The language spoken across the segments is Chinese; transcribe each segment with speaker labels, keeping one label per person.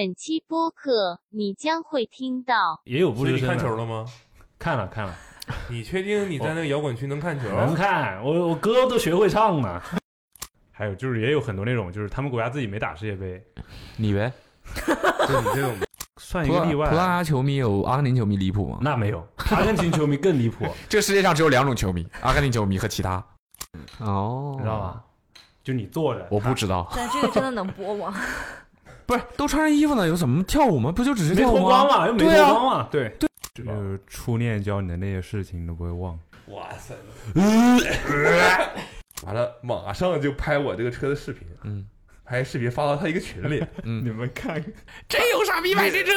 Speaker 1: 本期播客你将会听到
Speaker 2: 也有不
Speaker 3: 所以
Speaker 2: 留
Speaker 3: 你
Speaker 2: 神
Speaker 3: 看球
Speaker 2: 的。
Speaker 3: 了吗？
Speaker 2: 看了看了，
Speaker 3: 你确定你在那个摇滚区能看球？
Speaker 2: 能看，我我歌都学会唱了。 还有就是也有很多那种，就是他们国家自己没打世界 杯，
Speaker 4: 你呗。
Speaker 3: 就你这种，
Speaker 2: 算一
Speaker 4: 葡
Speaker 2: 个
Speaker 4: 萄
Speaker 2: 例
Speaker 4: 葡
Speaker 2: 外。啊
Speaker 4: 萄牙球迷有阿根廷球迷离谱吗？
Speaker 2: 那没有，阿根廷球迷更离谱，
Speaker 4: 这世界上只有两种球迷， 阿根廷球迷和其他。哦，
Speaker 2: 你知道？吧？就你坐着，
Speaker 4: 我不 知道，
Speaker 5: 但这个真的能播吗？
Speaker 4: 不是都穿上衣服了，有什么跳舞吗？不就只是
Speaker 2: 没
Speaker 4: 跳
Speaker 2: 脱
Speaker 4: 舞
Speaker 2: 光
Speaker 4: 吗？
Speaker 2: 嘛，又没
Speaker 4: 对
Speaker 2: 脱
Speaker 4: 啊
Speaker 2: 光嘛，对对，
Speaker 6: 就是初恋教你的那些事情，你都不会 忘。
Speaker 3: 哇塞！ 完了，马上就拍我这个车的视频，
Speaker 4: 嗯，
Speaker 3: 拍视频发到他一个群里，
Speaker 6: 你们看，
Speaker 4: 真有傻逼拍谁这？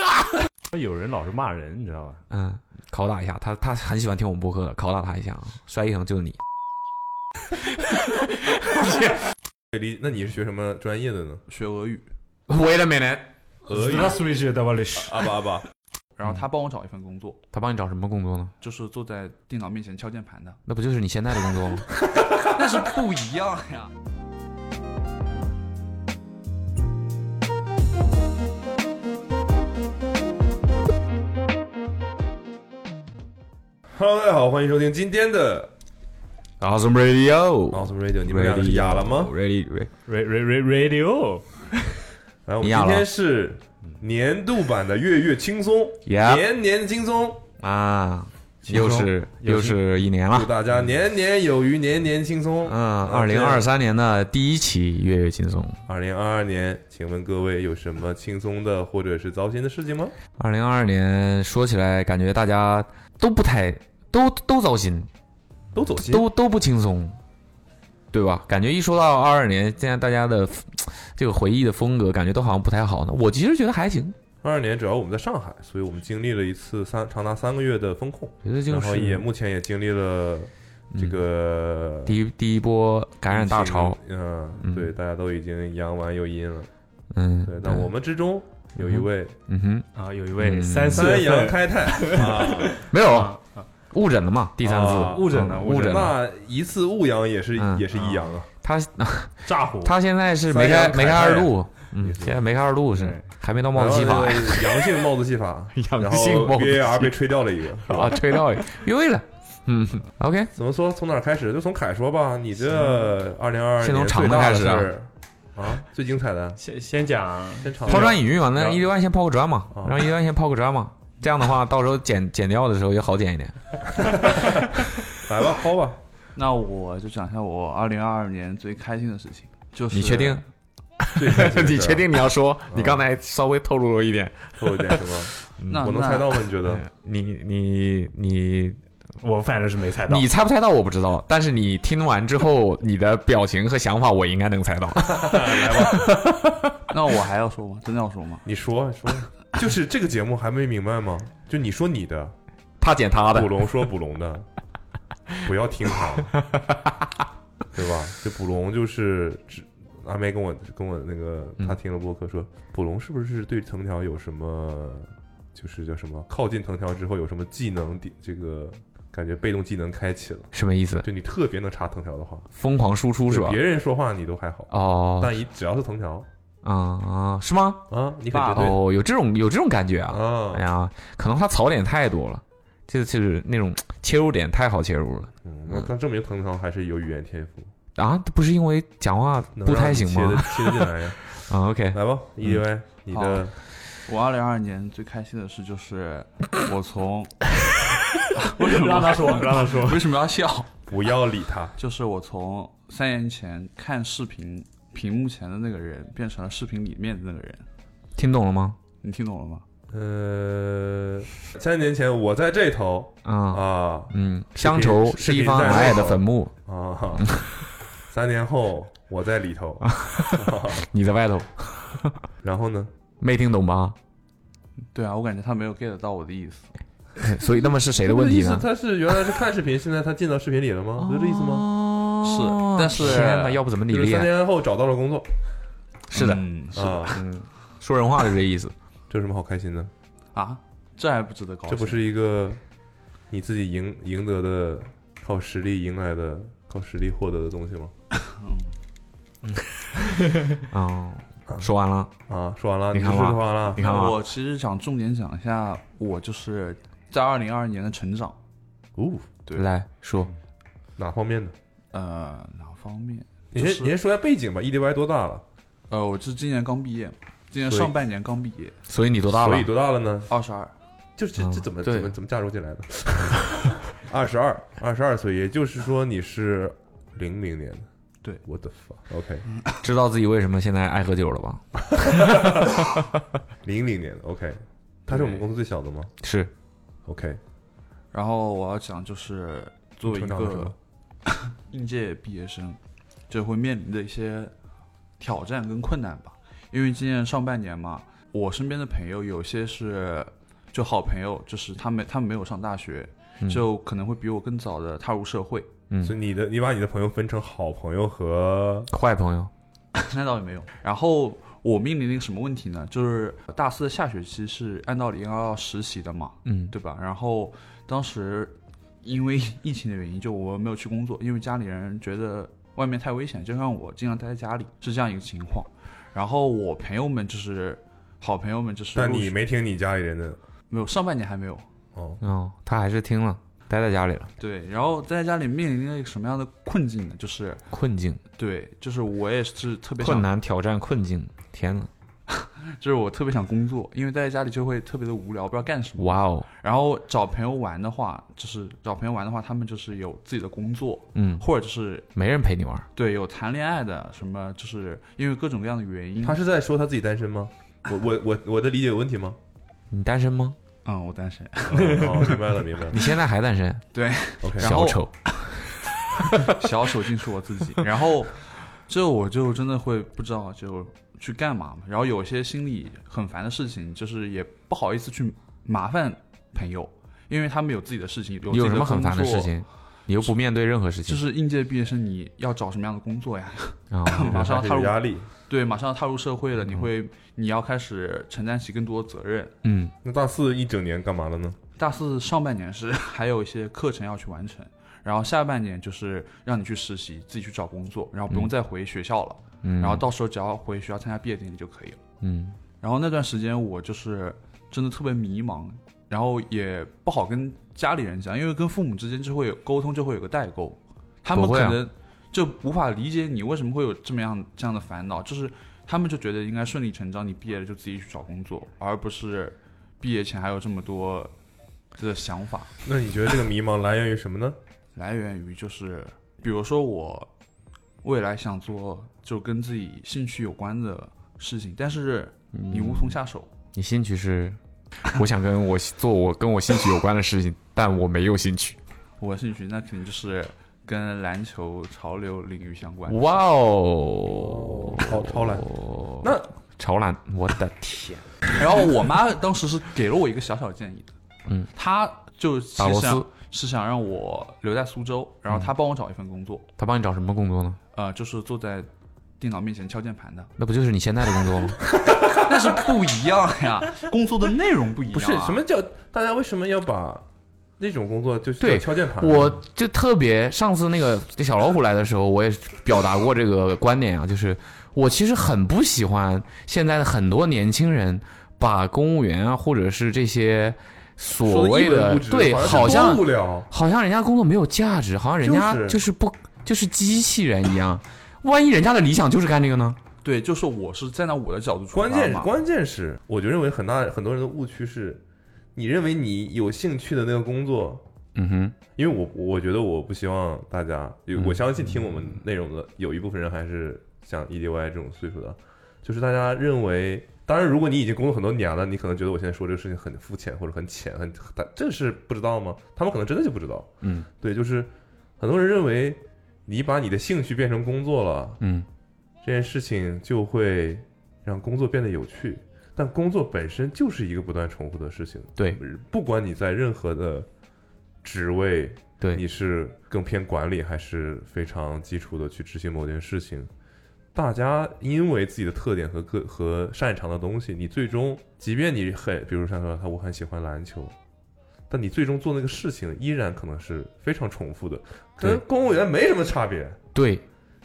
Speaker 2: 有人老是骂人，你知道吧？
Speaker 4: 嗯，拷打一下他，他很喜欢听我们播客的，拷打他一下啊，摔一层就是你。
Speaker 3: 对李，那你是学什么专业的呢？
Speaker 7: 学俄语，
Speaker 4: Wait a minute，
Speaker 3: 俄 语。
Speaker 2: Switch d o u b l
Speaker 3: 阿巴阿巴，
Speaker 7: 然后他帮我找一份工作，
Speaker 4: 他帮你找什么工作呢？
Speaker 7: 就是坐在电脑面前敲键盘的，
Speaker 4: 那不就是你现在的工作吗？
Speaker 7: 但是不一样呀。
Speaker 3: Hello，大家好，欢迎收听今天的
Speaker 4: Awesome Radio，
Speaker 3: Awesome Radio。你们俩是哑了吗？
Speaker 4: ？Radio，
Speaker 2: r a d i o
Speaker 3: 来，我们
Speaker 4: 你哑
Speaker 3: 今
Speaker 4: 了
Speaker 3: 天是年度版的月月轻松，
Speaker 4: Yeah
Speaker 3: 年年轻松，
Speaker 4: 啊，又是
Speaker 2: 有
Speaker 4: 又是一年
Speaker 3: 祝
Speaker 4: 了。
Speaker 3: 大家年年有余，年年轻松。
Speaker 4: 啊嗯，二零二三年的第一期《月月轻松》，
Speaker 3: 二零二二年，请问各位有什么轻松的或者是糟心的事情吗？
Speaker 4: 二零二二年说起来，感觉大家都不太都都糟心，
Speaker 3: 都走心，
Speaker 4: 都都不轻松，对吧？感觉一说到二二年，现在大家的这个回忆的风格，感觉都好像不太好呢。我其实觉得还行，
Speaker 3: 二二年主要我们在上海，所以我们经历了一次三长达三个月的风控，
Speaker 4: 觉得就
Speaker 3: 然后
Speaker 4: 是
Speaker 3: 也目前也经历了这个、
Speaker 4: 第一第一波感染嗯大潮，。
Speaker 3: 嗯，
Speaker 4: 嗯
Speaker 3: 对，大家都已经阳完又阴了。
Speaker 4: 嗯，
Speaker 3: 对，但我们之中有一位
Speaker 4: 嗯哼，
Speaker 2: 啊，有一位
Speaker 4: 嗯
Speaker 2: 三四
Speaker 3: 三
Speaker 2: 月
Speaker 3: 阳
Speaker 2: 份
Speaker 3: 开泰 啊，
Speaker 4: 没有
Speaker 2: 啊
Speaker 4: 误诊了嘛？第三次
Speaker 3: 啊
Speaker 2: 误诊了
Speaker 4: 嗯
Speaker 2: 误
Speaker 4: 误
Speaker 2: 诊
Speaker 4: 诊了。
Speaker 3: 那一次误阳也是
Speaker 4: 嗯
Speaker 3: 也是一阳啊，
Speaker 4: 他
Speaker 2: 炸呼，
Speaker 4: 他现在是没
Speaker 3: 三
Speaker 4: 开
Speaker 3: 阳
Speaker 4: 没
Speaker 3: 开
Speaker 4: 开
Speaker 3: 泰啊
Speaker 4: 二度，嗯
Speaker 3: 也，是
Speaker 4: 现在没开二度是
Speaker 2: 对
Speaker 4: 还没到帽子戏法，
Speaker 3: 阳性帽子戏法，然
Speaker 4: 阳
Speaker 3: 后
Speaker 4: 性帽
Speaker 3: V
Speaker 4: 子
Speaker 3: R 被吹掉了一个。
Speaker 4: 啊，吹到越位了。嗯，OK，
Speaker 3: 怎么说？从哪儿开始？就从凯说吧。你这二零二二
Speaker 4: 先从
Speaker 3: 年
Speaker 4: 长
Speaker 3: 最
Speaker 4: 的
Speaker 3: 大
Speaker 4: 开
Speaker 3: 的
Speaker 4: 始啊
Speaker 3: 事儿啊，最精彩的，
Speaker 2: 先先讲
Speaker 3: 先长的
Speaker 4: 抛砖引玉嘛，
Speaker 3: 然
Speaker 4: 那
Speaker 3: 后
Speaker 4: 一六万先抛个砖嘛
Speaker 3: 啊，
Speaker 4: 让一六万先抛个砖嘛，这样的话到时候剪剪掉的时候也好剪一点。
Speaker 3: 来吧，抛吧。
Speaker 7: 那我就讲一下我二零二二年最开心的事情，就是
Speaker 4: 你确定？
Speaker 3: 最开心的事儿？
Speaker 4: 你要说？
Speaker 3: 你刚
Speaker 4: 才稍微透露了一点，
Speaker 3: 透露一点什么？
Speaker 7: 那
Speaker 3: 我能
Speaker 7: 那
Speaker 3: 猜到吗？你觉得？
Speaker 4: 你你你
Speaker 2: 我反正是没猜到，
Speaker 4: 你猜不猜到我不知道，但是你听完之后，你的表情和想法我应该能猜到。
Speaker 7: 那我还要说吗？真的要说吗？
Speaker 3: 你说说，就是这个节目还没明白吗？就你说你的，
Speaker 4: 他剪他
Speaker 3: 捕
Speaker 4: 的，
Speaker 3: 龙说捕龙的，不要听他，对吧？这捕龙就是只阿妹跟我跟我那个，
Speaker 4: 嗯
Speaker 3: 她听了播客说，捕龙是不是对藤条有什么，就是叫什么？靠近藤条之后有什么技能？这个感觉被动技能开启了，
Speaker 4: 什么意思？
Speaker 3: 就你特别能插藤条的话，
Speaker 4: 疯狂输出是吧
Speaker 3: 别？人说话你都还好，
Speaker 4: 哦，
Speaker 3: 但一只要是藤条
Speaker 4: 啊啊，是吗？
Speaker 3: 啊，你感觉对
Speaker 4: 哦，有这种有这种感觉啊！
Speaker 3: 啊
Speaker 4: 哎，呀，可能他槽点太多了，这就是那种切入点太好切入了。
Speaker 3: 嗯，那那证明藤条还是有语言天赋，
Speaker 4: 啊，不是因为讲话
Speaker 3: 能
Speaker 4: 不
Speaker 3: 让
Speaker 4: 太
Speaker 3: 你
Speaker 4: 行
Speaker 3: 切得
Speaker 4: 吗？嗯
Speaker 3: 切得进来 呀，
Speaker 4: 啊，OK，
Speaker 3: 来吧，一位你的
Speaker 7: 我二零二二年最开心的事就是 我从为什
Speaker 2: 让
Speaker 7: 么
Speaker 2: 他说，让他说，
Speaker 7: 为什么要笑？
Speaker 3: 不要理他。
Speaker 7: 就是我从三年前看视频屏幕前的那个人，变成了视频里面的那个人。
Speaker 4: 听懂了吗？
Speaker 7: 你听懂了吗？
Speaker 3: 呃，三年前我在这头
Speaker 4: 啊，
Speaker 3: 啊
Speaker 4: 嗯，
Speaker 3: 视
Speaker 4: 乡
Speaker 3: 频
Speaker 4: 愁
Speaker 3: 视
Speaker 4: 是一
Speaker 3: 频
Speaker 4: 方
Speaker 3: 在
Speaker 4: 矮矮的
Speaker 3: 那
Speaker 4: 坟墓，
Speaker 3: 啊，三年后我在里头，
Speaker 4: 啊你在外头，
Speaker 3: 然后呢？
Speaker 4: 没听懂吧？
Speaker 7: 对啊，我感觉他没有 get 到我的意思。
Speaker 4: 所以那么是谁的问题
Speaker 3: 他
Speaker 4: 呢
Speaker 3: 的意思？他是原来是看视频，现在他进到视频里了吗？是这意思吗？
Speaker 4: 哦
Speaker 7: 是但是
Speaker 4: 天哪，要不怎么理
Speaker 3: 就是三
Speaker 4: 解？
Speaker 3: 年后找到了工作
Speaker 4: 是的，
Speaker 7: 嗯、是的
Speaker 3: 啊，
Speaker 4: 嗯，说人话就是这意思。
Speaker 3: 这有什么好开心的？
Speaker 7: 啊，这还不值得高兴？
Speaker 3: 这不是一个你自己赢赢得的，靠实力赢来的，靠实力获得的东西吗？
Speaker 4: 哦，说完了，
Speaker 3: 啊，说完了，
Speaker 4: 你看
Speaker 3: 是
Speaker 4: 吧
Speaker 3: 说完了
Speaker 4: 你，看啊吧，
Speaker 7: 我其实想重点讲一下我就是在二零二二年的成长，
Speaker 3: 哦，
Speaker 7: 对
Speaker 4: 来说，
Speaker 3: 哪方面的？
Speaker 7: 呃，哪方面？
Speaker 3: 你
Speaker 7: 就
Speaker 3: 先
Speaker 7: 是
Speaker 3: 你先说一下背景吧，EDY 多大了？
Speaker 7: 呃，我是今年刚毕业，今年
Speaker 3: 所以
Speaker 7: 上半年刚毕业，
Speaker 4: 所以你多大了
Speaker 3: 所以？多大了呢？
Speaker 7: 二十二。
Speaker 3: 就这
Speaker 4: 嗯
Speaker 3: 这怎么
Speaker 7: 对
Speaker 3: 怎么怎么加入进来的？ 二十二，二十二岁，也就是说你是零零年的。
Speaker 7: 对
Speaker 3: 我的 fuck，OK，
Speaker 4: 知道自己为什么现在爱喝酒了吧？
Speaker 3: 零零年的，OK，他是我们公司最小的吗
Speaker 4: 是
Speaker 3: ？OK，
Speaker 7: 然后我要讲就是作为一
Speaker 3: 成长了是吗
Speaker 7: 个应届毕业生，就会面临的一些挑战跟困难吧。因为今年上半年嘛，我身边的朋友有些是就好朋友，就是他们他们没有上大学，
Speaker 4: 嗯
Speaker 7: 就可能会比我更早的踏入社会。
Speaker 4: 嗯
Speaker 3: 所以你的你把你的朋友分成好朋友和
Speaker 4: 坏朋友，
Speaker 7: 那倒也没有。然后我面临的一个什么问题呢？就是大四的下学期是按道理应该要实习的嘛，
Speaker 4: 嗯，
Speaker 7: 对吧？然后当时因为疫情的原因，就我没有去工作，因为家里人觉得外面太危险，就让我尽量待在家里，是这样一个情况。然后我朋友们就是好朋友们就是陆
Speaker 3: 但
Speaker 7: 续，
Speaker 3: 你没听你家里人的
Speaker 7: 没有上半年还没有
Speaker 3: 哦，
Speaker 4: 哦，他还是听了，待在家里了，
Speaker 7: 对。然后待在家里面临了一个什么样的困境呢？就是
Speaker 4: 困境、
Speaker 7: 对，就是我也是特别想
Speaker 4: 困难、挑战、困境，天呐，
Speaker 7: 就是我特别想工作，因为待在家里就会特别的无聊，不知道干什么。
Speaker 4: 哇哦，
Speaker 7: 然后找朋友玩的话，就是找朋友玩的话，他们就是有自己的工作，
Speaker 4: 嗯，
Speaker 7: 或者就是
Speaker 4: 没人陪你玩，
Speaker 7: 对有谈恋爱的，什么就是因为各种各样的原因。
Speaker 3: 他是在说他自己单身吗？我我我我的理解有问题 吗？
Speaker 4: 你单身吗？
Speaker 7: 嗯，我单身。
Speaker 3: 哦，明白了明白了
Speaker 4: 你现在还单身？
Speaker 3: ，OK，
Speaker 7: 然
Speaker 4: 小
Speaker 7: 后
Speaker 4: 丑，
Speaker 7: 小手竟是我自己。然后这我就真的会不知道就去干嘛嘛。然后有些心里很烦的事情，就是也不好意思去麻烦朋友，因为他们有自己的事情，有
Speaker 4: 你有
Speaker 7: 自己
Speaker 4: 什么很
Speaker 7: 工
Speaker 4: 烦的
Speaker 7: 作
Speaker 4: 事？情？你又不面对任何事情
Speaker 7: 就是应届毕业生，你要找什么样的工作呀？
Speaker 4: 啊？
Speaker 7: 马上
Speaker 3: 还是
Speaker 7: 踏
Speaker 3: 有
Speaker 7: 入
Speaker 3: 压力。
Speaker 7: 对，马上要踏入社会了，你会你要开始承担起更多的责任。
Speaker 4: 嗯，
Speaker 3: 那大四一整年干嘛了呢？
Speaker 7: 大四上半年是 还有一些课程要去完成，然后下半年就是让你去实习，自己去找工作，然后不用再回学校了，
Speaker 4: 嗯
Speaker 7: 然后到时候只要回学校参加毕业典礼就可以了。
Speaker 4: 嗯
Speaker 7: 然后那段时间我就是真的特别迷茫，然后也不好跟家里人讲，因为跟父母之间就会有沟通，就会有个代沟，他们
Speaker 4: 不会
Speaker 7: 可
Speaker 4: 啊
Speaker 7: 能就无法理解你为什么会有这么样这样的烦恼，就是他们就觉得应该顺理成章，你毕业了就自己去找工作，而不是毕业前还有这么多的想法，
Speaker 3: 那你觉得这个迷茫来源于什么呢？
Speaker 7: 来源于就是比如说我未来想做就跟自己兴趣有关的事情，但是你无
Speaker 3: 嗯
Speaker 7: 从下手。
Speaker 4: 你兴趣 是？我想跟我做我跟我兴趣有关的 事情，但我没有兴趣。
Speaker 7: 我的兴趣那肯定就是跟篮球潮流领域相关。
Speaker 4: 哇哦，
Speaker 3: 超超懒。那
Speaker 4: 潮男，我的天，
Speaker 7: 然后我妈当时是给了我一个小小建议的，
Speaker 4: 嗯，
Speaker 7: 她就是
Speaker 4: 打螺
Speaker 7: 想
Speaker 4: 丝，
Speaker 7: 是想让我留在苏州，然后
Speaker 3: 嗯
Speaker 7: 她帮我找一份工作，
Speaker 4: 他帮你找什么工作呢？
Speaker 7: 呃，就是坐在电脑面前敲键盘的，
Speaker 4: 那不就是你现在的工作吗？
Speaker 7: 但是不一样呀，工作的内容不一样、啊。
Speaker 3: 不是什么叫大家为什么要把那种工作就是
Speaker 4: 对
Speaker 3: 叫敲键盘？
Speaker 4: 我就特别上次那个小老虎来的时候，我也表达过这个观点啊，就是我其实很不喜欢现在的很多年轻人把公务员啊，或者是这些所
Speaker 3: 说得一
Speaker 4: 谓
Speaker 3: 文
Speaker 4: 的
Speaker 3: 不值
Speaker 4: 对，好
Speaker 3: 多
Speaker 4: 像
Speaker 3: 无聊。
Speaker 4: 好像人家工作没有价值，好像人家
Speaker 3: 就是
Speaker 4: 就是不就是机器人一样。万一人家的理想就是干这个呢？
Speaker 7: 对，就是我是站在我的角度出发
Speaker 3: 关键
Speaker 7: 嘛，
Speaker 3: 关键是，我就认为很大很多人的误区是，你认为你有兴趣的那个工作，
Speaker 4: 嗯哼，
Speaker 3: 因为我我觉得我不希望大家，有
Speaker 4: 嗯
Speaker 3: 我相信听我们内容的有一部分人还是像 EDY 这种岁数的，就是大家认为，当然如果你已经工作很多年了，你可能觉得我现在说这个事情很肤浅或者很浅，很但这是不知道吗？他们可能真的就不知道。
Speaker 4: 嗯，
Speaker 3: 对，就是很多人认为你把你的兴趣变成工作了，
Speaker 4: 嗯，
Speaker 3: 这件事情就会让工作变得有趣。但工作本身就是一个不断重复的事情，
Speaker 4: 对
Speaker 3: 不管你在任何的职位，
Speaker 4: 对
Speaker 3: 你是更偏管理还是非常基础的去执行某件事情，大家因为自己的特点和个和擅长的东西，你最终，即便你很，比如像说他我很喜欢篮球，但你最终做那个事情依然可能是非常重复的，
Speaker 4: 对
Speaker 3: 跟公务员没什么差别，
Speaker 4: 对，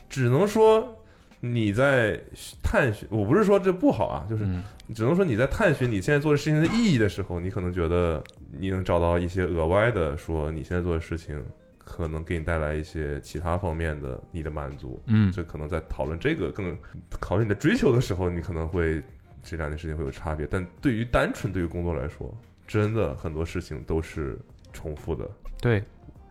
Speaker 3: 只能说你在探寻，我不是说这不好啊，就是
Speaker 4: 嗯，
Speaker 3: 只能说你在探寻你现在做的事情的意义的时候，你可能觉得你能找到一些额外的，说你现在做的事情可能给你带来一些其他方面的你的满足。
Speaker 4: 嗯
Speaker 3: 这可能在讨论这个更考虑你的追求的时候，你可能会这两件事情会有差别。但对于单纯对于工作来说，真的很多事情都是重复的、
Speaker 4: 对，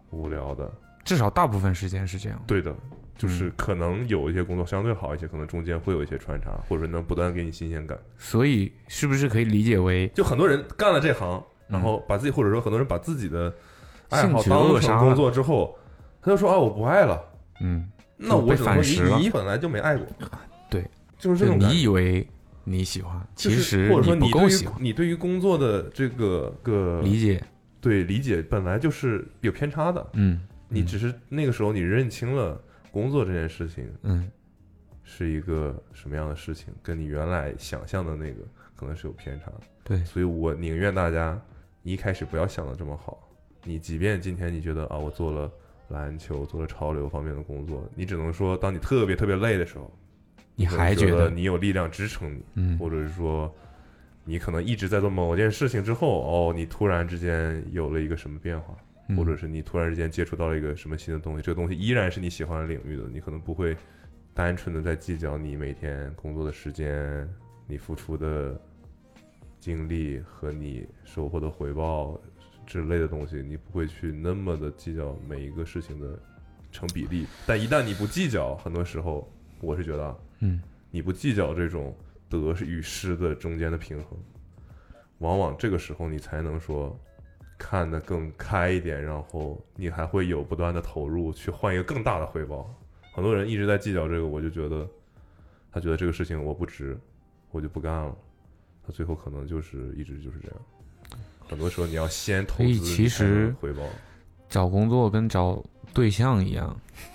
Speaker 3: 无聊的。
Speaker 4: 至少大部分时间是这样。
Speaker 3: 对的，就是可能有一些工作相对好一些，可能中间会有一些穿插，或者能不断给你新鲜感。
Speaker 4: 所以是不是可以理解为
Speaker 3: 就很多人干了这行，
Speaker 4: 嗯
Speaker 3: 然后把自己或者说很多人把自己的爱好
Speaker 4: 兴趣扼
Speaker 3: 当
Speaker 4: 杀
Speaker 3: 成
Speaker 4: 了
Speaker 3: 工作之后，他就说啊我不爱了，
Speaker 4: 嗯，
Speaker 3: 那我
Speaker 4: 被
Speaker 3: 只能
Speaker 4: 反噬
Speaker 3: 说
Speaker 4: 了
Speaker 3: 你你本来就没爱过，
Speaker 4: 对，
Speaker 3: 就是这
Speaker 4: 就
Speaker 3: 种感觉
Speaker 4: 你以为你喜欢，
Speaker 3: 就
Speaker 4: 其
Speaker 3: 是
Speaker 4: 实
Speaker 3: 或者说
Speaker 4: 不
Speaker 3: 对
Speaker 4: 够喜
Speaker 3: 于
Speaker 4: 欢。
Speaker 3: 你对于工作的这个个
Speaker 4: 理解，
Speaker 3: 对理解本来就是有偏差的，
Speaker 4: 嗯
Speaker 3: 你只是那个时候你认清了工作这件事情
Speaker 4: 嗯，
Speaker 3: 是一个什么样的事情，跟你原来想象的那个可能是有偏差的。
Speaker 4: 对，
Speaker 3: 所以我宁愿大家一开始不要想的这么好。你即便今天你觉得啊，我做了篮球，做了潮流方面的工作，你只能说，当你特别特别累的时候，
Speaker 4: 你
Speaker 3: 可能
Speaker 4: 还
Speaker 3: 觉
Speaker 4: 得
Speaker 3: 你有力量支撑你，
Speaker 4: 嗯
Speaker 3: 或者是说，你可能一直在做某件事情之后，哦，你突然之间有了一个什么变化，
Speaker 4: 嗯
Speaker 3: 或者是你突然之间接触到了一个什么新的东西，这个东西依然是你喜欢的领域的，你可能不会单纯的在计较你每天工作的时间、你付出的精力和你收获的回报之类的东西，你不会去那么的计较每一个事情的成比例。但一旦你不计较，很多时候我是觉得啊
Speaker 4: 嗯
Speaker 3: 你不计较这种得与失的中间的平衡，往往这个时候你才能说看得更开一点，然后你还会有不断的投入去换一个更大的回报。很多人一直在计较这个，我就觉得他觉得这个事情我不值，我就不干了。他最后可能就是一直就是这样。很多时候你要先投
Speaker 4: 所以
Speaker 3: 资，
Speaker 4: 其
Speaker 3: 你才
Speaker 4: 实
Speaker 3: 能回报。
Speaker 4: 找工作跟找对象一样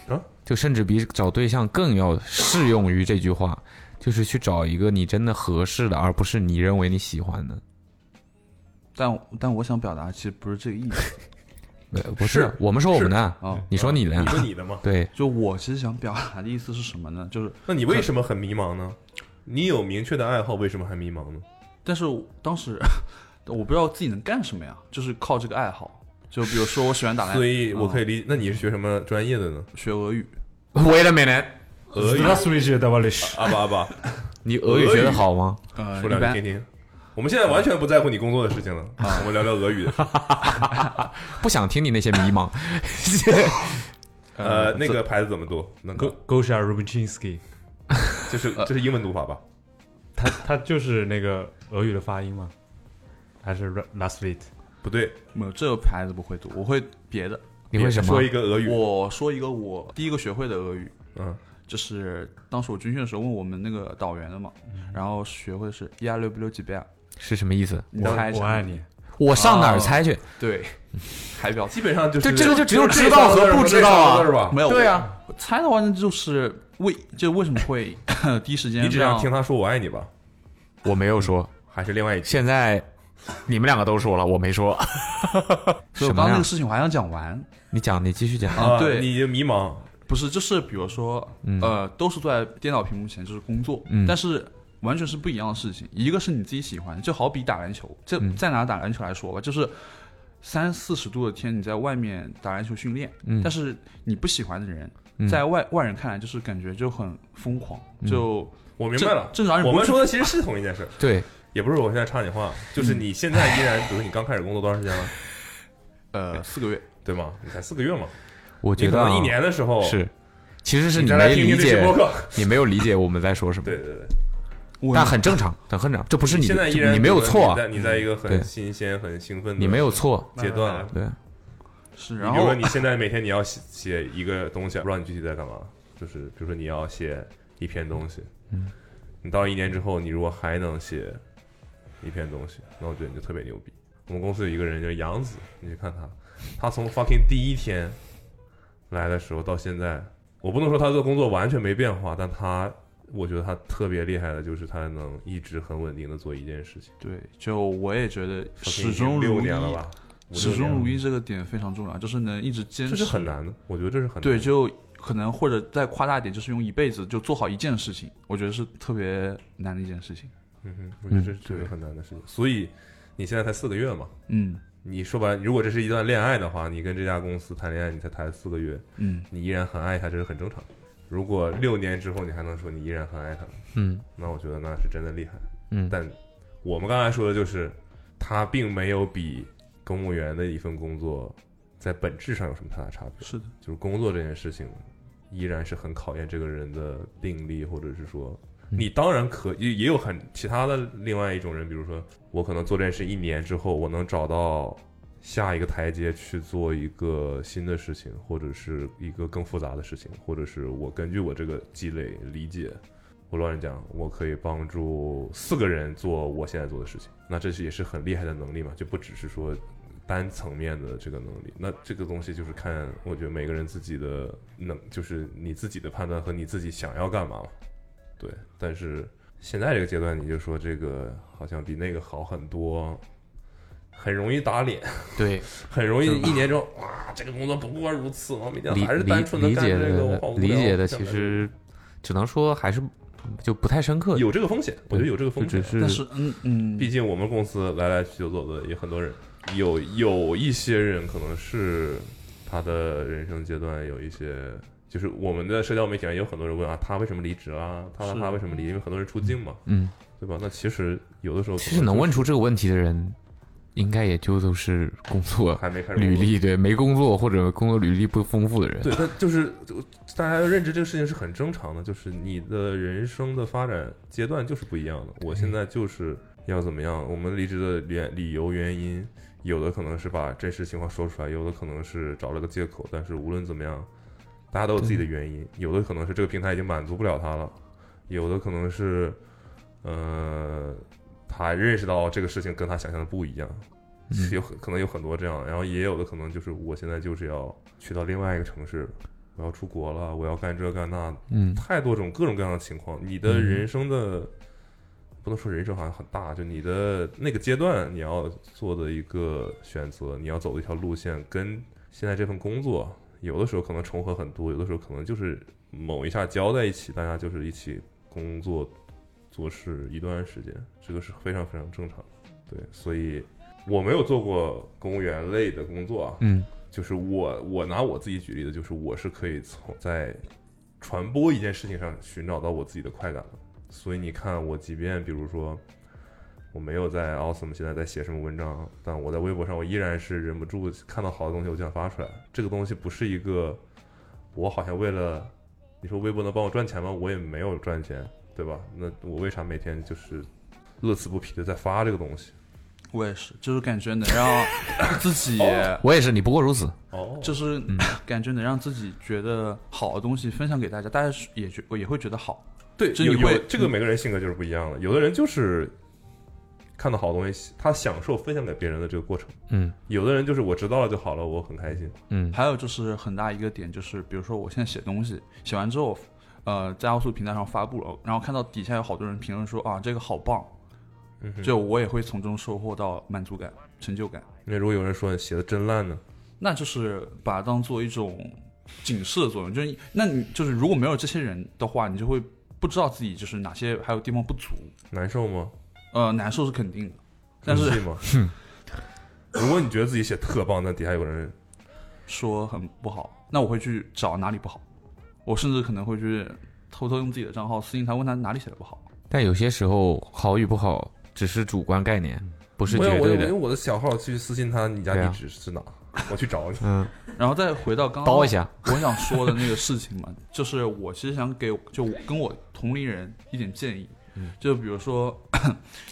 Speaker 3: 啊，
Speaker 4: 就甚至比找对象更要适用于这句话，就是去找一个你真的合适的，而不是你认为你喜欢的。
Speaker 7: 但但我想表达其实不是这个意思
Speaker 4: 呃不
Speaker 3: 嗯是哦
Speaker 4: 我们说我们的，
Speaker 7: 啊。
Speaker 4: 你说你的
Speaker 3: 你，说你的吗？
Speaker 4: 对，
Speaker 7: 就我其实想表达的意思是什么呢？就是，
Speaker 3: 那你为什么很迷茫呢？你有明确的爱好，为什么还迷茫呢？
Speaker 7: 但是我当时我不知道自己能干什么呀，就是靠这个爱好。就比如说我喜欢打篮，
Speaker 3: 所以我可
Speaker 7: 以
Speaker 3: 以理，那你是学什么专业的呢？
Speaker 7: 学俄语，
Speaker 4: Wait a minute，
Speaker 3: 俄语。
Speaker 2: Здравствуйте, товарищ
Speaker 3: 阿巴阿巴，
Speaker 4: 你俄语学的好吗？
Speaker 7: 呃，
Speaker 3: 说
Speaker 7: 一
Speaker 3: 两句
Speaker 7: 般
Speaker 3: 听听。我们现在完全不在乎你工作的事情了，
Speaker 4: 啊
Speaker 3: 啊我们聊聊 俄语的事。
Speaker 4: 不想听你那些迷茫。
Speaker 3: 呃，那个牌子怎么读？能够
Speaker 2: Gosha Rubinsky，
Speaker 3: 就是
Speaker 4: 呃
Speaker 3: 这是英文读法吧？
Speaker 2: 他他就是那个俄语的发音吗？还是 last week？
Speaker 3: 不对，
Speaker 7: 没有这个牌子不会读，我会别的。
Speaker 4: 你会什么
Speaker 3: 说？一个俄语。
Speaker 7: 我说一个我第一个学会的俄语，
Speaker 3: 嗯，
Speaker 7: 就是当时我军训的时候问我们那个导员的嘛，
Speaker 3: 嗯
Speaker 7: 然后学会的是亚六不六几遍，
Speaker 4: 是什么意思？
Speaker 7: 你
Speaker 2: 我
Speaker 7: 猜一下
Speaker 2: 我爱你。
Speaker 4: 我上
Speaker 3: 啊
Speaker 4: 哪儿猜去？
Speaker 7: 对，海表
Speaker 3: 基本上就是
Speaker 4: 对这个就只有
Speaker 3: 是
Speaker 4: 知道和不知道
Speaker 3: 这三
Speaker 4: 啊
Speaker 3: 个字儿吧？
Speaker 7: 没有
Speaker 4: 对啊，
Speaker 7: 我猜的话那就是为就为什么 会第一时间
Speaker 3: 你只想
Speaker 7: 让
Speaker 3: 听他说我爱你吧？
Speaker 4: 我没有说。
Speaker 3: 还是另外一期？
Speaker 4: 现在你们两个都说了，我没说。 什
Speaker 7: 所以我
Speaker 4: 么
Speaker 7: 刚刚那
Speaker 4: 呀
Speaker 7: 个？事情我还想讲完，
Speaker 4: 你讲，你继续讲。
Speaker 7: 啊对
Speaker 3: 你已经迷茫。
Speaker 7: 不是就是比如说、
Speaker 4: 嗯
Speaker 7: 呃都是坐在电脑屏幕前就是工作，
Speaker 4: 嗯
Speaker 7: 但是完全是不一样的事情，一个是你自己喜欢，就好比打篮球，这
Speaker 4: 嗯
Speaker 7: 再拿打篮球来说吧，就是。三四十度的天，你在外面打篮球训练，
Speaker 4: 嗯
Speaker 7: 但是你不喜欢的人，
Speaker 4: 嗯
Speaker 7: 在外外人看来就是感觉就很疯狂，就
Speaker 3: 我嗯明白了，
Speaker 7: 正正常人
Speaker 3: 我
Speaker 7: 不
Speaker 3: 们
Speaker 7: 会去
Speaker 3: 说的其实是同一件事，
Speaker 4: 对，
Speaker 3: 也不是我现在插你话，就是
Speaker 4: 嗯
Speaker 3: 你现在依然，比如你刚开始工作多长时间了，
Speaker 7: 呃四个月，
Speaker 3: 对吗？你才四个月嘛，
Speaker 4: 我
Speaker 3: 你
Speaker 4: 觉
Speaker 3: 可
Speaker 4: 得啊
Speaker 3: 能一年的时候
Speaker 4: 是，其实是
Speaker 3: 你
Speaker 4: 你
Speaker 3: 再来
Speaker 4: 没
Speaker 3: 听听
Speaker 4: 理
Speaker 3: 这期
Speaker 4: 解
Speaker 3: 播，客，
Speaker 4: 你没有理解我们在说什么。
Speaker 3: 对，对对。
Speaker 7: 我
Speaker 4: 但很正常，很正常，这不是你
Speaker 3: 现在
Speaker 4: 的，
Speaker 3: 依然
Speaker 4: 你没有
Speaker 3: 觉得
Speaker 4: 错啊
Speaker 3: 你，在你在一个很
Speaker 4: 对
Speaker 3: 新鲜、很兴奋的
Speaker 4: 你没有错。
Speaker 3: 阶段了。
Speaker 4: 对，
Speaker 7: 是，
Speaker 3: 你
Speaker 7: 然
Speaker 3: 比如
Speaker 7: 后
Speaker 3: 说你现在每天你要写写一个东西，不知道你具体在干嘛，就是比如说你要写一篇东西，
Speaker 4: 嗯，
Speaker 3: 你到一年之后，你如果还能写一篇东西，那我觉得你就特别牛逼。我们公司有一个人叫杨子，你去看他，他从 fucking 第一天来的时候到现在，我不能说他的工作完全没变化，但他我觉得他特别厉害的就是他能一直很稳定的做一件事情。
Speaker 7: 对，就我也觉得
Speaker 3: OK，已
Speaker 7: 始终
Speaker 3: 经
Speaker 7: 如
Speaker 3: 六
Speaker 7: 一
Speaker 3: 年，了吧，五六
Speaker 7: 始终
Speaker 3: 年了
Speaker 7: 如一这个点非常重要，就是能一直坚
Speaker 3: 这
Speaker 7: 持，
Speaker 3: 是很难的，我觉得这是很难的
Speaker 7: 对，就可能或者再夸大一点，就是用一辈子就做好一件事情，我觉得是特别难的一件事情。
Speaker 3: 嗯哼，我觉得这这个很难的事情。所以你现在才四个月嘛，
Speaker 7: 嗯
Speaker 3: 你说白了，如果这是一段恋爱的话，你跟这家公司谈恋爱，你才谈四个月，
Speaker 7: 嗯，
Speaker 3: 你依然很爱他，这是很正常。如果六年之后你还能说你依然很爱他，
Speaker 4: 嗯
Speaker 3: 那我觉得那是真的厉害。
Speaker 4: 嗯，
Speaker 3: 但我们刚才说的就是，他并没有比公务员的一份工作在本质上有什么太大差别。
Speaker 7: 是的，
Speaker 3: 就是工作这件事情，依然是很考验这个人的定力，或者是说，你当然可也也有很其他的另外一种人，比如说我可能做这件事一年之后，我能找到下一个台阶去做一个新的事情，或者是一个更复杂的事情，或者是我根据我这个积累理解。我乱讲，我可以帮助四个人做我现在做的事情，那这是也是很厉害的能力嘛，就不只是说单层面的这个能力。那这个东西就是看，我觉得每个人自己的能，就是你自己的判断和你自己想要干嘛嘛。对，但是现在这个阶段，你就说这个好像比那个好很多，很容易打脸，
Speaker 4: 对，
Speaker 3: 很容易一年之后，哇，这个工作不过如此，我每天
Speaker 4: 理
Speaker 3: 还是
Speaker 4: 理
Speaker 3: 单纯的
Speaker 4: 理
Speaker 3: 干
Speaker 4: 解
Speaker 3: 这个，我
Speaker 4: 的
Speaker 3: 好无聊
Speaker 4: 理解的
Speaker 3: 这
Speaker 4: 其
Speaker 3: 样
Speaker 4: 实只能说还是就不太深刻，
Speaker 3: 有这个风险，我觉得有这个
Speaker 4: 就
Speaker 3: 风险啊
Speaker 4: 只，
Speaker 7: 但
Speaker 4: 是
Speaker 7: 是嗯嗯，
Speaker 3: 毕竟我们公司来来去去走的也很多人，有有一些人可能是他的人生阶段有一些，就是我们的社交媒体上也有很多人问啊，他为什么离职啊？他
Speaker 7: 是
Speaker 3: 他为什么离？因为很多人出境嘛，
Speaker 4: 嗯，
Speaker 3: 对吧？那其实有的时候
Speaker 4: 其实能问出这个问题的人，应该也就都是工作
Speaker 3: 还没开始
Speaker 4: 履
Speaker 3: 工作。
Speaker 4: 历对没工作或者工作履历不丰富的人，
Speaker 3: 对，但就是就大家要认知这个事情是很正常的，就是你的人生的发展阶段就是不一样的。我
Speaker 4: 嗯
Speaker 3: 现在就是要怎么样？我们离职的理理由原因，有的可能是把真实情况说出来，有的可能是找了个借口。但是无论怎么样，大家都有自己的原因，有的可能是这个平台已经满足不了他了，有的可能是，呃，他认识到这个事情跟他想象的不一样，是有很可能有很多这样，然后也有的可能就是我现在就是要去到另外一个城市，我要出国了，我要干这干那，
Speaker 4: 嗯
Speaker 3: 太多种各种各样的情况，你的
Speaker 4: 嗯
Speaker 3: 人生的。不能说人生好像很大，就你的那个阶段，你要做的一个选择，你要走的一条路线，跟现在这份工作，有的时候可能重合很多，有的时候可能就是某一下交在一起，大家就是一起工作做事一段时间，这个是非常非常正常的。对，所以我没有做过公务员类的工作啊，
Speaker 4: 嗯
Speaker 3: 就是我我拿我自己举例的，就是我是可以从在传播一件事情上寻找到我自己的快感的。所以你看，我即便比如说我没有在 Awesome 现在在写什么文章，但我在微博上我依然是忍不住看到好的东西我就想发出来。这个东西不是一个我好像为了你说微博能帮我赚钱吗？我也没有赚钱，对吧？那我为啥每天就是乐此不疲的在发这个东西？
Speaker 7: 我也是，就是感觉能让 自己，
Speaker 4: 我也是，你不过如此，
Speaker 3: 哦
Speaker 7: 就是感觉能让自己觉得好的东西分享给大家，大家是也觉也会觉得好。
Speaker 3: 对，
Speaker 7: 就
Speaker 3: 有
Speaker 7: 你
Speaker 3: 有
Speaker 7: 会
Speaker 3: 这个每个人性格就是不一样的，有的人就是看到好东西，他享受分享给别人的这个过程；
Speaker 4: 嗯
Speaker 3: 有的人就是我知道了就好了，我很开心。
Speaker 4: 嗯
Speaker 7: 还有就是很大一个点就是，比如说我现在写东西，写完之后，呃，在奥数平台上发布了，然后看到底下有好多人评论说啊这个好棒，
Speaker 3: 嗯哼
Speaker 7: 就我也会从中收获到满足感、成就感。
Speaker 3: 那如果有人说你写的真烂呢？
Speaker 7: 那就是把它当做一种警示的作用。就是那你就是如果没有这些人的话，你就会不知道自己就是哪些还有地方不足。
Speaker 3: 难受吗？
Speaker 7: 呃，难受是肯定的，但是
Speaker 3: 生气吗？ 如果你觉得自己写特棒，但底下有人，
Speaker 7: 说很不好，那我会去找哪里不好，我甚至可能会去偷偷用自己的账号私信他，问他哪里写的不好。
Speaker 4: 但有些时候好与不好只是主观概念，不是
Speaker 3: 我有
Speaker 4: 绝
Speaker 3: 我有
Speaker 4: 对
Speaker 3: 我用
Speaker 4: 的。
Speaker 3: 我的小号去私信他，你家
Speaker 4: 对啊
Speaker 3: 地址是哪？我去找你。
Speaker 4: 嗯，
Speaker 7: 然后再回到刚刚
Speaker 4: 叨一下，
Speaker 7: 我想说的那个事情嘛， 就是我其实想给就我跟我同龄人一点建议，
Speaker 4: 嗯
Speaker 7: 就比如说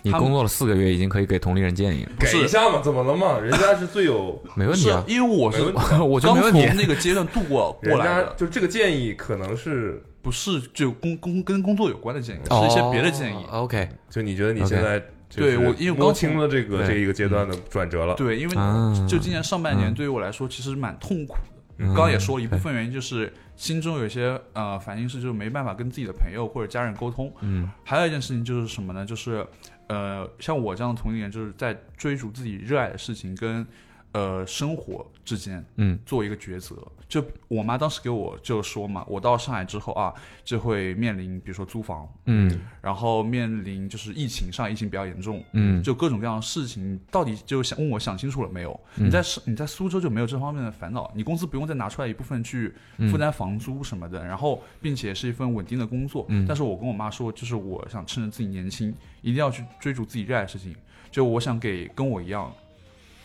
Speaker 4: 你
Speaker 7: 他们
Speaker 4: 工作了四个月，已经可以给同龄人建议了，
Speaker 7: 是
Speaker 3: 给一下嘛，怎么了嘛？人家是最有，
Speaker 4: 没问题
Speaker 7: 是
Speaker 4: 啊。
Speaker 7: 因为我是
Speaker 3: 没问
Speaker 4: 我觉得没
Speaker 7: 刚
Speaker 4: 问
Speaker 7: 从
Speaker 4: 题啊
Speaker 7: 那个阶段度过过
Speaker 3: 人
Speaker 7: 来
Speaker 3: 家
Speaker 7: 的，
Speaker 3: 就这个建议可能是，
Speaker 7: 不是就工工跟工作有关的建议，是
Speaker 4: 哦
Speaker 7: 一些别的建议。
Speaker 4: OK，
Speaker 3: 就你觉得你现在就是
Speaker 7: 对我因为刚
Speaker 3: 摸清了这个
Speaker 4: 对
Speaker 3: 这一个阶段的转折了，
Speaker 7: 对，因为
Speaker 4: 啊
Speaker 7: 就今年上半年
Speaker 4: 嗯
Speaker 7: 对于我来说其实蛮痛苦的。刚刚也说了一部分原因就是心中有一些呃反应是就是没办法跟自己的朋友或者家人沟通。
Speaker 4: 嗯
Speaker 7: 还有一件事情就是什么呢？就是呃像我这样的同龄人，就是在追逐自己热爱的事情跟。呃生活之间
Speaker 4: 嗯
Speaker 7: 做一个抉择。就我妈当时给我就说嘛，我到上海之后啊，就会面临比如说租房，
Speaker 4: 嗯
Speaker 7: 然后面临就是疫情，上海疫情比较严重，
Speaker 4: 嗯，
Speaker 7: 就各种各样的事情，到底就想问我想清楚了没有？
Speaker 4: 嗯
Speaker 7: 你在是你在苏州就没有这方面的烦恼，你工资不用再拿出来一部分去
Speaker 4: 嗯
Speaker 7: 负担房租什么的，然后并且是一份稳定的工作。
Speaker 4: 嗯
Speaker 7: 但是我跟我妈说，就是我想趁着自己年轻，一定要去追逐自己热爱的事情。就我想给跟我一样，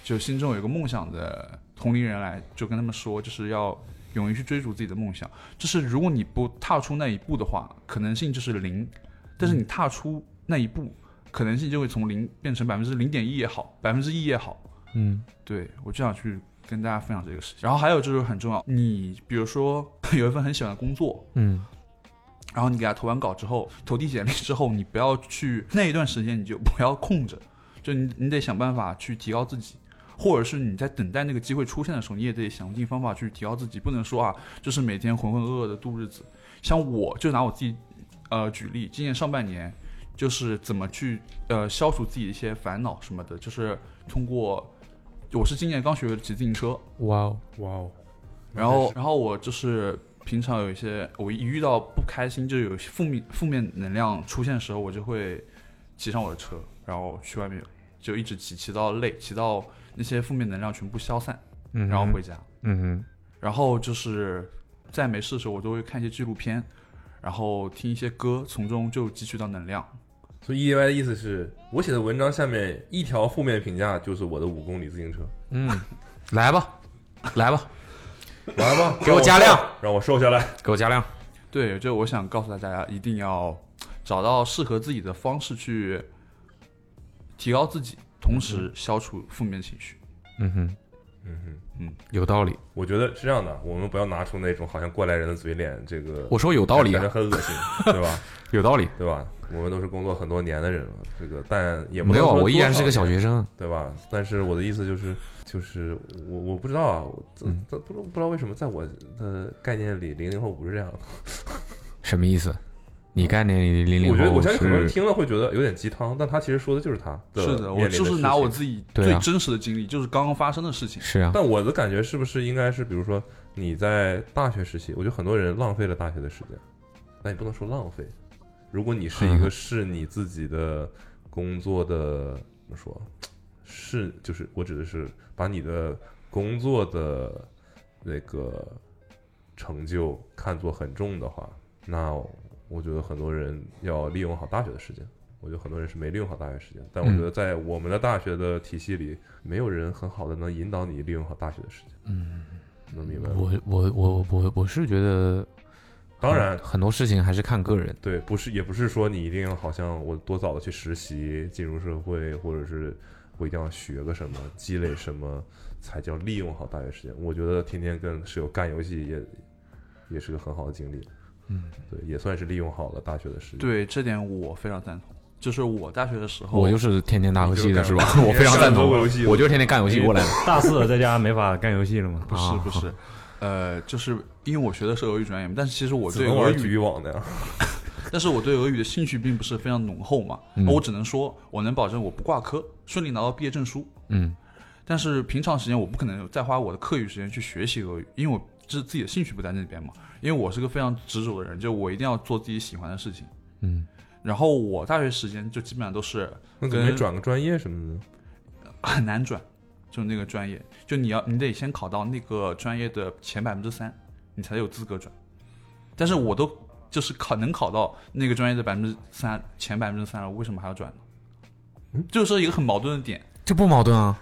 Speaker 7: 就心中有一个梦想的同龄人来，就跟他们说，就是要勇于去追逐自己的梦想。就是如果你不踏出那一步的话，可能性就是零；
Speaker 4: 嗯
Speaker 7: 但是你踏出那一步，可能性就会从零变成百分之零点一也好，百分之一也好。
Speaker 4: 嗯
Speaker 7: 对我就想去跟大家分享这个事情。然后还有就是很重要，你比如说 有一份很喜欢的工作，
Speaker 4: 嗯
Speaker 7: 然后你给他投完稿之后，投递简历之后，你不要去那一段时间你就不要空着，就你你得想办法去提高自己，或者是你在等待那个机会出现的时候，你也得想尽方法去提高自己，不能说啊，就是每天浑浑噩噩的度日子。像我就拿我自己呃举例，今年上半年就是怎么去呃消除自己的一些烦恼什么的，就是通过我是今年刚学会骑自行车，
Speaker 4: 哇哦
Speaker 3: 哇哦，
Speaker 7: 然后，然后我就是平常有一些，我一遇到不开心，就有负面负面能量出现的时候，我就会骑上我的车，然后去外面就一直骑，骑到累，骑到那些负面能量全部消散，
Speaker 4: 嗯哼，
Speaker 7: 然后回家。
Speaker 4: 嗯哼
Speaker 7: 然后就是在没事的时候，我都会看一些纪录片，然后听一些歌，从中就汲取到能量。
Speaker 3: 所以 E D Y 的意思是我写的文章下面一条负面评价就是我的五公里自行车，
Speaker 4: 嗯，来吧来吧，
Speaker 3: 来 吧，
Speaker 4: 给我加量
Speaker 3: 让我瘦，让我瘦下来。
Speaker 4: 给我加量，
Speaker 7: 对，就我想告诉大家，一定要找到适合自己的方式去提高自己，同时消除负面情绪。
Speaker 4: 嗯哼
Speaker 3: 嗯哼。
Speaker 4: 有道理，
Speaker 3: 我觉得是这样的，我们不要拿出那种好像过来人的嘴脸，这个
Speaker 4: 我说有道理
Speaker 3: 感觉
Speaker 4: 啊，
Speaker 3: 很恶 心，对吧？
Speaker 4: 有道理，
Speaker 3: 对吧？我们都是工作很多年的人了，这个但也不
Speaker 4: 没
Speaker 3: 能
Speaker 4: 有啊，
Speaker 3: 说
Speaker 4: 我依然
Speaker 3: 多少
Speaker 4: 是个小
Speaker 3: 年，
Speaker 4: 学生，
Speaker 3: 对吧？但是我的意思就是，就是我我不知道啊，我这
Speaker 4: 嗯
Speaker 3: 这不知道不知道为什么在我的概念里，零零后不是这样的。
Speaker 4: 什么意思？你概念里零零
Speaker 3: 我觉得我相信很多人
Speaker 4: 是
Speaker 3: 听了会觉得有点鸡汤，但他其实说的就是他
Speaker 7: 是
Speaker 3: 的，
Speaker 7: 的，我就是拿我。自己
Speaker 4: 对
Speaker 7: 最
Speaker 4: 啊
Speaker 7: 真实的经历，就是刚刚发生的事情。
Speaker 4: 是啊，
Speaker 3: 但我的感觉是不是应该是，比如说你在大学时期，我觉得很多人浪费了大学的时间，那你不能说浪费。如果你是一个是你自己的工作的怎么说，是就是我指的是把你的工作的那个成就看作很重的话，那我觉得很多人要利用好大学的时间。我觉得很多人是没利用好大学时间，但我
Speaker 4: 嗯
Speaker 3: 觉得在我们的大学的体系里，没有人很好的能引导你利用好大学的时间。
Speaker 4: 嗯，
Speaker 3: 能明白吗？
Speaker 4: 我我我我我是觉得，
Speaker 3: 当然，
Speaker 4: 很多事情还是看个人，
Speaker 3: 对，不是也不是说你一定要好像我多早的去实习，进入社会，或者是我一定要学个什么，积累什么，才叫利用好大学时间。我觉得天天跟室友干游戏也也是个很好的经历，
Speaker 4: 嗯，
Speaker 3: 对，也算是利用好了大学的时间。，
Speaker 7: 对这点我非常赞同。就是我大学的时候，
Speaker 4: 我就是天天打游戏的是吧？
Speaker 3: 哦你
Speaker 4: 我
Speaker 3: 就干
Speaker 4: 非常赞同
Speaker 3: 你就干游戏，
Speaker 4: 我就是天天干游戏过来的。
Speaker 2: 大四了在家没法干游戏了 嘛？
Speaker 7: 不是
Speaker 4: 啊
Speaker 7: 不 是，呃，就是因为我学的是俄语专业嘛，但是其实我
Speaker 3: 只
Speaker 7: 对
Speaker 3: 能
Speaker 7: 俄
Speaker 3: 玩体
Speaker 7: 语，
Speaker 3: 育网的呀。
Speaker 7: 但是我对俄语的兴趣并不是非常浓厚嘛。
Speaker 4: 嗯
Speaker 7: 我只能说，我能保证我不挂科，顺利拿到毕业证书。
Speaker 4: 嗯
Speaker 7: 但是平常时间我不可能再花我的课余时间去学习俄语，因为我这自己的兴趣不在那边嘛。因为我是个非常执着的人，就我一定要做自己喜欢的事情。
Speaker 4: 嗯，
Speaker 7: 然后我大学时间就基本上都是
Speaker 3: 那怎么没
Speaker 7: 跟
Speaker 3: 转个专业什么 的？
Speaker 7: 很难转，就那个专业，就你要你得先考到那个专业的前百分之三，你才有资格转。但是我都就是考能考到那个专业的百分之三前百分之三了，我为什么还要转呢？
Speaker 4: 嗯
Speaker 7: 就是一个很矛盾的点。
Speaker 4: 这不矛 盾啊？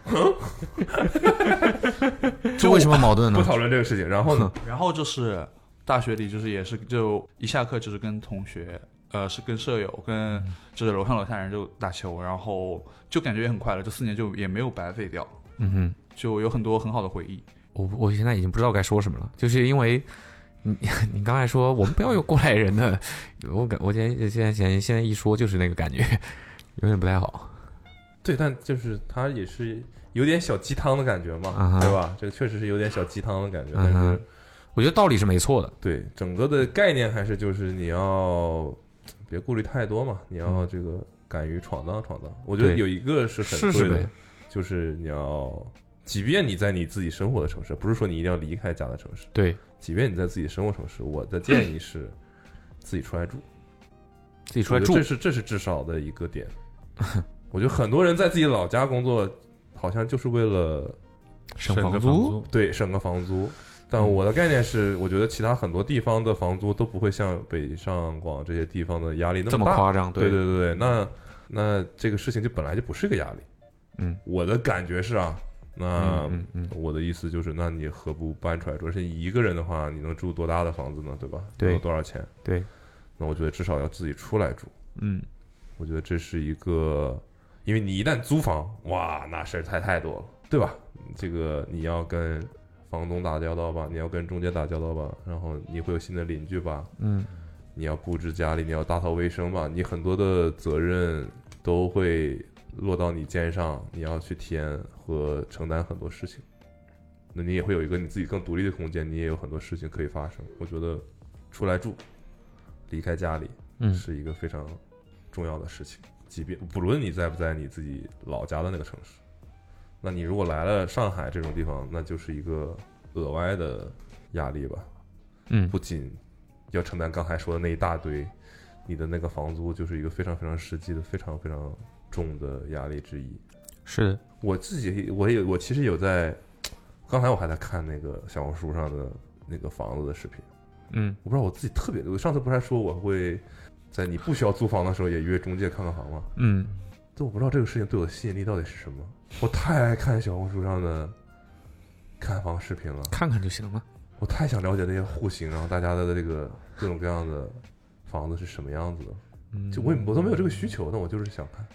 Speaker 4: 这嗯为什么矛盾呢
Speaker 3: 不？讨论这个事情。然后 呢？
Speaker 7: 然后就是大学里就是也是就一下课就是跟同学，呃，是跟舍友跟
Speaker 4: 嗯
Speaker 7: 就是楼上楼下人就打球，然后就感觉也很快乐，这四年就也没有白费掉，
Speaker 4: 嗯哼。
Speaker 7: 就有很多很好的回忆。
Speaker 4: 我我现在已经不知道该说什么了，就是因为你 你刚才说我们不要有过来人的，我感我现在现在现在现在一说就是那个感觉，有点不太好。
Speaker 3: 对，但就是他也是有点小鸡汤的感觉
Speaker 4: 嗯
Speaker 3: 嘛，
Speaker 4: 哼
Speaker 3: 对吧？这个确实是有点小鸡汤的感觉，但
Speaker 4: 嗯
Speaker 3: 是
Speaker 4: 哼。我觉得道理是没错的，
Speaker 3: 对，整个的概念还是就是你要别顾虑太多嘛，你要这个敢于闯荡闯荡。我觉得
Speaker 4: 对
Speaker 3: 有一个是很
Speaker 4: 试
Speaker 3: 对
Speaker 4: 试
Speaker 3: 的，
Speaker 4: 呗。
Speaker 3: 就是你要即便你在你自己生活的城市，不是说你一定要离开家的城市，
Speaker 4: 对
Speaker 3: 即便你在自己生活城市，我的建议是自己出来住，
Speaker 4: 自己
Speaker 3: 你
Speaker 4: 出来住
Speaker 3: 这，是这是至少的一个点。 我觉得很多人在自己的老家工作，好像就是为了
Speaker 2: 省
Speaker 4: 房
Speaker 2: 个
Speaker 4: 租
Speaker 2: 租，
Speaker 3: 对省个房租。但我的概念是，我觉得其他很多地方的房租都不会像北上广这些地方的压力那
Speaker 4: 这
Speaker 3: 么
Speaker 4: 么
Speaker 3: 大。
Speaker 4: 夸张，
Speaker 3: 对对对对，那那这个事情就本来就不是个压力。
Speaker 4: 嗯，
Speaker 3: 我的感觉是啊，那
Speaker 4: 嗯嗯
Speaker 3: 我的意思就是，那你何不搬出来住？而且一个人的话，你能住多大的房子呢？对吧？
Speaker 4: 对
Speaker 3: 能有多少钱？
Speaker 4: 对，
Speaker 3: 那我觉得至少要自己出来住。
Speaker 4: 嗯，
Speaker 3: 我觉得这是一个，因为你一旦租房，哇，那事儿太太多了，对吧？这个你要跟房东打交道吧，你要跟中介打交道吧，然后你会有新的邻居吧，
Speaker 4: 嗯，
Speaker 3: 你要布置家里，你要打扫卫生吧，你很多的责任都会落到你肩上，你要去体验和承担很多事情。那你也会有一个你自己更独立的空间，你也有很多事情可以发生。我觉得出来住，离开家里，
Speaker 4: 嗯
Speaker 3: 是一个非常重要的事情。即便不论你在不在你自己老家的那个城市，那你如果来了上海这种地方，那就是一个额外的压力吧。
Speaker 4: 嗯
Speaker 3: 不仅要承担刚才说的那一大堆，你的那个房租就是一个非常非常实际的、非常非常重的压力之一。
Speaker 4: 是的，
Speaker 3: 我自己我也我其实有在，刚才我还在看那个小红书上的那个房子的视频，
Speaker 4: 嗯
Speaker 3: 我不知道我自己特别，我上次不是还说我会在你不需要租房的时候也约中介看看房吗？
Speaker 4: 嗯，
Speaker 3: 但我不知道这个事情对我的吸引力到底是什么。我太爱看小红书上的看房视频了，
Speaker 4: 看看就行了。
Speaker 3: 我太想了解那些户型，然后大家的这个各种各样的房子是什么样子的。
Speaker 4: 嗯，
Speaker 3: 就我也我都没有这个需求，但我就是想看。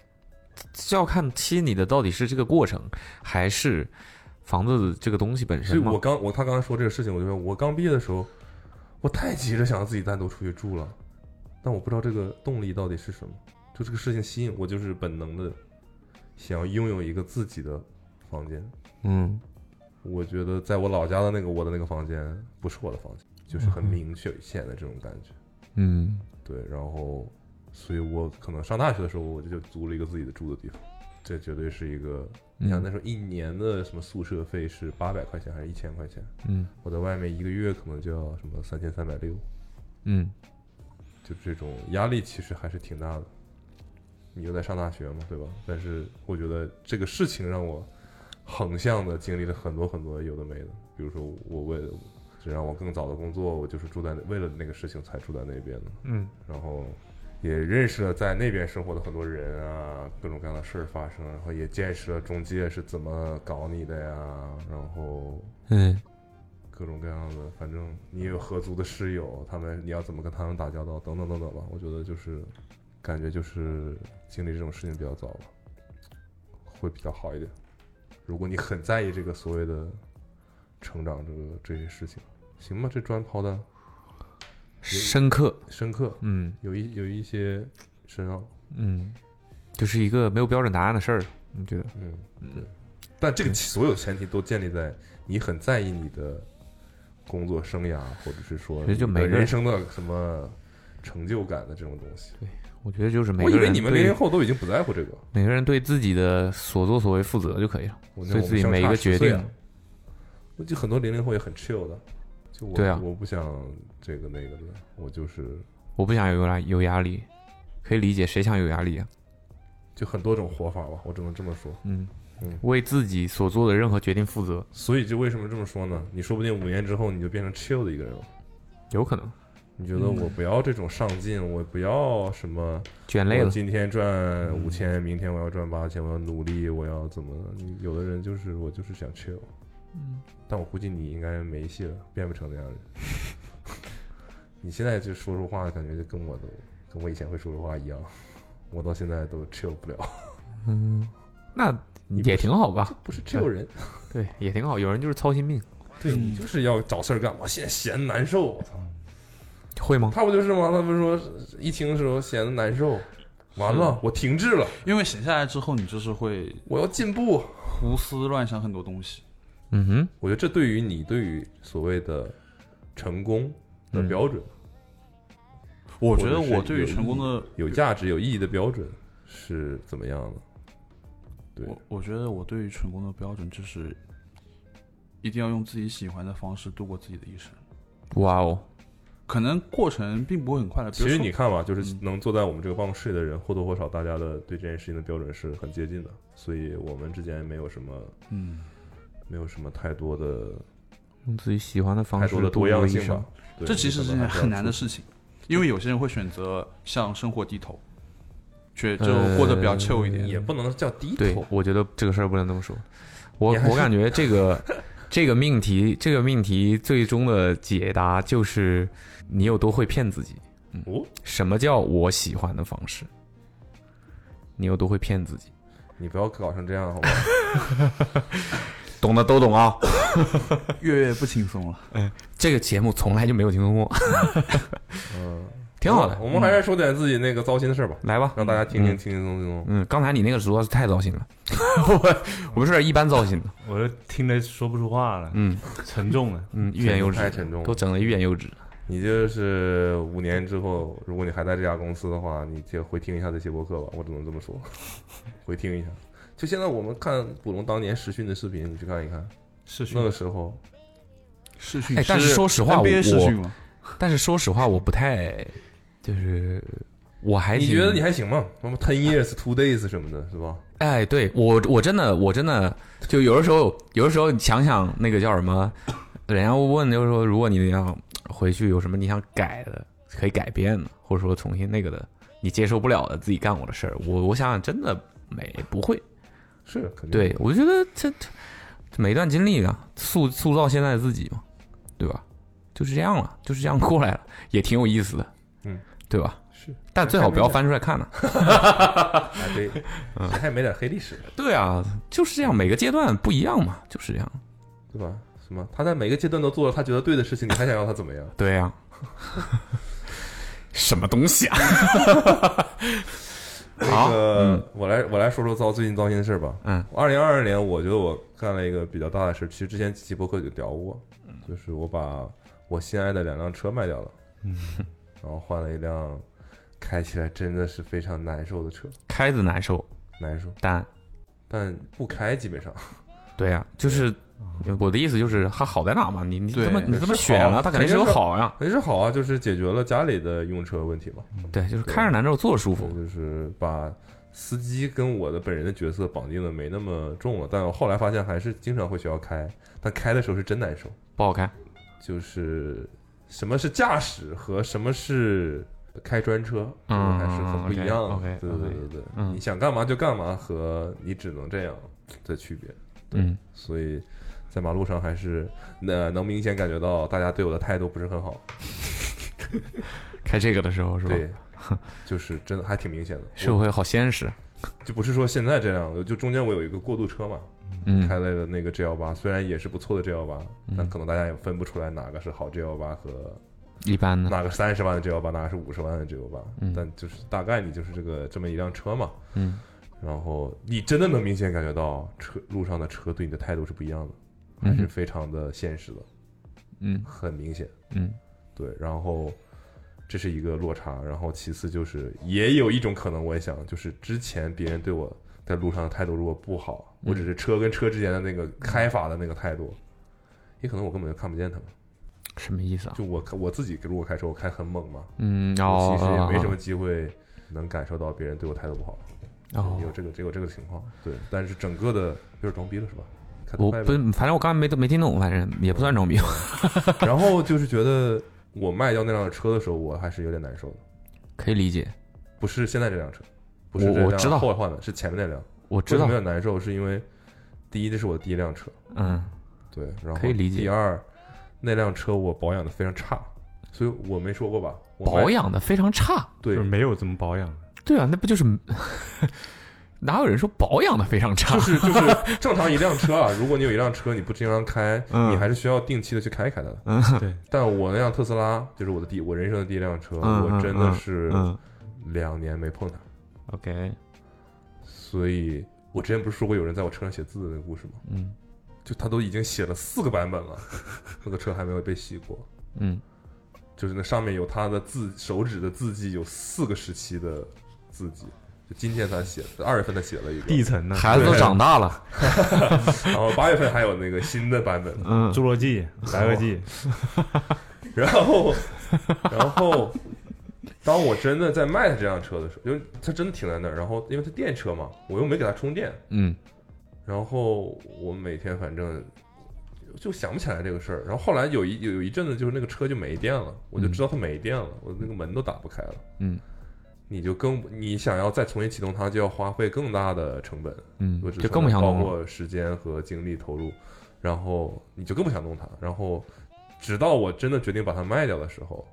Speaker 4: 就要看吸引你的到底是这个过程，还是房子这个东西本
Speaker 3: 所
Speaker 4: 身
Speaker 3: 以
Speaker 4: 嘛
Speaker 3: 我刚我他刚才说这个事情，我就说我刚毕业的时候，我太急着想自己单独出去住了，但我不知道这个动力到底是什么。就这个事情吸引我，就是本能的想要拥有一个自己的房间。
Speaker 4: 嗯，
Speaker 3: 我觉得在我老家的那个我的那个房间不是我的房间，就是很明确显的这种感觉。
Speaker 4: 嗯，
Speaker 3: 对，然后，所以我可能上大学的时候我就就租了一个自己的住的地方，这绝对是一个。
Speaker 4: 嗯
Speaker 3: 你想那时候一年的什么宿舍费是八百块钱还是一千块钱？
Speaker 4: 嗯
Speaker 3: 我在外面一个月可能就要什么三千三百六，
Speaker 4: 嗯，
Speaker 3: 就这种压力其实还是挺大的。你又在上大学嘛，对吧？但是我觉得这个事情让我横向的经历了很多很多有的没的，比如说我为了这让我更早的工作，我就是住在那为了那个事情才住在那边的，
Speaker 2: 嗯，
Speaker 3: 然后也认识了在那边生活的很多人啊，各种各样的事儿发生，然后也见识了中介是怎么搞你的呀，然后
Speaker 4: 嗯
Speaker 3: 各种各样的，反正你也有合租的室友，他们你要怎么跟他们打交道，等等等等吧。我觉得就是，感觉就是经历这种事情比较早吧，会比较好一点。如果你很在意这个所谓的成长这个这些事情，行吧，这砖抛的
Speaker 4: 深刻，
Speaker 3: 深刻，
Speaker 4: 嗯
Speaker 3: 有一有一些深奥，
Speaker 4: 嗯，就是一个没有标准答案的事儿，你觉得？
Speaker 3: 嗯，对。但这个所有前提都建立在你很在意你的工作生涯，或者是说
Speaker 4: 其实就
Speaker 3: 你
Speaker 4: 每
Speaker 3: 的
Speaker 4: 个人
Speaker 3: 人生的什么成就感的这种东西。
Speaker 4: 我觉得就是每
Speaker 3: 我以
Speaker 4: 个
Speaker 3: 为
Speaker 4: 人
Speaker 3: 你们零
Speaker 4: 对
Speaker 3: 零后都已经不在乎这个，
Speaker 4: 每个人对自己的所作所为负责就可以了，
Speaker 3: 我那
Speaker 4: 对
Speaker 3: 我
Speaker 4: 自己
Speaker 3: 相
Speaker 4: 每一
Speaker 3: 差
Speaker 4: 个
Speaker 3: 10
Speaker 4: 决
Speaker 3: 岁
Speaker 4: 定
Speaker 3: 啊。我就很多零零后也很 chill 的，就我
Speaker 4: 对啊
Speaker 3: 我不想这个那个的，我就是
Speaker 4: 我不想有压有压力，可以理解谁想有压力啊？
Speaker 3: 就很多种活法吧，我只能这么说。
Speaker 4: 嗯
Speaker 3: 嗯，
Speaker 4: 为自己所做的任何决定负责，
Speaker 3: 所以就为什么这么说呢？你说不定五年之后你就变成 chill 的一个人了。
Speaker 4: 有可能
Speaker 3: 你觉得
Speaker 4: 嗯
Speaker 3: 我不要这种上进，我不要什么？
Speaker 4: 卷累
Speaker 3: 我
Speaker 4: 了。
Speaker 3: 今天赚五千，明天我要赚八千，我要努力，我要怎么？你有的人就是我就是想 chill，
Speaker 4: 嗯，
Speaker 3: 但我估计你应该没戏了，变不成那样的人。 你现在就说说话，感觉就跟我都跟我以前会说说话一样，我到现在都 chill 不了，
Speaker 4: 嗯，那也挺好吧？
Speaker 3: 不是 chill 人，
Speaker 4: 对，也挺好。有人就是操心病，
Speaker 3: 对你就是要找事儿干，我现在闲得难受，我操，
Speaker 4: 会吗？
Speaker 3: 他不就是吗？他不是说疫情的时候闲得难受，完了我停滞了，
Speaker 7: 因为闲下来之后，你就是会
Speaker 3: 我要进步，
Speaker 7: 胡思乱想很多东西。
Speaker 4: 嗯哼，
Speaker 3: 我觉得这对于你对于所谓的成功的标准，
Speaker 7: 我觉得
Speaker 3: 或者是
Speaker 7: 我对于
Speaker 3: 有
Speaker 7: 成功
Speaker 3: 意义
Speaker 7: 的
Speaker 3: 有价值、有意义的标准是怎么样的？对，
Speaker 7: 我我觉得我对于成功的标准就是，一定要用自己喜欢的方式度过自己的一生。
Speaker 4: 哇哦，
Speaker 7: 可能过程并不会很快乐。比
Speaker 3: 其
Speaker 7: 如
Speaker 3: 实
Speaker 7: 说
Speaker 3: 你看吧，就是
Speaker 7: 嗯
Speaker 3: 能坐在我们这个办公室里的人，或多或少大家的对这件事情的标准是很接近的，所以我们之间没有什么
Speaker 7: 嗯，
Speaker 3: 没有什么太多的
Speaker 4: 用自己喜欢的方
Speaker 3: 太
Speaker 4: 式
Speaker 3: 多的
Speaker 4: 度
Speaker 3: 多
Speaker 4: 过
Speaker 3: 样
Speaker 4: 一
Speaker 3: 性
Speaker 4: 生
Speaker 3: 吧。对
Speaker 7: 这其实
Speaker 3: 你
Speaker 7: 是
Speaker 3: 可
Speaker 7: 件
Speaker 3: 能还是要
Speaker 7: 很难的
Speaker 3: 出
Speaker 7: 事情，因为有些人会选择向生活低头，却就
Speaker 4: 呃
Speaker 7: 过得比较 chill 一点。
Speaker 3: 也不能叫低
Speaker 4: 对
Speaker 3: 头，，
Speaker 4: 我觉得这个事儿不能这么说。我
Speaker 3: 你还是
Speaker 4: 我感觉这 个这个命题，这个命题最终的解答就是你有多会骗自己。嗯
Speaker 3: 哦，
Speaker 4: 什么叫我喜欢的方式？你有多会骗自己？
Speaker 3: 你不要搞成这样好吗？
Speaker 4: 懂的都懂啊。
Speaker 7: 月月不轻松 了，
Speaker 4: 这个节目从来就没有轻松过，
Speaker 3: 嗯，
Speaker 4: 挺好的。
Speaker 3: 我们还是说点自己那个糟心的事儿吧，
Speaker 4: 来吧，
Speaker 3: 让大家听听
Speaker 4: 嗯
Speaker 3: 轻轻松松。
Speaker 4: 嗯，刚才你那个实在是太糟心了， 我我们是一般糟心的。
Speaker 2: 我都听得说不出话了，
Speaker 4: 嗯
Speaker 2: 沉重了。
Speaker 4: 嗯，欲言又止，
Speaker 3: 太沉重了
Speaker 4: 都整得欲言又止。
Speaker 3: 你就是五年之后，如果你还在这家公司的话，你就回听一下这些播客吧。我只能这么说， 回听一下。就现在我们看捕龙当年实训的视频，你去看一看，
Speaker 2: 是
Speaker 3: 那个时候
Speaker 7: 试训
Speaker 4: 哎但是说实话
Speaker 7: NBA
Speaker 4: 我
Speaker 7: 试训吗？
Speaker 4: 但是说实话，我不太，就是我还
Speaker 3: 你
Speaker 4: 挺
Speaker 3: 觉得你还行吗？什么 ten years, two days 什么的，是吧？
Speaker 4: 哎，对我我真的我真的就有的时候有的时候你想想那个叫什么，人家问就是说，如果你想回去有什么你想改的，可以改变的，或者说重新那个的，你接受不了的自己干过的事儿，我我想想真的没不会。
Speaker 3: 是，肯定。
Speaker 4: 对，我觉得这这每一段经历啊，塑塑造现在的自己嘛，对吧？就是这样了，就是这样过来了， 也挺有意思的，
Speaker 3: 嗯，
Speaker 4: 对吧？
Speaker 3: 是，
Speaker 4: 但最好不要翻出来看了、
Speaker 3: 啊，对，谁还没点黑历史，
Speaker 4: 对啊，就是这样，每个阶段不一样嘛，就是这样。
Speaker 3: 对吧？什么？他在每个阶段都做了他觉得对的事情，你还想要他怎么样？
Speaker 4: 对 呀、什么东西啊？
Speaker 3: 那
Speaker 4: 好
Speaker 3: 个，我来我来说说糟最近糟心的事儿吧。
Speaker 4: 嗯，
Speaker 3: 二零二二年，我觉得我干了一个比较大的事儿，其实之前几期博客就聊过，就是我把我心爱的两辆车卖掉了，嗯，然后换了一辆开起来真的是非常难受的车，
Speaker 4: 开的难受，
Speaker 3: 难受，
Speaker 4: 但
Speaker 3: 但不开基本上
Speaker 4: 对呀、就是我的意思就是它好在哪嘛？你你
Speaker 7: 对
Speaker 4: 这么你这么
Speaker 3: 是
Speaker 4: 选
Speaker 3: 好
Speaker 4: 了，它肯定是有
Speaker 3: 肯定是
Speaker 4: 好呀、
Speaker 3: 很是好啊，就是解决了家里的用车问题嘛，
Speaker 4: 对，就是开着难受，坐着舒服。
Speaker 3: 就是把司机跟我的本人的角色绑定的没那么重了，但我后来发现还是经常会需要开，但开的时候是真难受。
Speaker 4: 不好开。
Speaker 3: 就是什么是驾驶和什么是开专车，
Speaker 4: 嗯
Speaker 3: 这个还是很不一样的。
Speaker 4: OK，OK，
Speaker 3: 对对
Speaker 4: OK，
Speaker 3: 对对，
Speaker 4: 嗯
Speaker 3: 你想干嘛就干嘛，和你只能这样的区别。
Speaker 4: 嗯，
Speaker 3: 所以在马路上还是那能明显感觉到大家对我的态度不是很好。
Speaker 4: 开这个的时候是吧？
Speaker 3: 对， 就是真的还挺明显的。
Speaker 4: 社
Speaker 3: 我
Speaker 4: 会好现实。
Speaker 3: 就不是说现在这样，就中间我有一个过渡车嘛，
Speaker 4: 嗯
Speaker 3: 开了那个 G 幺八，虽然也是不错的 G 幺八，但
Speaker 4: 嗯
Speaker 3: 可能大家也分不出来哪个是好 G 幺八和
Speaker 4: 一般的。
Speaker 3: 哪个三十万的 G 幺八，哪个是五十万的 G 幺八，
Speaker 4: 嗯
Speaker 3: 但就是大概你就是这个这么一辆车嘛，
Speaker 4: 嗯，
Speaker 3: 然后你真的能明显感觉到车路上的车对你的态度是不一样的，还是
Speaker 4: 嗯
Speaker 3: 非常的现实的，
Speaker 4: 嗯
Speaker 3: 很明显。
Speaker 4: 嗯，
Speaker 3: 对，然后这是一个落差，然后其次就是也有一种可能，我也想就是之前别人对我在路上的态度如果不好，
Speaker 4: 嗯
Speaker 3: 我只是车跟车之间的那个开法的那个态度，也可能我根本就看不见他们。
Speaker 4: 什么意思啊？
Speaker 3: 就我我自己如果开车，我开很猛嘛，
Speaker 4: 嗯，哦
Speaker 3: 我，其实也没什么
Speaker 4: 哦。
Speaker 3: 机会能感受到别人对我态度不好，
Speaker 4: 哦
Speaker 3: 有这个有这个情况。对，但是整个的有点装逼了是吧？开
Speaker 4: 我
Speaker 3: 得快
Speaker 4: 不
Speaker 3: 呗，
Speaker 4: 是，反正我刚才没没听懂，反正也不算装逼。
Speaker 3: 然后就是觉得我卖掉那辆车的时候，我还是有点难受的。
Speaker 4: 可以理解，
Speaker 3: 不是现在这辆车，不是
Speaker 4: 我
Speaker 3: 这辆
Speaker 4: 我知道
Speaker 3: 后来换的，是前面那辆。
Speaker 4: 我
Speaker 3: 为
Speaker 4: 知
Speaker 3: 什
Speaker 4: 道
Speaker 3: 么有。点难受？是因为第一，这是我的第一辆车，
Speaker 4: 嗯，
Speaker 3: 对，然后
Speaker 4: 可以理解
Speaker 3: 第二，那辆车我保养的非常差，所以我没说过吧？我卖
Speaker 4: 保养的非常差。
Speaker 3: 对
Speaker 2: 就是，没有怎么保养，
Speaker 4: 对啊，那不就是 哪有人说保养的非常差
Speaker 3: 就？ 是就是正常一辆车啊， 如果你有一辆车你不经常开，
Speaker 4: 嗯
Speaker 3: 你还是需要定期的去开一开它的。
Speaker 4: 嗯
Speaker 2: 对，
Speaker 3: 但我那辆特斯拉就是我的第我人生的第一辆车，
Speaker 4: 嗯
Speaker 3: 我真的是
Speaker 4: 嗯
Speaker 3: 两年没碰它，
Speaker 4: ，OK，
Speaker 3: 所以我之前不是说过有人在我车上写字的那个故事吗？
Speaker 4: 嗯
Speaker 3: 就他都已经写了四个版本了， 那个车还没有被洗过，
Speaker 4: 嗯
Speaker 3: 就是那上面有他的字手指的字迹有四个时期的字迹，就今天才写，二月份才写了一 个，
Speaker 2: 地层呢？
Speaker 4: 孩子都
Speaker 3: 啊
Speaker 4: 长大了，
Speaker 3: 然后八月份还有那个新的版本，
Speaker 4: 嗯，
Speaker 2: 侏罗纪、白垩纪，
Speaker 3: 然后， 然后，当我真的在卖他这辆车的时候，因为它真的停在那儿，然后因为它电车嘛，我又没给它充电，
Speaker 4: 嗯，
Speaker 3: 然后我每天反正就想不起来这个事儿。然后后来有一有有一阵子，就是那个车就没电了，我就知道它没电了，我那个门都打不开了。
Speaker 4: 嗯，
Speaker 3: 你就更你想要再重新启动它，就要花费更大的成本。
Speaker 4: 嗯
Speaker 3: 我只，
Speaker 4: 就更不想
Speaker 3: 包
Speaker 4: 弄了。
Speaker 3: 括时间和精力投入，然后你就更不想弄它。然后直到我真的决定把它卖掉的时候，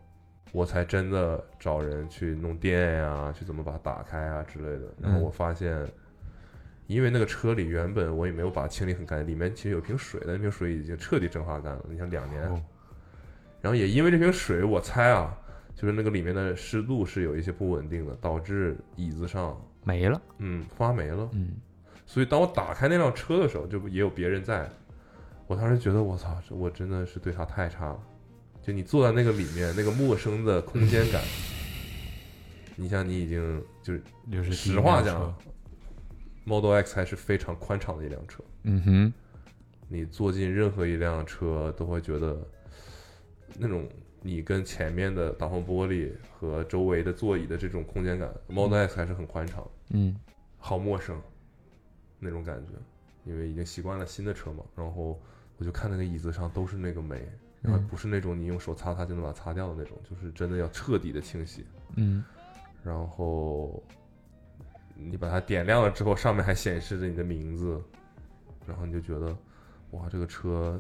Speaker 3: 我才真的找人去弄电呀、去怎么把它打开啊之类的。然
Speaker 4: 嗯
Speaker 3: 后我发现，因为那个车里原本我也没有把它清理很干净，里面其实有瓶水的，那瓶水已经彻底蒸发干了。你想两年，
Speaker 2: 哦
Speaker 3: 然后也因为这瓶水，我猜啊，就是那个里面的湿度是有一些不稳定的，导致椅子上
Speaker 4: 没了，
Speaker 3: 嗯发霉了。
Speaker 4: 嗯，
Speaker 3: 所以当我打开那辆车的时候，就也有别人在。我当时觉得，我操，这我真的是对他太差了。就你坐在那个里面，那个陌生的空间 感，你像你已经就是
Speaker 2: 就是第一
Speaker 3: 实
Speaker 2: 辆
Speaker 3: 话
Speaker 2: 车
Speaker 3: 讲，Model X 还是非常宽敞的一辆车。
Speaker 4: 嗯哼，
Speaker 3: 你坐进任何一辆车，都会觉得那种你跟前面的挡风玻璃和周围的座椅的这种空间感，Model X 还是很宽敞。
Speaker 4: 嗯
Speaker 3: 好陌生那种感觉，因为已经习惯了新的车嘛。然后我就看那个椅子上都是那个霉，然后
Speaker 4: 嗯
Speaker 3: 不是那种你用手擦擦就能把它擦掉的那种，就是真的要彻底的清洗。
Speaker 4: 嗯
Speaker 3: 然后你把它点亮了之后，上面还显示着你的名字，然后你就觉得哇，这个车。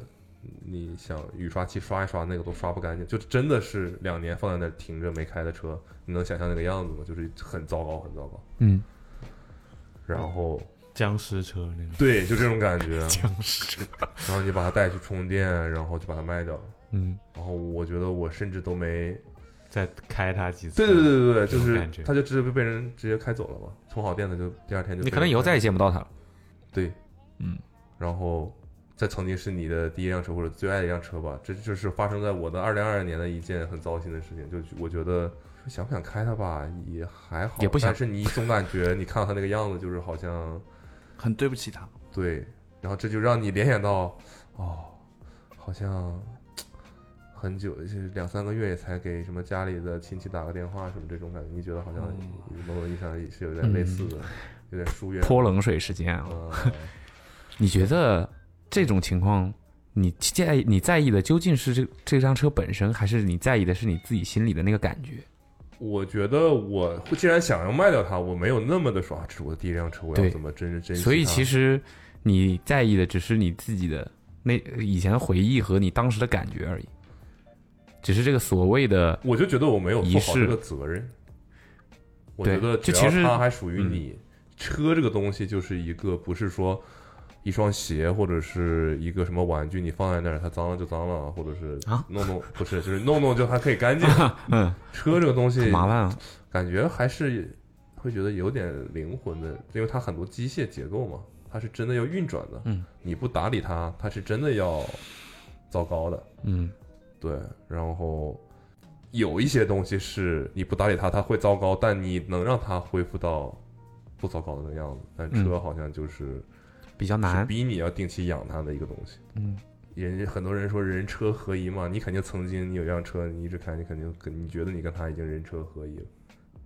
Speaker 3: 你想雨刷器刷一刷，那个都刷不干净，就真的是两年放在那儿停着没开的车，你能想象那个样子吗？就是很糟糕，很糟糕。
Speaker 4: 嗯，
Speaker 3: 然后
Speaker 2: 僵尸车那种，
Speaker 3: 对， 就这种感觉。僵尸。然后你把它带去充电，然后就把它卖掉。
Speaker 4: 嗯，
Speaker 3: 然后我觉得我甚至都没，
Speaker 2: 再开它几次。
Speaker 3: 对对对对对，就
Speaker 2: 这种
Speaker 3: 是
Speaker 2: 感觉
Speaker 3: 它就直接被人直接开走了嘛，充好电的就第二天就。
Speaker 4: 你可能以后再也见不到他了。
Speaker 3: 对，
Speaker 4: 嗯。
Speaker 3: 然后，这曾经是你的第一辆车或者最爱的一辆车吧，这就是发生在我的二零二二年的一件很糟心的事情。就我觉得想不想开它吧，也还好，
Speaker 4: 也不想
Speaker 3: 但是你总感觉你看到它那个样子，就是好像。
Speaker 7: 很对不起他。
Speaker 3: 对，然后这就让你联想到，哦，好像很久，就是两三个月也才给什么家里的亲戚打个电话什么这种感觉，你觉得好像
Speaker 4: 嗯
Speaker 7: 哦
Speaker 3: 某种意义上也是有点类似的，有点疏远。
Speaker 4: 泼冷水时间啊，
Speaker 3: 呃，
Speaker 4: 你觉得这种情况，你在意你在意的究竟是这这辆车本身，还是你在意的是你自己心里的那个感觉？
Speaker 3: 我觉得我会既然想要卖掉它，我没有那么的说啊，这是我的第一辆车，我要
Speaker 4: 对
Speaker 3: 怎么珍珍惜它。
Speaker 4: 所以其实你在意的只是你自己的那以前的回忆和你当时的感觉而已，只是这个所谓的
Speaker 3: 我就觉得我没有
Speaker 4: 仪
Speaker 3: 做好这
Speaker 4: 式
Speaker 3: 个责任。我
Speaker 4: 对
Speaker 3: 觉得
Speaker 4: 就
Speaker 3: 只
Speaker 4: 其
Speaker 3: 要
Speaker 4: 实嗯
Speaker 3: 它还属于你，车这个东西就是一个不是说一双鞋或者是一个什么玩具，你放在那儿它脏了就脏了，或者是
Speaker 4: 啊
Speaker 3: 弄弄不是就是弄弄就还可以干净。
Speaker 4: 嗯
Speaker 3: 车这个东西
Speaker 4: 很麻烦啊，
Speaker 3: 感觉还是会觉得有点灵魂的，因为它很多机械结构嘛，它是真的要运转的。
Speaker 4: 嗯，
Speaker 3: 你不打理它，它是真的要糟糕的。
Speaker 4: 嗯
Speaker 3: 对，然后有一些东西是你不搭理它，它会糟糕，但你能让它恢复到不糟糕的那个样子。但车
Speaker 4: 嗯
Speaker 3: 好像就是、
Speaker 4: 比较
Speaker 3: 是
Speaker 4: 难，
Speaker 3: 逼你要定期养它的一个东西。
Speaker 4: 嗯
Speaker 3: 人家很多人说人车合一嘛，你肯定曾经你有辆车，你一直开，你肯定跟你觉得你跟它已经人车合一了，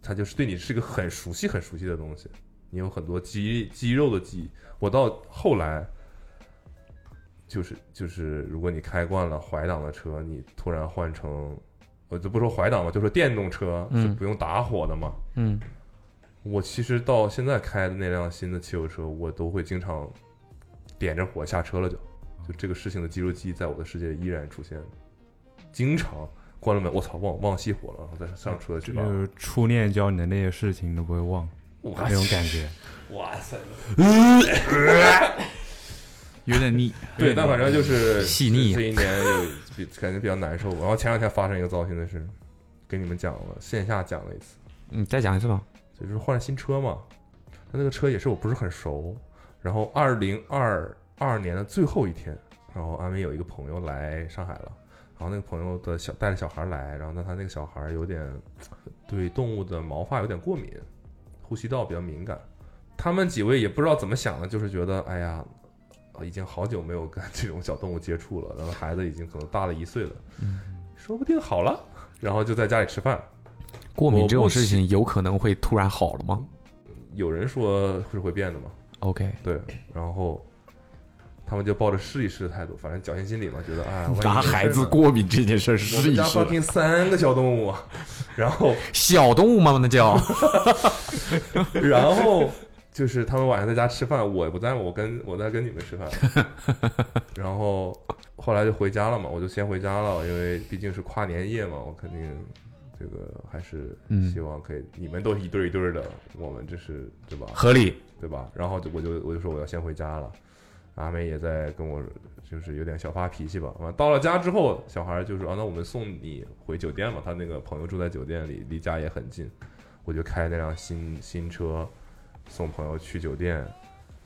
Speaker 3: 它就是对你是一个很熟悉、很熟悉的东西，你有很多肌肌肉的记忆。我到后来，就是就是，如果你开惯了怀档的车，你突然换成，我就不说怀档吧，就说电动车
Speaker 4: 嗯
Speaker 3: 是不用打火的嘛。
Speaker 4: 嗯
Speaker 3: 我其实到现在开的那辆新的汽油车，我都会经常点着火下车了就，就这个事情的肌肉记忆在我的世界依然出现，经常关了门，我操，忘忘熄火了，然后再上车去吧。
Speaker 2: 嗯
Speaker 6: 就是初恋教你的那些事情都不会忘，
Speaker 3: 哇
Speaker 6: 那种感觉。
Speaker 3: 哇塞，
Speaker 7: 有 点腻，
Speaker 3: 对，但反正就是
Speaker 4: 细腻
Speaker 3: 这这一年有比感觉比较难受。然后前两天发生一个糟心的事，给你们讲了，线下讲了一次。
Speaker 4: 你再讲一次吧，
Speaker 3: 就是换了新车嘛，他那个车也是我不是很熟。然后二零二二年的最后一天，然后安威有一个朋友来上海了，然后那个朋友的小带着小孩来，然后呢他那个小孩有点对动物的毛发有点过敏，呼吸道比较敏感。他们几位也不知道怎么想的，就是觉得哎呀，啊已经好久没有跟这种小动物接触了，然后孩子已经可能大了一岁了，说不定好了，然后就在家里吃饭。
Speaker 4: 过敏
Speaker 3: 我
Speaker 4: 这种
Speaker 3: 不
Speaker 4: 事情有可能会突然好了吗
Speaker 3: 有人说是会变的嘛，
Speaker 4: ？OK，
Speaker 3: 对，然后他们就抱着试一试的态度，反正侥幸心理嘛，觉得哎，万一
Speaker 4: 拿
Speaker 3: 没事
Speaker 4: 孩子
Speaker 3: 呢
Speaker 4: 过敏这件事儿
Speaker 3: 我
Speaker 4: 试
Speaker 3: 们
Speaker 4: 一
Speaker 3: 家
Speaker 4: 试
Speaker 3: 放
Speaker 4: 了，
Speaker 3: 听三个小动物，然 后
Speaker 4: 小动物吗？那叫
Speaker 3: 然后就是他们晚上在家吃饭，我也不在嘛，我跟我在跟你们吃 饭，然后后来就回家了嘛，我就先回家了，因为毕竟是跨年夜嘛，我肯定这个还是
Speaker 4: 嗯
Speaker 3: 希望可以，你们都一对儿一对儿的，我们这是对吧？
Speaker 4: 合理。
Speaker 3: 对吧？然后就我就我就说我要先回家了，阿梅也在跟我就是有点小发脾气吧。完到了家之后，小孩就说啊，那我们送你回酒店吧。他那个朋友住在酒店里，离家也很近，我就开那辆新新车送朋友去酒店。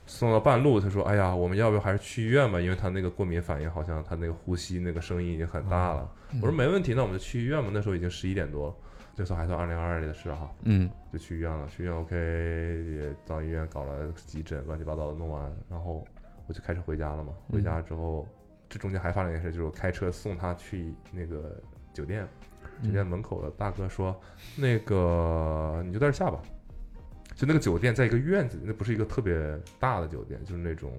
Speaker 3: 送到半路，他说：“哎呀，我们要不要还是去医院吧？因为他那个过敏反应好像他那个呼吸那个声音已经很大了。”我说：“没问题，那我们就去医院吧。”那时候已经十一点多了，这时候还算二零二二年的事哈。
Speaker 4: 嗯，
Speaker 3: 就去医院了，去医院 OK 也到医院搞了急诊，乱七八糟的弄完，然后我就开车回家了嘛。
Speaker 4: 嗯
Speaker 3: 回家之后，这中间还发生一件事，就是我开车送他去那个酒店，酒店门口的大哥说：“那个你就在这下吧。”就那个酒店在一个院子里，那不是一个特别大的酒店，就是那种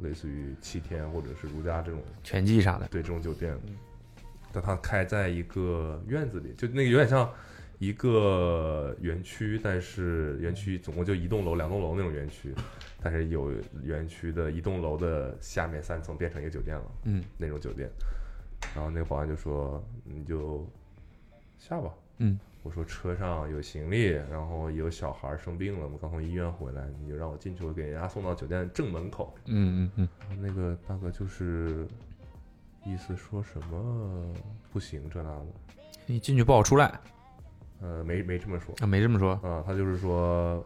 Speaker 3: 类似于七天或者是如家这种
Speaker 4: 拳击啥的，
Speaker 3: 对这种酒店，
Speaker 4: 嗯
Speaker 3: 但它开在一个院子里，就那个有点像一个园区，但是园区
Speaker 4: 嗯
Speaker 3: 总共就一栋楼、两栋楼那种园区，但是有园区的一栋楼的下面三层变成一个酒店了，
Speaker 4: 嗯，
Speaker 3: 那种酒店。然后那个保安就说：“你就下吧。”
Speaker 4: 嗯，
Speaker 3: 我说车上有行李，然后有小孩儿生病了，我们刚从医院回来，你就让我进去，我给人家送到酒店正门口。
Speaker 4: 嗯嗯嗯，
Speaker 3: 那个大哥就是意思说什么不行这那的，
Speaker 4: 你进去不好出来
Speaker 3: 呃，没没这么说
Speaker 4: 啊？没这么说，
Speaker 3: 啊、他就是说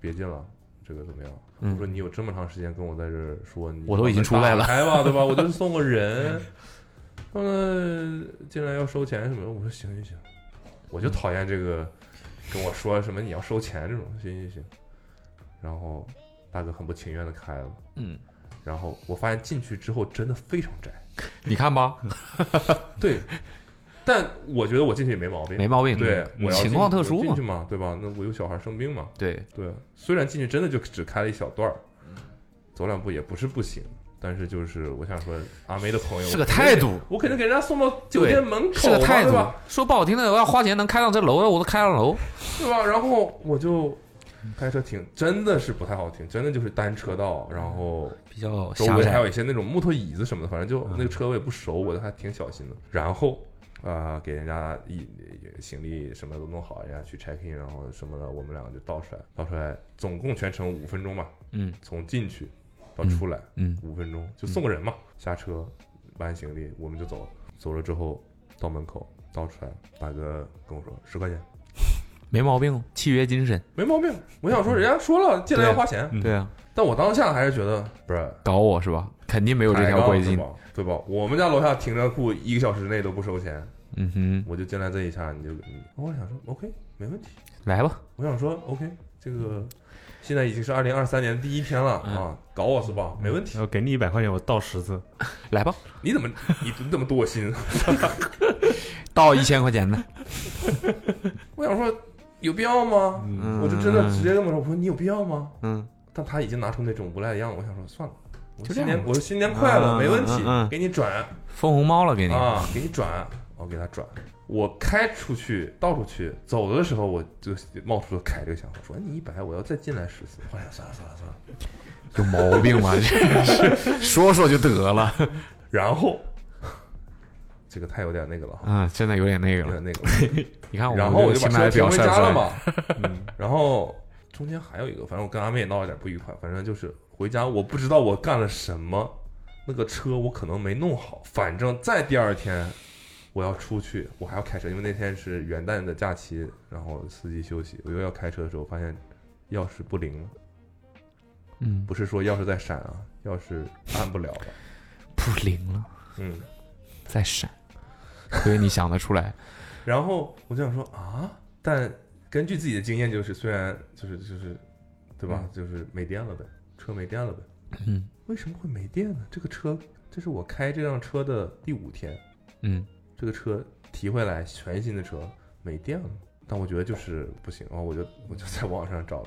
Speaker 3: 别进了，这个怎么样？我说
Speaker 4: 嗯，
Speaker 3: 你有这么长时间跟我在这儿说，你
Speaker 4: 我都已经出来了
Speaker 3: 把门打开吧，对吧？ 我就是送个人，他们进来要收钱什么的，我说行行行，我
Speaker 4: 嗯
Speaker 3: 就讨厌这个跟我说什么你要收钱这种，行行行。然后大哥很不情愿的开了，
Speaker 4: 嗯，
Speaker 3: 然后我发现进去之后真的非常窄。
Speaker 4: 你看吧，
Speaker 3: 对，但我觉得我进去也没毛病。
Speaker 4: 没毛病，嗯
Speaker 3: 对，我要
Speaker 4: 情
Speaker 3: 进
Speaker 4: 况特殊
Speaker 3: 我进去，
Speaker 4: 嘛
Speaker 3: 嘛，对吧？那我有小孩生病嘛，
Speaker 4: 对，
Speaker 3: 对。虽然进去真的就只开了一小段儿，走两步也不是不行，但是就是我想说，阿梅的朋友
Speaker 4: 是个态，度，
Speaker 3: 我肯定给人家送到酒店门口
Speaker 4: 是个
Speaker 3: 嘛
Speaker 4: 态
Speaker 3: 对
Speaker 4: 度
Speaker 3: 吧？。
Speaker 4: 说不好听的，我要花钱能开到这楼，我都开上楼。
Speaker 3: 对吧？然后我就开车停，真的是不太好停，真的就是单车道，然后
Speaker 4: 比较
Speaker 3: 周
Speaker 4: 狭
Speaker 3: 围还
Speaker 4: 窄
Speaker 3: 有。一些那种木头椅子什么的，反正就那个车我也不熟，我还挺小心的。然后，呃，给人家一行李什么都弄好，人家去 check in，然后什么的，我们两个就倒出来，倒出来，总共全程五分钟吧，
Speaker 4: 嗯
Speaker 3: 从进去到出来
Speaker 4: 嗯，
Speaker 3: 五分钟，就送个人嘛，下车搬行李，我们就走了。走了之后到门口倒出来，大哥跟我说十块钱，
Speaker 4: 没毛病，契约精神。
Speaker 3: 没毛病。我想说，人家说了进来要花钱，
Speaker 4: 嗯对啊，
Speaker 3: 但我当下还是觉得不是。
Speaker 4: 搞我是吧？肯定没有这
Speaker 3: 抬
Speaker 4: 条
Speaker 3: 杠
Speaker 4: 规
Speaker 3: 是
Speaker 4: 矩。
Speaker 3: 吧对吧？我们家楼下停车库一个小时内都不收钱，
Speaker 4: 嗯哼，
Speaker 3: 我就进来这一下，你就你，我想说 OK 没问题，
Speaker 4: 来吧，
Speaker 3: 我想说 OK 这个现在已经是二零二三年第一天了
Speaker 4: 嗯
Speaker 3: 啊，搞我是吧？没问题，
Speaker 2: 我给你一百块钱，我倒十次。
Speaker 4: 来吧，
Speaker 3: 你怎么你你怎么多心？
Speaker 4: 到一千块钱的。
Speaker 3: 我想说有必要吗？
Speaker 4: 嗯，
Speaker 3: 我就真的直接这么说，我说你有必要吗？
Speaker 4: 嗯，
Speaker 3: 但他已经拿出那种无赖的样子，我想说算了。我
Speaker 4: 就这
Speaker 3: 新
Speaker 4: 样
Speaker 3: 年，我说新年快乐，
Speaker 4: 嗯
Speaker 3: 没问题
Speaker 4: 嗯嗯，嗯
Speaker 3: 给你转
Speaker 4: 封红包了给你。
Speaker 3: 啊，给你转，我给他转。我开出去，倒出去，走的时候我就冒出了凯这个想法，说哎你一百，我要再进来十次。我想算了算了算了。
Speaker 4: 有毛病 吧？这是 说说就得了。
Speaker 3: 然后这个太有点那个了哈，
Speaker 4: 嗯，真的有点那个
Speaker 3: 有
Speaker 4: 了。
Speaker 3: 点那个了。
Speaker 4: 你看我
Speaker 3: 然后啊我
Speaker 4: 们
Speaker 3: 就
Speaker 4: 起
Speaker 3: 把
Speaker 4: 码
Speaker 3: 车
Speaker 4: 还
Speaker 3: 停
Speaker 4: 表
Speaker 3: 回
Speaker 4: 现出
Speaker 3: 家了
Speaker 4: 来。
Speaker 3: 嘛。嗯然后中间还有一个，反正我跟阿妹也闹了点不愉快，反正就是回家我不知道我干了什么，那个车我可能没弄好，反正再第二天。我要出去，我还要开车，因为那天是元旦的假期，然后司机休息，我又要开车的时候，发现钥匙不灵了，
Speaker 4: 嗯，
Speaker 3: 不是说钥匙在闪啊，钥匙按不了了。
Speaker 4: 不灵了，
Speaker 3: 嗯，
Speaker 4: 再闪。所以你想得出来，
Speaker 3: 然后我就想说啊，但根据自己的经验，就是虽然就是就是，对吧？就是没电了呗，车没电了呗。
Speaker 4: 嗯，
Speaker 3: 为什么会没电呢？这个车，这是我开这辆车的第五天，
Speaker 4: 嗯
Speaker 3: 这个车提回来全新的车没电了，但我觉得就是不行，然后我就我就在网上找，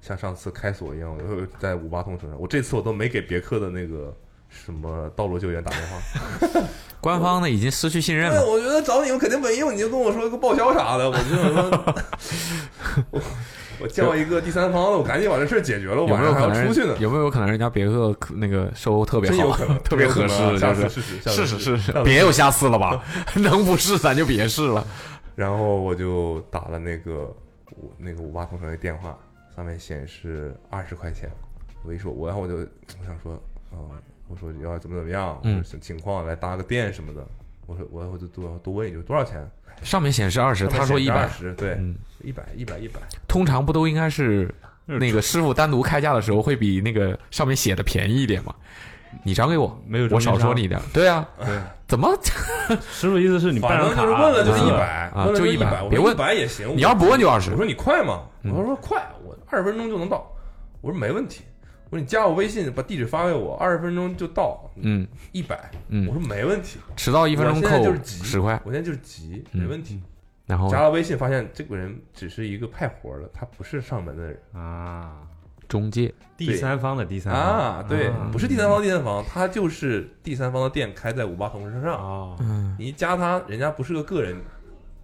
Speaker 3: 像上次开锁一样，我又在五八同城上，我这次我都没给别克的那个什么道路救援打电话，
Speaker 4: 官方呢已经失去信任
Speaker 3: 对，
Speaker 4: 了。
Speaker 3: 我觉得找你们肯定没用，你就跟我说个报销啥的，我就想说，我 我叫一个第三方的，我赶紧把这事儿解决了，
Speaker 4: 有
Speaker 3: 晚
Speaker 4: 没
Speaker 3: 上
Speaker 4: 有
Speaker 3: 还要
Speaker 4: 可能
Speaker 3: 出去呢，
Speaker 4: 有没有可能人家别克可那个售特别
Speaker 3: 真有
Speaker 4: 好
Speaker 3: 可能，
Speaker 4: 特别
Speaker 3: 真
Speaker 4: 合适
Speaker 3: 有可能啊下次
Speaker 4: 就
Speaker 3: 试
Speaker 4: 是
Speaker 3: 试，下次
Speaker 4: 是
Speaker 3: 试
Speaker 4: 是
Speaker 3: 试
Speaker 4: 是是，别有瑕疵了吧？ 能不是咱就别是了。
Speaker 3: 然后我就打了那个我那个五八同城的电话，上面显示二十块钱。我一说，我然后我就我想说，啊、我说要怎么怎么样，我
Speaker 4: 嗯
Speaker 3: 说情况来搭个店什么的。我说我我就多多问一句多少钱？
Speaker 4: 上面显示二十，他说一
Speaker 3: 二
Speaker 4: 百，
Speaker 3: 十，对
Speaker 4: 嗯，
Speaker 3: 一百一百一百。
Speaker 4: 通常不都应该是那个师傅单独开价的时候会比那个上面写的便宜一点吗？你涨给我，
Speaker 2: 没有中
Speaker 4: 我
Speaker 2: 间商
Speaker 4: 少说你一点。对啊，
Speaker 2: 对，
Speaker 4: 怎么
Speaker 2: 师傅意思是你办
Speaker 3: 反正
Speaker 2: 张
Speaker 3: 就
Speaker 2: 卡，
Speaker 3: 是问了就是一
Speaker 4: 啊
Speaker 3: 百，
Speaker 4: 啊
Speaker 3: 问了
Speaker 4: 就
Speaker 3: 一
Speaker 4: 一百
Speaker 3: 我
Speaker 4: 别
Speaker 3: 说
Speaker 4: 问
Speaker 3: 一百也行。
Speaker 4: 你要不问就二十
Speaker 3: 我？说你快吗？
Speaker 4: 嗯
Speaker 3: 我说快，我二十分钟就能到。我说没问题。我说你加我微信，把地址发给我，二十分钟就到。
Speaker 4: 嗯
Speaker 3: 一百，我
Speaker 4: 嗯，
Speaker 3: 说没问题。
Speaker 4: 迟到一分钟
Speaker 3: 我现在
Speaker 4: 扣
Speaker 3: 就是急
Speaker 4: 十块，
Speaker 3: 我现在就是急，
Speaker 4: 嗯哦
Speaker 3: 没问题。
Speaker 4: 然后
Speaker 3: 加了微信，发现这个人只是一个派活的，他不是上门的人
Speaker 2: 啊，
Speaker 4: 中介
Speaker 2: 第三方的第三方
Speaker 3: 啊，对，
Speaker 2: 啊
Speaker 3: 不是第三方第三方，他就是第三方的店开在五八同城身上。
Speaker 2: 哦，
Speaker 3: 你一加他，人家不是个个人，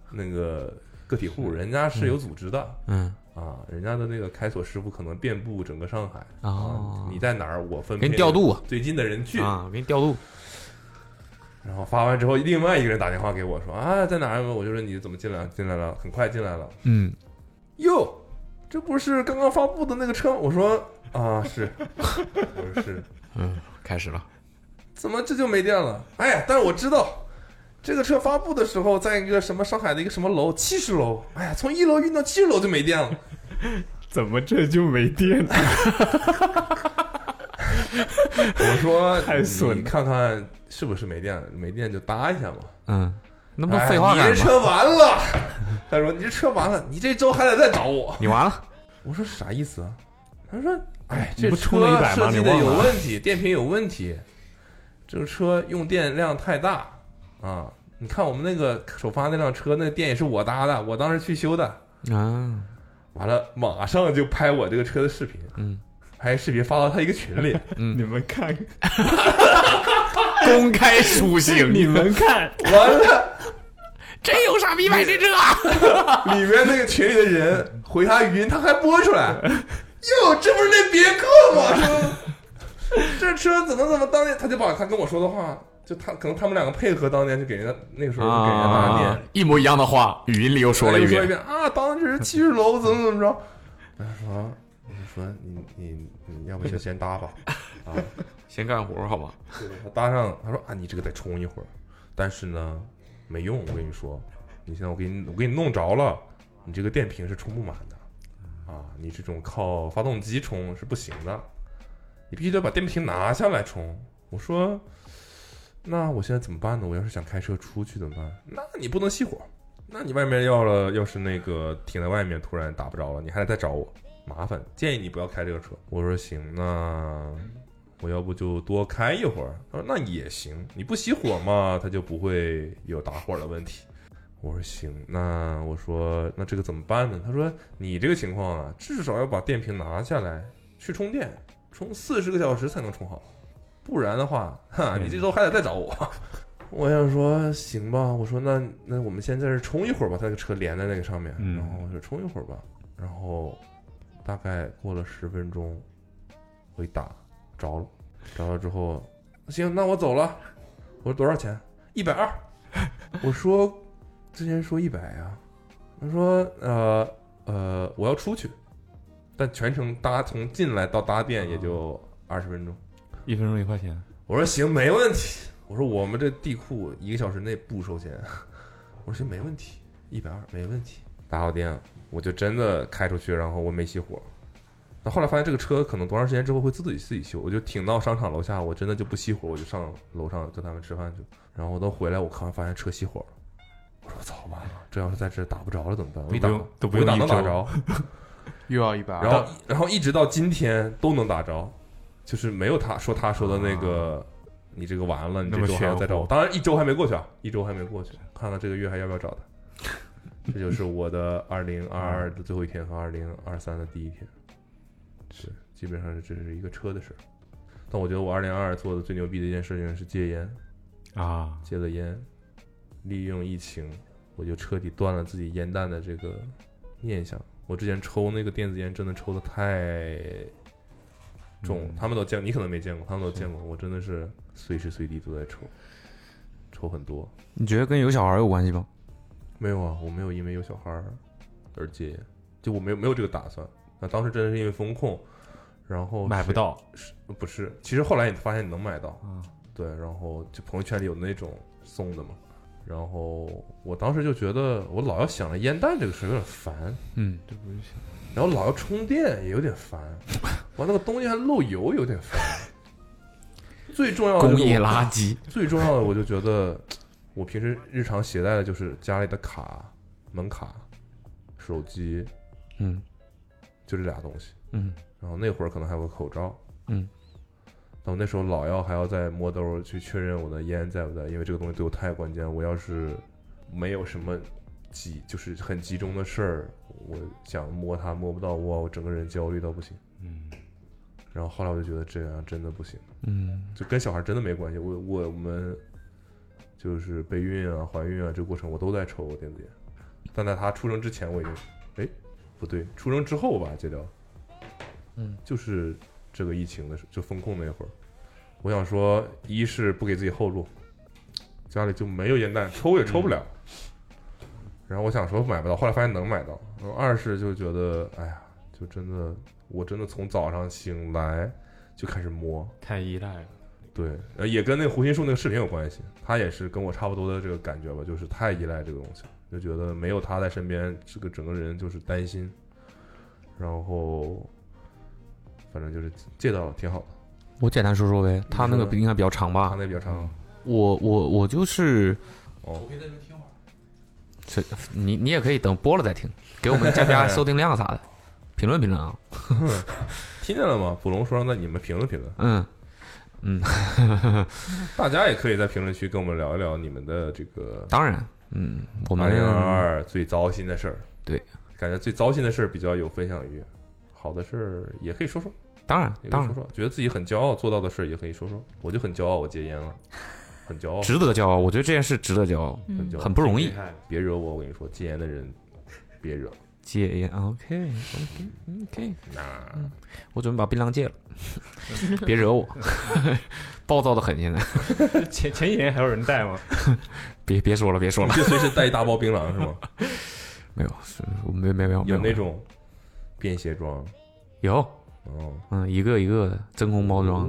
Speaker 3: 那个个体户，人家是有组织的
Speaker 4: 嗯，
Speaker 3: 啊，人家的那个开锁师傅可能遍布整个上海
Speaker 4: 哦
Speaker 3: 啊，你在哪儿，我分
Speaker 4: 给
Speaker 3: 配
Speaker 4: 你调度啊
Speaker 3: 最近的人去。
Speaker 4: 啊，我给你调度，
Speaker 3: 然后发完之后，另外一个人打电话给我说啊，在哪儿？我就说你怎么进来了？进来了，很快进来了。
Speaker 4: 嗯，
Speaker 3: 哟，这不是刚刚发布的那个车吗？我说啊，是， 我说是，
Speaker 4: 开始了。
Speaker 3: 怎么这就没电了？哎呀，但是我知道，这个车发布的时候，在一个什么上海的一个什么楼，七十楼，哎呀，从一楼运到七十楼就没电了。
Speaker 6: 怎么这就没电了？
Speaker 3: 我说
Speaker 6: 太损了
Speaker 3: 你看看是不是没电了？没电就搭一下嘛。
Speaker 4: 嗯，那
Speaker 3: 那
Speaker 4: 不废话
Speaker 3: 哎呀，
Speaker 4: 干
Speaker 3: 你这
Speaker 4: 什么？
Speaker 3: 车完了。 他说你这车完了，你这周还得再找我。
Speaker 4: 你完了，
Speaker 3: 我说啥意思啊？他说：“哎，
Speaker 2: 你
Speaker 3: 这
Speaker 2: 不充了100
Speaker 3: 车
Speaker 2: 吗
Speaker 3: 设计
Speaker 2: 你
Speaker 3: 的
Speaker 2: 忘
Speaker 3: 有
Speaker 2: 了
Speaker 3: 问题，电瓶有问题，这个车用电量太大啊！你看我们那个首发那辆车，那电也是我搭的，我当时去修的。
Speaker 4: 啊，
Speaker 3: 完了，马上就拍我这个车的视频，
Speaker 4: 嗯，
Speaker 3: 拍视频发到他一个群里，
Speaker 6: 你们看，
Speaker 4: 公开出行，
Speaker 6: 你们看，
Speaker 3: 完了，
Speaker 4: 真有傻逼买这车啊？
Speaker 3: 里面那个群里的人回他语音，他还播出 来，哟，这不是那别克吗？说这车怎么怎么当年，他就把他跟我说的话。”就他可能他们两个配合，当年就给人家那个时候就给人家大念，
Speaker 4: 啊一模一样的话，语音里又说了
Speaker 3: 又
Speaker 4: 一
Speaker 3: 说
Speaker 4: 遍，
Speaker 3: 啊，当时七十楼怎么怎么 着？我就说，我就说你你你要不就先搭吧，啊，
Speaker 4: 先干活好吗？
Speaker 3: 他搭上，他说啊，你这个得充一会儿，但是呢没用，我跟你说，你现在我给你我给你弄着了，你这个电瓶是充不满的，啊，你这种靠发动机充是不行的，你必须得把电瓶拿下来充。我说，那我现在怎么办呢？我要是想开车出去怎么办？那你不能熄火，那你外面要了要是那个停在外面突然打不着了，你还得再找我，麻烦，建议你不要开这个车。我说行，那我要不就多开一会儿。他说那也行，你不熄火嘛，它就不会有打火的问题。我说行，那我说那这个怎么办呢？他说你这个情况啊，至少要把电瓶拿下来去充电，充四十个小时才能充好，不然的话，哈，你这周还得再找我。 我想说行吧，我说那那我们先在这儿充一会儿吧，他那个车连在那个上面，
Speaker 2: 嗯
Speaker 3: 然后我说充一会儿吧，然后大概过了十分钟，我一打着了，着了之后，行，那我走了。我说多少钱？一百二。 我说之前说一百呀，他说呃呃，我要出去，但全程搭从进来到搭店也就二十分钟。
Speaker 2: 一分钟一块钱，
Speaker 3: 我说行，没问题。我说我们这地库一个小时内不收钱。我说行，没问题，一百二没问题。打好电，我就真的开出去，然后我没熄火。那后来发现这个车可能多长时间之后会自己自己修，我就停到商场楼下，我真的就不熄火，我就上楼上叫他们吃饭去。然后我都回来，我看发现车熄火了，我说操完了，这要是在这打不着了怎么办？我一
Speaker 2: 都
Speaker 3: 打
Speaker 2: 不用都不
Speaker 3: 我一打
Speaker 2: 用
Speaker 3: 能
Speaker 2: 一
Speaker 3: 打
Speaker 2: 周
Speaker 3: 着，
Speaker 7: 又要一
Speaker 2: 啊
Speaker 7: 百二，
Speaker 3: 然后然后一直到今天都能打着，就是没有他说他说的那个、你这个完了，你
Speaker 2: 啊那
Speaker 3: 这
Speaker 2: 么
Speaker 3: 周还要
Speaker 2: 玄
Speaker 3: 再找我。
Speaker 2: 乎
Speaker 3: 当然一周还没过去啊，一周还没过去，看看这个月还要不要找他。这就是 我的二零二二的最后一天和二零二三的第一天，是基本上这是一个车的事儿。但我觉得我二零二二做的最牛逼的一件事情是戒烟，
Speaker 2: 啊，
Speaker 3: 戒了烟，利用疫情，我就彻底断了自己烟弹的这个念想。我之前抽那个电子烟，真的抽的太重了，
Speaker 2: 嗯
Speaker 3: 他们都见，你可能没见过，他们都见过。我真的是随时随地都在抽，抽很多。
Speaker 4: 你觉得跟有小孩有关系吗？
Speaker 3: 没有啊，我没有因为有小孩儿而戒烟，就我没有没有这个打算。那当时真的是因为风控，然后
Speaker 2: 买不
Speaker 3: 谁
Speaker 2: 到，
Speaker 3: 不是，其实后来你发现你能买到，
Speaker 2: 嗯
Speaker 3: 对，然后就朋友圈里有那种送的嘛，然后我当时就觉得我老要想着烟弹这个事儿有点烦，
Speaker 4: 嗯，
Speaker 3: 然后老要充电也有点烦，完那个东西还漏油有点烦，最重要的
Speaker 4: 工
Speaker 3: 就是
Speaker 4: 业
Speaker 3: 我
Speaker 4: 垃圾。
Speaker 3: 最重要的，我就觉得我平时日常携带的就是家里的卡、门卡、手机，
Speaker 4: 嗯
Speaker 3: 就这俩东西。
Speaker 4: 嗯
Speaker 3: 然后那会儿可能还有个口罩，
Speaker 4: 嗯，
Speaker 3: 但我那时候老要还要再摸兜儿去确认我的烟在不在，因为这个东西对我太关键。我要是没有什么急，就是很集中的事儿，我想摸它摸不到，哇，我整个人焦虑到不行。
Speaker 2: 嗯，
Speaker 3: 然后后来我就觉得这样真的不行，
Speaker 4: 嗯
Speaker 3: 就跟小孩真的没关系。我我我们就是备孕啊、怀孕啊这个过程，我都在抽电子烟，但在他出生之前我已经，哎，不对，出生之后我把它戒掉了。
Speaker 4: 嗯，
Speaker 3: 就是这个疫情的时候，就风控那会儿，我想说，一是不给自己后路，家里就没有烟弹，抽也抽不了。然后我想说买不到，后来发现能买到。然后二是就觉得，哎呀，就真的，我真的从早上醒来就开始摸，
Speaker 2: 太依赖了，
Speaker 3: 对，呃，也跟那个胡心树那个视频有关系，他也是跟我差不多的这个感觉吧，就是太依赖这个东西了，就觉得没有他在身边，这个整个人就是担心，然后反正就是戒到了，挺好的。，
Speaker 4: 我简单说说呗，他那个
Speaker 3: 你说
Speaker 4: 应该比较长
Speaker 3: 他
Speaker 4: 吧？
Speaker 3: 那比较长，
Speaker 4: 我我我就是
Speaker 3: 哦，
Speaker 4: 你，你也可以等播了再听，给我们加 加收听量啥的，评论评论啊。
Speaker 3: 听见了吗？捕龙说让那你们评论评论，
Speaker 4: 嗯，
Speaker 3: 大家也可以在评论区跟我们聊一聊你们的这个
Speaker 4: 当然，嗯，我
Speaker 3: 二零二
Speaker 4: 们
Speaker 3: 二最糟心的事儿。
Speaker 4: 对，
Speaker 3: 感觉最糟心的事儿比较有分享欲，好的事儿也可以说说。
Speaker 4: 当然
Speaker 3: 也可以
Speaker 4: 当
Speaker 3: 说
Speaker 4: 然
Speaker 3: 说，觉得自己很骄傲做到的事儿也可以说说。我就很骄傲，我戒烟了，很骄傲，
Speaker 4: 值得骄傲，我觉得这件事值得骄傲，
Speaker 5: 嗯
Speaker 3: 很骄傲，
Speaker 4: 很不容易
Speaker 2: 厉。害了
Speaker 3: 别惹我，我跟你说，戒烟的人别惹。
Speaker 4: 戒烟，OK OK OK，
Speaker 3: 那
Speaker 4: 嗯我准备把槟榔戒了， 别惹我， 暴躁的很，现在
Speaker 2: 前前几年还有人带吗？
Speaker 4: 别别说了，别说
Speaker 3: 你
Speaker 4: 了，
Speaker 3: 就随时带一大包槟榔是吗？
Speaker 4: 没有，是我没没没 有没
Speaker 3: 嗯有
Speaker 4: 有
Speaker 3: 那种便携装，
Speaker 4: 有，
Speaker 3: 哦，
Speaker 4: 嗯，一个一个的真空包
Speaker 3: 嗯
Speaker 4: 装，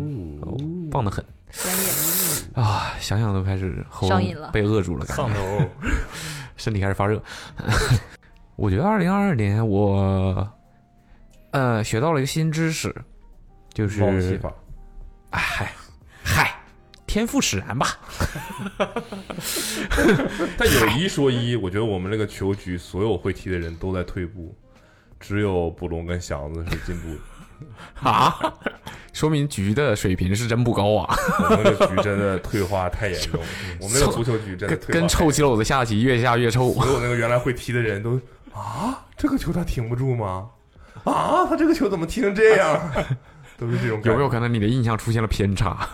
Speaker 4: 哦
Speaker 5: 嗯
Speaker 4: 棒的很。
Speaker 5: 专业
Speaker 4: 啊，想想都开始喉
Speaker 5: 上瘾了
Speaker 4: 咙被扼住了，感觉
Speaker 2: 上头，
Speaker 4: 身体开始发热。 我觉得二零二二年我，呃，学到了一个新知识，就
Speaker 3: 忘记
Speaker 4: 是哎
Speaker 3: 法。
Speaker 4: 嗨嗨，天赋使然吧。
Speaker 3: 但有一说一，我觉得我们这个球局所有会踢的人都在退步，只有捕龙跟祥子是进步的。
Speaker 4: 啊， 说明局的水平是真不高啊，
Speaker 3: 我们这个局真的退化太严重了，我们这个足球局真的退化
Speaker 4: 跟
Speaker 3: 太严重了。
Speaker 4: 跟臭棋篓子下棋越下越臭。
Speaker 3: 所有那个原来会踢的人都啊，这个球他停不住吗？啊，他这个球怎么踢成这样？ 都是这种感觉
Speaker 4: 有没有可能你的印象出现了偏差？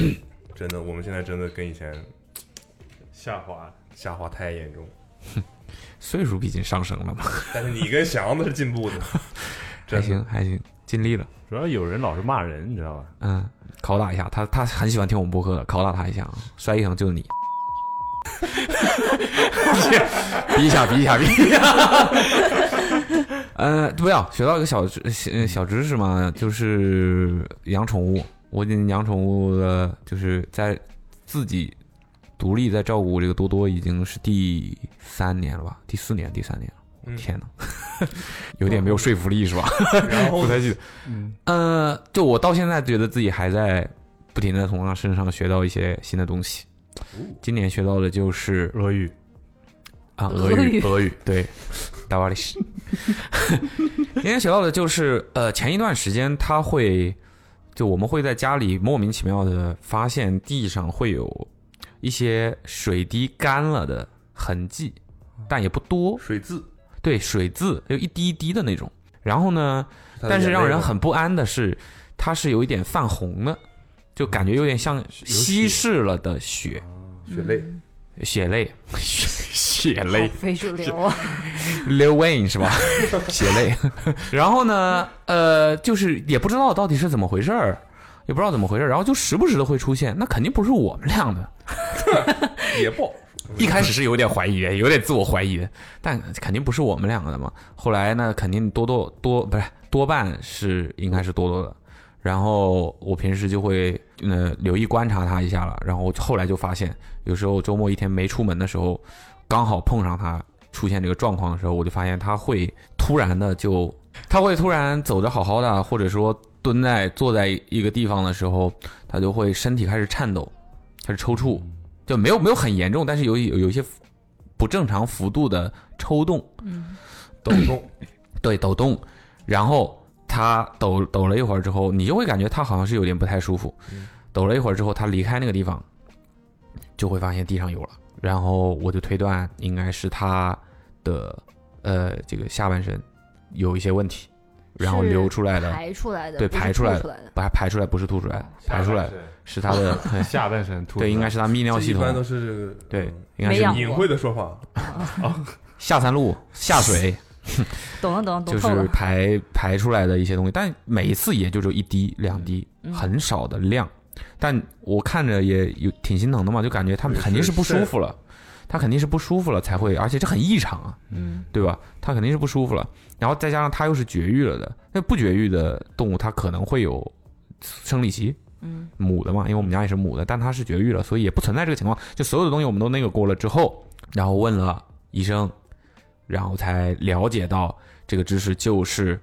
Speaker 3: 真的，我们现在真的跟以前
Speaker 2: 下滑，
Speaker 3: 下滑太严重了。
Speaker 4: 岁数毕竟上升了嘛，
Speaker 3: 但是你跟祥子是进 步的，
Speaker 4: 还
Speaker 3: 真的
Speaker 4: 行还行，尽力了。
Speaker 2: 主要有人老是骂人，你知道吧？
Speaker 4: 嗯，拷打一下他，他很喜欢听我们播客的，拷打他一下啊，摔一层就是你。 比一下，比一下，比一下。 呃，不要学到一个小知呃小小知识嘛，就是养宠物。我已经养宠物的，就是在自己独立在照顾这个多多，已经是第三年了吧，第四年，第三年了。我
Speaker 3: 嗯
Speaker 4: 天哪， 有点没有说服力是吧？
Speaker 3: 然后
Speaker 4: 不太记得。
Speaker 7: 嗯，
Speaker 4: 呃，就我到现在觉得自己还在不停的从他身上学到一些新的东西。今年学到的就是
Speaker 2: 俄语
Speaker 4: 啊，
Speaker 5: 俄
Speaker 4: 俄语
Speaker 5: 语
Speaker 4: 俄语对，达瓦里什。今天学到的就是，呃，前一段时间他会，就我们会在家里莫名其妙的发现地上会有一些水滴干了的痕迹，但也不多，
Speaker 3: 水渍，
Speaker 4: 对，水渍就一滴一滴的那种。然后呢，
Speaker 3: 它的
Speaker 4: 但是
Speaker 3: 眼泪
Speaker 4: 让呃人
Speaker 3: 嘛
Speaker 4: 很不安的是，它是有一点泛红的，就感觉嗯有点像稀释了的血
Speaker 3: 血泪，
Speaker 4: 血泪， 血血泪
Speaker 5: 非主流啊，
Speaker 4: ，Lil Wayne 是吧？ 血泪。然后呢，呃，就是也不知道到底是怎么回事儿，也不知道怎么回事儿，然后就时不时的会出现，那肯定不是我们酿的。
Speaker 3: 也爆，
Speaker 4: 一开始是有点怀疑，有点自我怀疑，但肯定不是我们两个的嘛。后来呢，肯定多多多不是多半是应该是多多的。然后我平时就会呃留意观察他一下了。然后后来就发现，有时候周末一天没出门的时候，刚好碰上他出现这个状况的时候，我就发现他会突然的就他会突然走着好好的，或者说蹲在坐在一个地方的时候，他就会身体开始颤抖，开始抽搐。就没有没有很严重，但是有有有一些不正常幅度的抽动，
Speaker 5: 嗯，
Speaker 4: 抖动，对，抖动，然后他抖抖了一会儿之后，你就会感觉他好像是有点不太舒服，抖了一会儿之后，他离开那个地方，就会发现地上有了，然后我就推断应该是他的呃这个下半身有一些问题，然后
Speaker 5: 是
Speaker 4: 流出来的
Speaker 5: 排出来的，
Speaker 4: 对
Speaker 5: 不是
Speaker 4: 排出
Speaker 5: 吐
Speaker 4: 来的
Speaker 5: 出来的，哦
Speaker 4: 把它排出来不是吐出来，排出来是他的对
Speaker 2: 下半身吐出来，
Speaker 4: 对应该是他泌尿
Speaker 3: 这
Speaker 4: 系
Speaker 3: 一般都
Speaker 4: 统啊
Speaker 3: 是这个
Speaker 4: 对
Speaker 3: 嗯
Speaker 4: 应该
Speaker 5: 没
Speaker 4: 是
Speaker 5: 养过
Speaker 3: 隐晦的说法，
Speaker 4: 下三路下水。
Speaker 5: 懂了懂了
Speaker 4: 就
Speaker 5: 懂透
Speaker 4: 是
Speaker 5: 了，
Speaker 4: 排排出来的一些东西，但每一次也就只有一滴两滴，
Speaker 5: 嗯
Speaker 4: 很少的量。但我看着也有挺心疼的嘛，就感觉他们
Speaker 3: 对
Speaker 4: 肯定
Speaker 3: 是
Speaker 4: 是不舒
Speaker 3: 是
Speaker 4: 服了，他肯定是不舒服了才会，而且这很异常啊，
Speaker 5: 嗯，
Speaker 4: 对吧？他肯定是不舒服了，然后再加上他又是绝育了的，那不绝育的动物它可能会有生理期，
Speaker 5: 嗯，
Speaker 4: 母的嘛，因为我们家也是母的，但它是绝育了，所以也不存在这个情况。就所有的东西我们都那个过了之后，然后问了医生，然后才了解到这个知识就是，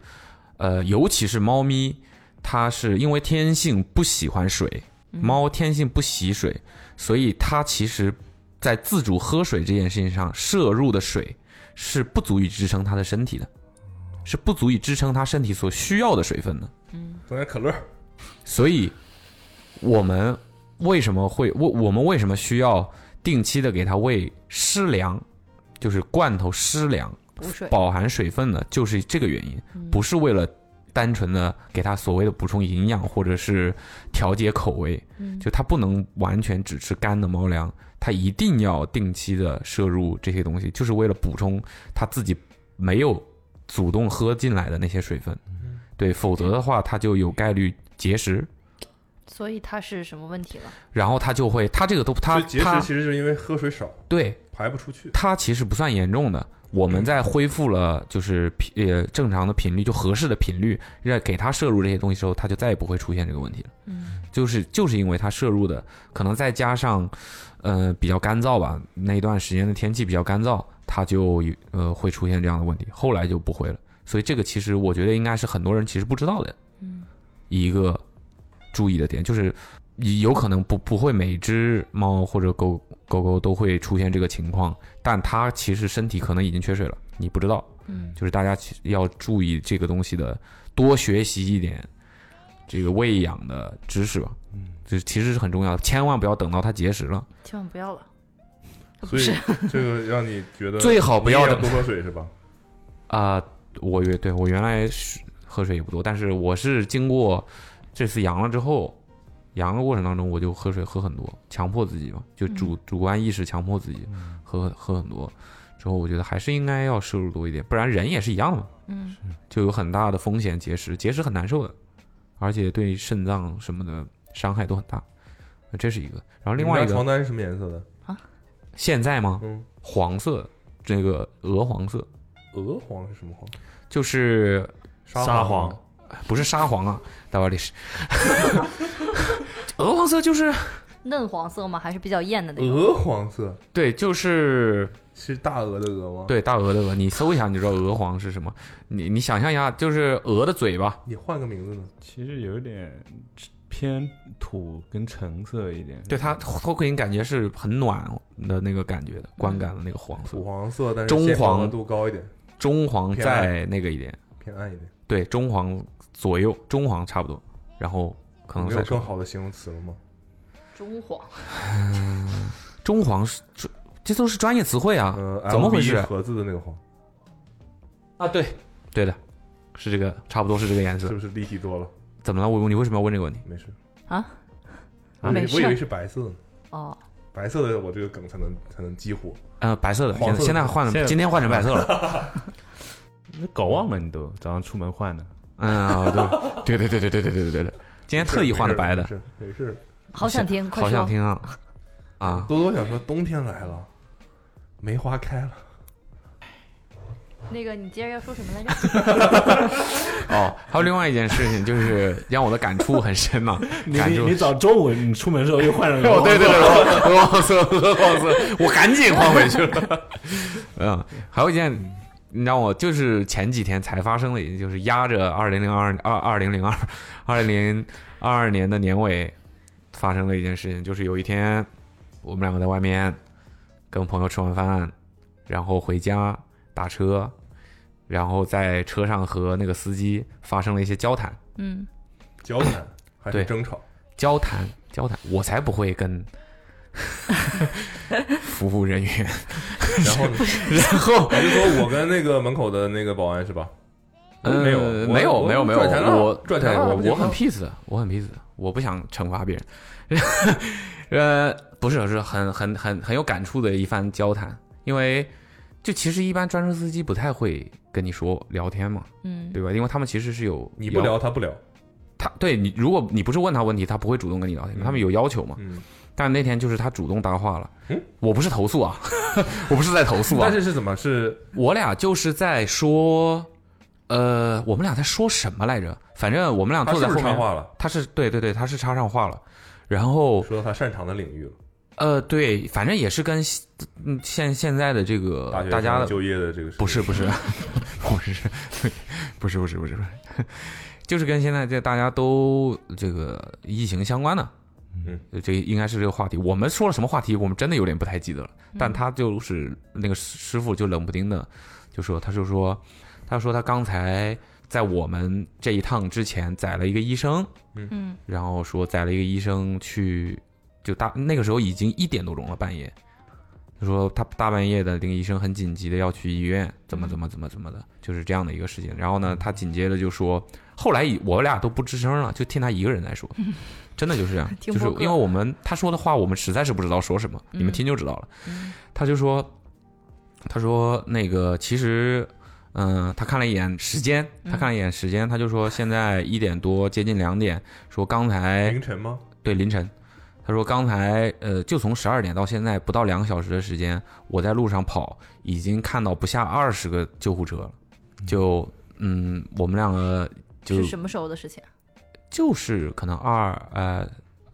Speaker 4: 呃，尤其是猫咪，它是因为天性不喜欢水，猫天性不喜水，所以它其实在自主喝水这件事情上摄入的水是不足以支撑它的身体的，是不足以支撑它身体所需要的水分的。
Speaker 5: 嗯
Speaker 3: 整点可乐，
Speaker 4: 所以，我们为什么会我我们为什么需要定期的给它喂湿粮，就是罐头湿粮，
Speaker 5: 补水，嗯
Speaker 4: 饱含水分的，就是这个原因，不是为了单纯的给它所谓的补充营养或者是调节口味，
Speaker 5: 嗯
Speaker 4: 就它不能完全只吃干的猫粮，它一定要定期的摄入这些东西，就是为了补充它自己没有主动喝进来的那些水分，
Speaker 3: 嗯
Speaker 4: 对，否则的话它就有概率结石，
Speaker 5: 所以它是什么问题了？
Speaker 4: 然后它就会它这个都它
Speaker 3: 所以结石
Speaker 4: 它
Speaker 3: 其实就是因为喝水少，
Speaker 4: 对
Speaker 3: 排不出去，
Speaker 4: 它其实不算严重的。我们在恢复了就是频呃正常的频率，就合适的频率，让给它摄入这些东西之后，它就再也不会出现这个问题了。
Speaker 5: 嗯，
Speaker 4: 就是就是因为它摄入的可能再加上，呃比较干燥吧，那一段时间的天气比较干燥，它就有呃会出现这样的问题，后来就不会了。所以这个其实我觉得应该是很多人其实不知道的，
Speaker 5: 嗯，
Speaker 4: 一个注意的点，就是有可能不不会每只猫或者狗狗狗都会出现这个情况，但它其实身体可能已经缺水了，你不知道。
Speaker 5: 嗯，
Speaker 4: 就是大家其要注意这个东西的，多学习一点这个喂养的知识吧。嗯，这其实是很重要的，千万不要等到它结石了，
Speaker 5: 千万不要了，
Speaker 3: 所以这个让你觉得
Speaker 4: 最好不
Speaker 3: 你
Speaker 4: 要
Speaker 3: 也
Speaker 4: 等
Speaker 3: 多喝水是吧？
Speaker 4: 啊、我原对我原来是喝水也不多，但是我是经过这次阳了之后，阳的过程当中我就喝水喝很多，强迫自己嘛，就主、主观意识强迫自己喝喝很多。之后我觉得还是应该要摄入多一点，不然人也是一样的嘛，
Speaker 5: 嗯，
Speaker 4: 就有很大的风险结石，结石很难受的，而且对肾脏什么的伤害都很大。呃这是一个，然后另外一
Speaker 3: 你们家
Speaker 4: 个
Speaker 3: 床单是什么颜色的？
Speaker 4: 现在吗？
Speaker 3: 嗯，
Speaker 4: 黄色，这个鹅黄色，
Speaker 3: 鹅黄是什么黄？
Speaker 4: 就是
Speaker 2: 沙皇
Speaker 3: 吗，
Speaker 4: 不是沙皇啊，大瓦 里是鹅黄色，就是
Speaker 5: 嫩黄色吗？还是比较艳的那
Speaker 4: 嗯
Speaker 5: 种？
Speaker 3: 鹅黄色
Speaker 4: 对，就是
Speaker 3: 是大鹅的鹅吗？，
Speaker 4: 对大鹅的鹅，你搜一下你就知道鹅黄是什么。你你想象一下，就是鹅的嘴巴，
Speaker 3: 你换个名字呢？
Speaker 2: 其实有点偏土跟橙色一点。
Speaker 4: 对它后给你感觉是很暖的那个感觉的观感的那个黄色
Speaker 3: 土，黄色，但是
Speaker 4: 中
Speaker 3: 线
Speaker 4: 黄
Speaker 3: 黄度高一点，
Speaker 4: 中黄
Speaker 3: 偏暗
Speaker 4: 再那个一点，
Speaker 3: 偏暗一点。
Speaker 4: 对，中黄左右，中黄差不多，然后可能
Speaker 3: 没
Speaker 4: 再
Speaker 3: 有更好的形容词了吗？
Speaker 5: 中黄
Speaker 4: 中黄是这这都是专业词汇啊，
Speaker 3: 呃，
Speaker 4: 怎么回事
Speaker 3: LV 盒子的那个黄，
Speaker 4: 啊？对，对的，是这个，差不多是这个颜色
Speaker 3: 是。不是立体多了？
Speaker 4: 怎么了？我你为什么要问这个问题？
Speaker 3: 没事，
Speaker 5: 啊，
Speaker 3: 我以
Speaker 5: 没
Speaker 3: 为
Speaker 5: 事
Speaker 3: 我以为是白色呢，
Speaker 5: 哦，
Speaker 3: 白色的我这个梗才能才能激活。
Speaker 4: 呃，白色的，
Speaker 3: 黄
Speaker 4: 现
Speaker 3: 色
Speaker 4: 在
Speaker 3: 的
Speaker 4: 现在换
Speaker 2: 现
Speaker 4: 了，
Speaker 2: 在
Speaker 4: 今天换成白色 了。
Speaker 2: 那搞忘了你都早上出门换的，
Speaker 4: 嗯，啊对，对对对对对对对对对，今天特意换的白的
Speaker 3: 没，事，没事没事。
Speaker 5: 好想听，快
Speaker 4: 好想
Speaker 5: 说。
Speaker 4: 听啊啊！
Speaker 3: 多多想说冬天来了，梅花开了，
Speaker 5: 那个，你接着要说什么来 着？
Speaker 4: 哦，还有另外一件事情，就是让我的感触很深呐、
Speaker 2: 你
Speaker 4: 感
Speaker 2: 你
Speaker 4: 触
Speaker 2: 你。早中午你出门的时候又换上
Speaker 4: 哦，
Speaker 2: 了，
Speaker 4: 对对对，我我我我我我赶紧换回去了。嗯，还有一件，你让我就是前几天才发生的，也就是压着二零零二二二零零二二零二二年的年尾发生的一件事情，就是有一天我们两个在外面跟朋友吃完饭，然后回家打车，然后在车上和那个司机发生了一些交谈。
Speaker 5: 嗯，
Speaker 3: 交谈 还是
Speaker 4: 对
Speaker 3: 争吵？
Speaker 4: 交谈交谈，我才不会跟服务人员。
Speaker 3: 然后呢？
Speaker 4: 然后
Speaker 3: 我就说我跟那个门口的那个保安是吧？
Speaker 4: 嗯，
Speaker 3: 哎没有我
Speaker 4: 没有，
Speaker 3: 我
Speaker 4: 没有，没有，
Speaker 3: 赚钱了
Speaker 4: 我
Speaker 3: 赚钱
Speaker 4: 对
Speaker 3: 了
Speaker 4: 我
Speaker 3: 不就
Speaker 4: 我很
Speaker 3: 说
Speaker 4: peace 的，我很 peace 的，我不想惩罚别人。 呃，不是，是很很很很有感触的一番交谈，因为就其实一般专车司机不太会跟你说聊天嘛，
Speaker 5: 嗯，
Speaker 4: 对吧？因为他们其实是有
Speaker 3: 你不
Speaker 4: 要
Speaker 3: 聊，他不聊。
Speaker 4: 他，对你，如果你不是问他问题，他不会主动跟你聊天，
Speaker 3: 嗯
Speaker 4: 他们有要求嘛。
Speaker 3: 嗯，
Speaker 4: 但那天就是他主动搭话了，
Speaker 3: 嗯
Speaker 4: 我不是投诉啊， 我不是在投诉啊，
Speaker 3: 但是是怎么是
Speaker 4: 我俩就是在说，呃，我们俩在说什么来着？反正我们俩
Speaker 3: 他
Speaker 4: 坐
Speaker 3: 是
Speaker 4: 在
Speaker 3: 不
Speaker 4: 后
Speaker 3: 是
Speaker 4: 面，
Speaker 3: 插话了？
Speaker 4: 他是对对对，他是插上话了。然后
Speaker 3: 说到他擅长的领域了，
Speaker 4: 呃，对，反正也是跟嗯现现在的这个
Speaker 3: 学
Speaker 4: 大家
Speaker 3: 生就业的这个事
Speaker 4: 不是不是 不是不是不是不是不是，就是跟现在这大家都这个疫情相关的。
Speaker 3: 嗯，
Speaker 4: 这应该是这个话题。我们说了什么话题，我们真的有点不太记得了。
Speaker 5: 嗯
Speaker 4: 但他就是那个师师傅就冷不丁的就说，他就说，他说他刚才在我们这一趟之前宰了一个医生，
Speaker 5: 嗯，
Speaker 4: 然后说宰了一个医生去，就大那个时候已经一点多钟了，半夜。他说他大半夜的那个医生很紧急的要去医院，怎
Speaker 5: 嗯
Speaker 4: 么怎么怎么怎么的，就是这样的一个事情。然后呢，他紧接着就说，后来我俩都不吱声了，就听他一个人 在说，真的就是这样，
Speaker 5: 听
Speaker 4: 就是
Speaker 5: 播客
Speaker 4: 因为我们他说的话，我们实在是不知道说什么，
Speaker 5: 嗯
Speaker 4: 你们听就知道了
Speaker 5: 嗯。
Speaker 4: 他就说，他说那个其实，嗯、他看了一眼时间，
Speaker 5: 嗯
Speaker 4: 他看了一眼时间，他就说现在一点多，接近两点，说刚才
Speaker 3: 凌晨吗？
Speaker 4: 对凌晨。他说刚才呃，就从十二点到现在不到两个小时的时间，我在路上跑，已经看到不下二十个救护车了。就嗯，我们两个就是
Speaker 5: 什么时候的事情？
Speaker 4: 就是可能二呃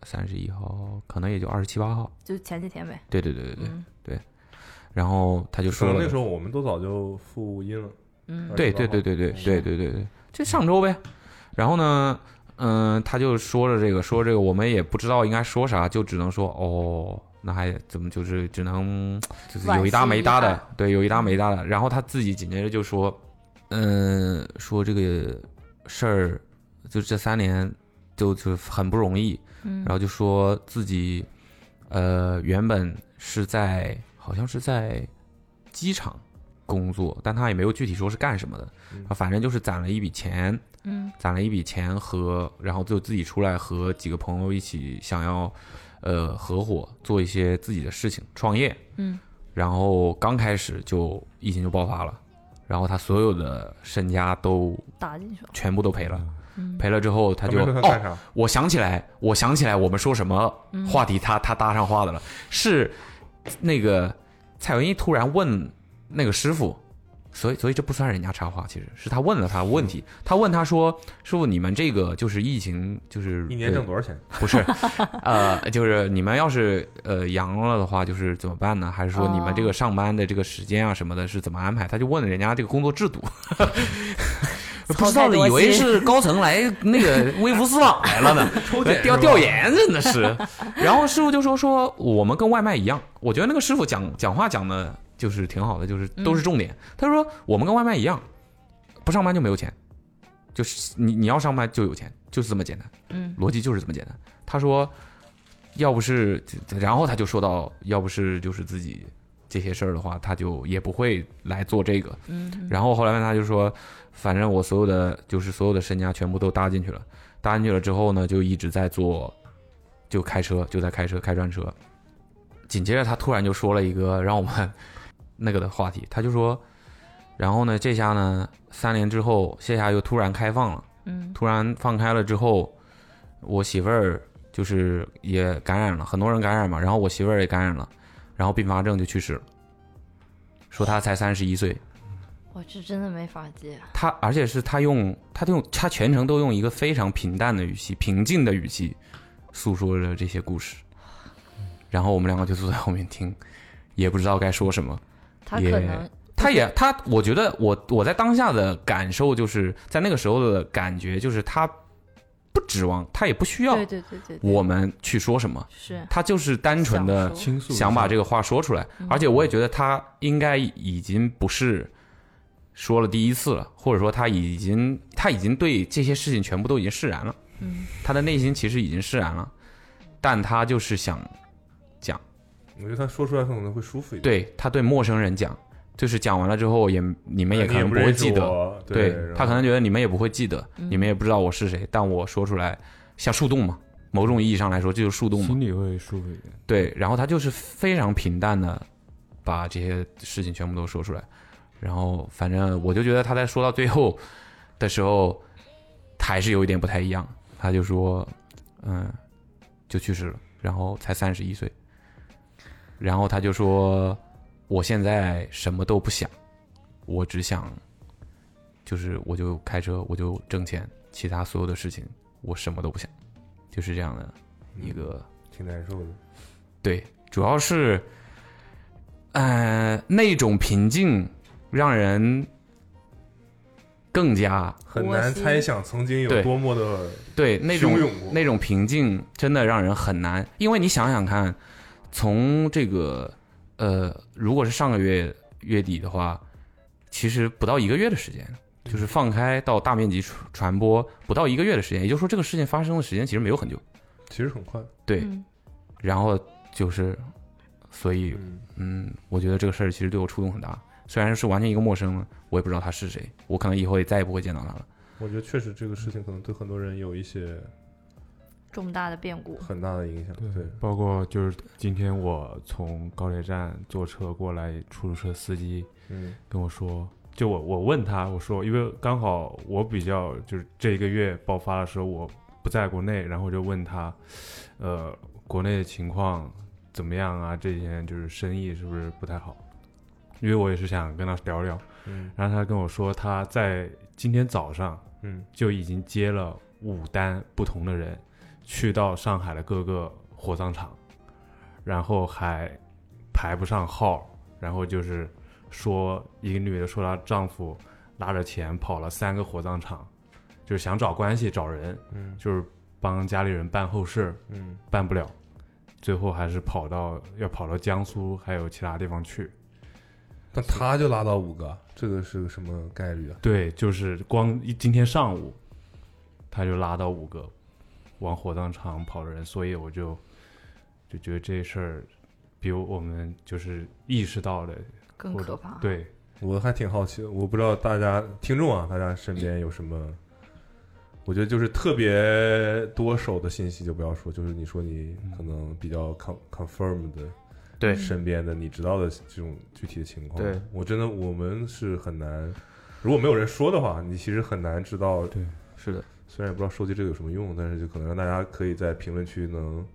Speaker 4: 三十一号，可能也就二十七八号。
Speaker 5: 就前几天呗。
Speaker 4: 对对对对对。
Speaker 5: 嗯
Speaker 4: 然后他就
Speaker 3: 可
Speaker 4: 说
Speaker 3: 能
Speaker 4: 了
Speaker 3: 那，时候我们都早就复音了。
Speaker 5: 嗯，
Speaker 4: 对对对对对
Speaker 5: 是
Speaker 4: 对对对对，就上周呗。然后呢，嗯，他就说了这个，说这个我们也不知道应该说啥，就只能说哦，那还怎么就是只能就是有一搭没搭
Speaker 5: 惋惜遗嗯
Speaker 4: 的，对，有一搭没搭的。然后他自己紧接着就说，嗯，说这个事儿就这三年就就很不容易，
Speaker 5: 嗯
Speaker 4: 然后就说自己，呃，原本是在好像是在机场工作，但他也没有具体说是干什么的，
Speaker 3: 嗯
Speaker 4: 啊，反正就是攒了一笔钱，
Speaker 5: 嗯
Speaker 4: 攒了一笔钱和，然后就自己出来和几个朋友一起想要，呃，合伙做一些自己的事情，创业。
Speaker 5: 嗯，
Speaker 4: 然后刚开始就疫情就爆发了，然后他所有的身家都
Speaker 5: 打进去了。
Speaker 4: 全部都赔了，
Speaker 5: 嗯
Speaker 4: 赔了之后他
Speaker 3: 他
Speaker 4: 就
Speaker 3: 没说他
Speaker 4: 哦
Speaker 3: 干啥？
Speaker 4: 我想起来，我想起来，我们说什么
Speaker 5: 嗯
Speaker 4: 话题他，他搭上话的了，是那个蔡文一突然问那个师傅，所以所以这不算人家插话，其实是他问了他问题，他问他说，师傅你们这个就是疫情 就是
Speaker 3: 一年挣多少钱？
Speaker 4: 不是，呃，就是你们要是呃阳了的话，就是怎么办呢？还是说你们这个上班的这个时间啊什么的，是怎么安排？他就问了人家这个工作制度，不知道的以为是高层来那个微服私访来了呢，调调研真的是。然后师傅就说说我们跟外卖一样，我觉得那个师傅讲讲话讲的就是挺好的，就是都是重点。他说我们跟外卖一样，不上班就没有钱，就是你你要上班就有钱，就是这么简单。
Speaker 5: 嗯，
Speaker 4: 逻辑就是这么简单。他说，要不是，然后他就说到，要不是就是自己这些事儿的话，他就也不会来做这个。
Speaker 5: 嗯，
Speaker 4: 然后后来问他就说，反正我所有的就是所有的身家全部都搭进去了，搭进去了之后呢，就一直在做，就开车，就在开车开专车。紧接着他突然就说了一个让我们那个的话题，他就说，然后呢，这下呢，三年之后，线下又突然开放了。
Speaker 5: 嗯
Speaker 4: 突然放开了之后，我媳妇儿就是也感染了，很多人感染嘛，然后我媳妇儿也感染了，然后并发症就去世了。说她才三十一岁，
Speaker 5: 我这真的没法接，
Speaker 4: 她而且是她用她用她全程都用一个非常平淡的语气、平静的语气诉说着这些故事，
Speaker 5: 嗯
Speaker 4: 然后我们两个就坐在后面听，也不知道该说什么。
Speaker 5: 他
Speaker 4: 也
Speaker 5: 可能
Speaker 4: 他也他，我觉得我我在当下的感受就是在那个时候的感觉就是他不指望，他也不需要
Speaker 5: 对对对对，对
Speaker 4: 我们去说什么，
Speaker 5: 是
Speaker 4: 他就是单纯的
Speaker 5: 想说
Speaker 3: 倾诉
Speaker 4: 想把这个话说出来，
Speaker 5: 嗯
Speaker 4: 而且我也觉得他应该已经不是说了第一次了，或者说他已经他已经对这些事情全部都已经释然了，
Speaker 5: 嗯，
Speaker 4: 他的内心其实已经释然了，但他就是想
Speaker 3: 我觉得他说出来可能会舒服一点。
Speaker 4: 对他对陌生人讲，就是讲完了之后也你们也可
Speaker 3: 你也
Speaker 4: 能
Speaker 3: 不
Speaker 4: 不会
Speaker 3: 认识
Speaker 4: 记得，
Speaker 3: 我
Speaker 4: 对
Speaker 3: 然后
Speaker 4: 他可能觉得你们也不会记得，你们也不知道我是谁，但我说出来像树洞嘛，某种意义上来说这就是树洞嘛
Speaker 2: 心。里会舒服一点。
Speaker 4: 对，然后他就是非常平淡的把这些事情全部都说出来，然后反正我就觉得他在说到最后的时候，他还是有一点不太一样，他就说，嗯，就去世了，然后才三十一岁，然后他就说，我现在什么都不想，我只想，就是我就开车，我就挣钱，其他所有的事情我什么都不想，就是这样的一个。
Speaker 3: 嗯挺难受的。
Speaker 4: 对，主要是，呃，那种平静让人更加
Speaker 3: 很难猜想曾经有
Speaker 4: 对
Speaker 3: 多么的
Speaker 4: 对那
Speaker 3: 汹
Speaker 4: 种
Speaker 3: 涌过
Speaker 4: 那种平静，真的让人很难。因为你想想看，从这个呃，如果是上个月月底的话，其实不到一个月的时间，就是放开到大面积传传播不到一个月的时间，也就是说这个事情发生的时间其实没有很久。
Speaker 3: 其实很快。
Speaker 4: 对，
Speaker 5: 嗯
Speaker 4: 然后就是，所以
Speaker 3: 嗯，
Speaker 4: 嗯，我觉得这个事儿其实对我触动很大，虽然是完全一个陌生人，我也不知道他是谁，我可能以后也再也不会见到他了。
Speaker 3: 我觉得确实这个事情可能对很多人有一些
Speaker 5: 重大的变故，
Speaker 3: 很大的影响。对，
Speaker 2: 包括就是今天我从高铁站坐车过来，出租车司机
Speaker 3: 嗯
Speaker 2: 跟我说，就我我问他，我说因为刚好我比较就是这一个月爆发的时候我不在国内，然后我就问他，呃，国内情况怎么样啊？这几天就是生意是不是不太好？因为我也是想跟他聊聊，
Speaker 3: 嗯
Speaker 2: 然后他跟我说他在今天早上
Speaker 3: 嗯，
Speaker 2: 就已经接了五单不同的人，去到上海的各个火葬场，然后还排不上号，然后就是说一个女的说她丈夫拉着钱跑了三个火葬场，就是想找关系找人，
Speaker 3: 嗯
Speaker 2: 就是帮家里人办后事，
Speaker 3: 嗯
Speaker 2: 办不了，最后还是跑到要跑到江苏还有其他地方去。
Speaker 3: 但他就拉到五个，这个是个什么概率啊？
Speaker 2: 对，就是光一今天上午，他就拉到五个往火葬场跑的人，所以我就就觉得这事儿比我们就是意识到的
Speaker 5: 更
Speaker 2: 或
Speaker 5: 可
Speaker 2: 者
Speaker 5: 怕。，
Speaker 2: 对
Speaker 3: 我还挺好奇的，我不知道大家听众啊，大家身边有什么？我觉得就是特别多手的信息就不要说，就是你说你可能比较 con confirm 的，
Speaker 4: 对
Speaker 3: 身边的你知道的这种具体的情况。
Speaker 4: 对
Speaker 3: 我真的我们是很难，如果没有人说的话，你其实很难知道。
Speaker 2: 对
Speaker 4: 是的，
Speaker 3: 虽然也不知道收集这个有什么用，但是就可能让大家可以在评论区能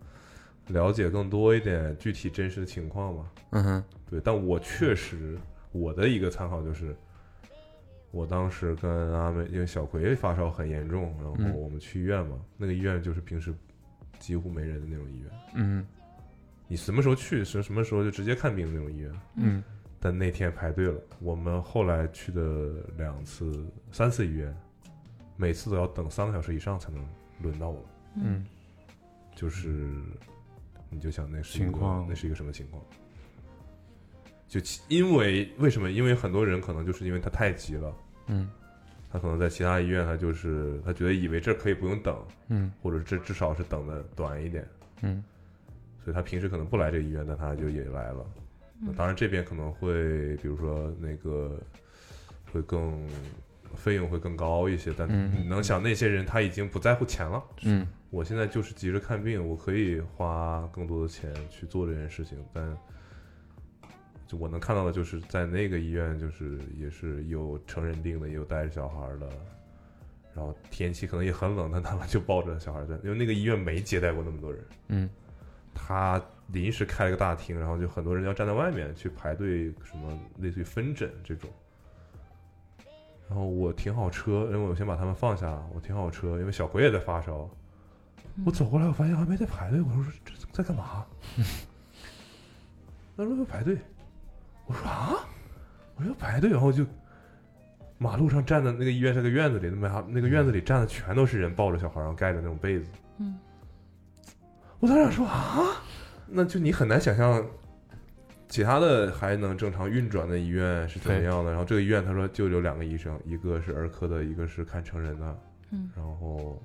Speaker 3: 了解更多一点具体真实的情况吧。
Speaker 4: 嗯哼，
Speaker 3: 对，但我确实我的一个参考就是，我当时跟阿美，因为小葵发烧很严重，然
Speaker 4: 嗯
Speaker 3: 后我们去医院嘛，那个医院就是平时几乎没人的那种医院，
Speaker 4: 嗯
Speaker 3: 你什么时候去，什什么时候就直接看病的那种医院。
Speaker 4: 嗯
Speaker 3: 但那天排队了，我们后来去的两次、三次医院，每次都要等三个小时以上才能轮到我，
Speaker 4: 嗯，
Speaker 3: 就是你就想那是一个
Speaker 6: 情况
Speaker 3: 那是一个什么情况？就其因为为什么？因为很多人可能就是因为他太急了，
Speaker 4: 嗯，
Speaker 3: 他可能在其他医院，他就是他觉得以为这可以不用等，
Speaker 4: 嗯，
Speaker 3: 或者这至少是等的短一点，
Speaker 4: 嗯，
Speaker 3: 所以他平时可能不来这个医院，但他就也来了。那
Speaker 4: 嗯
Speaker 3: 当然这边可能会，比如说那个会更费用会更高一些，但
Speaker 4: 嗯
Speaker 3: 你能想那些人他已经不在乎钱了，
Speaker 4: 嗯
Speaker 3: 我现在就是急着看病，我可以花更多的钱去做这件事情，但就我能看到的就是在那个医院，就是也是有成人病的，也有带着小孩的，然后天气可能也很冷，但他们就抱着小孩在，因为那个医院没接待过那么多人，
Speaker 4: 嗯，
Speaker 3: 他临时开了个大厅，然后就很多人要站在外面去排队，什么类似于分诊这种。然后我停好车，因为我先把他们放下，我停好车，因为小鬼也在发烧。我走过来，我发现还没在排队，我说这这在干嘛？他说要排队，我说啊，我说要排队，然后就马路上站的那个医院是个院子里，那马那个院子里站的全都是人抱着小孩，然后盖着那种被子。
Speaker 5: 嗯，
Speaker 3: 我当时想说啊，那就你很难想象其他的还能正常运转的医院是怎么样的。然后这个医院他说就有两个医生，一个是儿科的，一个是看成人的。
Speaker 5: 嗯，
Speaker 3: 然后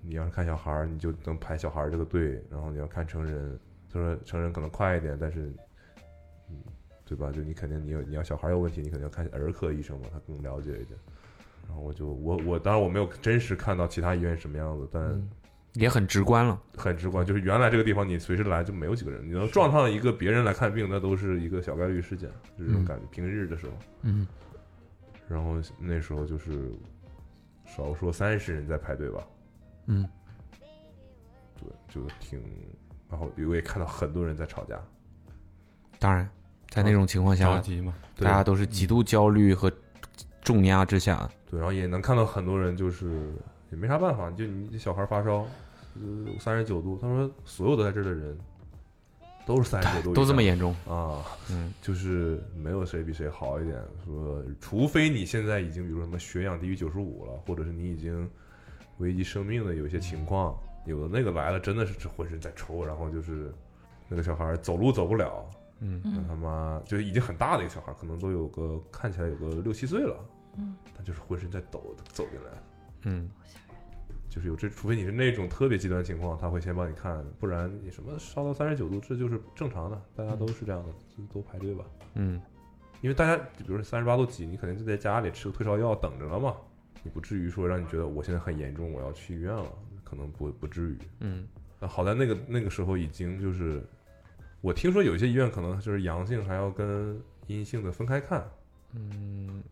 Speaker 3: 你要是看小孩儿，你就能排小孩儿这个队；然后你要看成人，他说成人可能快一点，但是，嗯，对吧？就你肯定你有你要小孩儿有问题，你肯定要看儿科医生嘛，他更了解一点。然后我就我我当然我没有真实看到其他医院什么样子，但。
Speaker 4: 也很直观了。
Speaker 3: 很直观，就是原来这个地方你随时来就没有几个人，你能撞上一个别人来看病，那都是一个小概率事件，就是这种
Speaker 4: 嗯
Speaker 3: 感觉。平日的时候，
Speaker 4: 嗯
Speaker 3: 然后那时候就是少说三十人在排队吧，
Speaker 4: 嗯
Speaker 3: 对，就挺，然后我也看到很多人在吵架，
Speaker 4: 当然，在那种情况
Speaker 6: 着
Speaker 4: 下，
Speaker 6: 急嘛，
Speaker 3: 对
Speaker 4: 大家都是极度焦虑和重压之下，
Speaker 3: 对，然后也能看到很多人就是也没啥办法，就你这小孩发烧，呃，三十九度，他说所有的在这儿的人都是三十九度以上，
Speaker 4: 都这么严重。
Speaker 3: 啊，
Speaker 4: 嗯，
Speaker 3: 就是没有谁比谁好一点。说，除非你现在已经，比如说什么血氧低于九十五了，或者是你已经危及生命的有一些情况，有的那个来了真的是这浑身在抽，然后就是那个小孩走路走不了，
Speaker 4: 嗯
Speaker 5: 嗯
Speaker 3: 那他妈就是已经很大的一个小孩，可能都有个看起来有个六七岁了，
Speaker 5: 嗯，
Speaker 3: 他就是浑身在抖，走进来。
Speaker 4: 嗯
Speaker 3: 就是有这，除非你是那种特别极端情况，他会先帮你看，不然你什么烧到三十九度，这就是正常的，大家都是这样的，就都排队吧。
Speaker 4: 嗯
Speaker 3: 因为大家，比如说三十八度几，你肯定就在家里吃个退烧药等着了嘛，你不至于说让你觉得我现在很严重，我要去医院了，可能不不至于。
Speaker 4: 嗯
Speaker 3: 那好在那个那个时候已经就是，我听说有些医院可能就是阳性还要跟阴性的分开看，
Speaker 4: 嗯，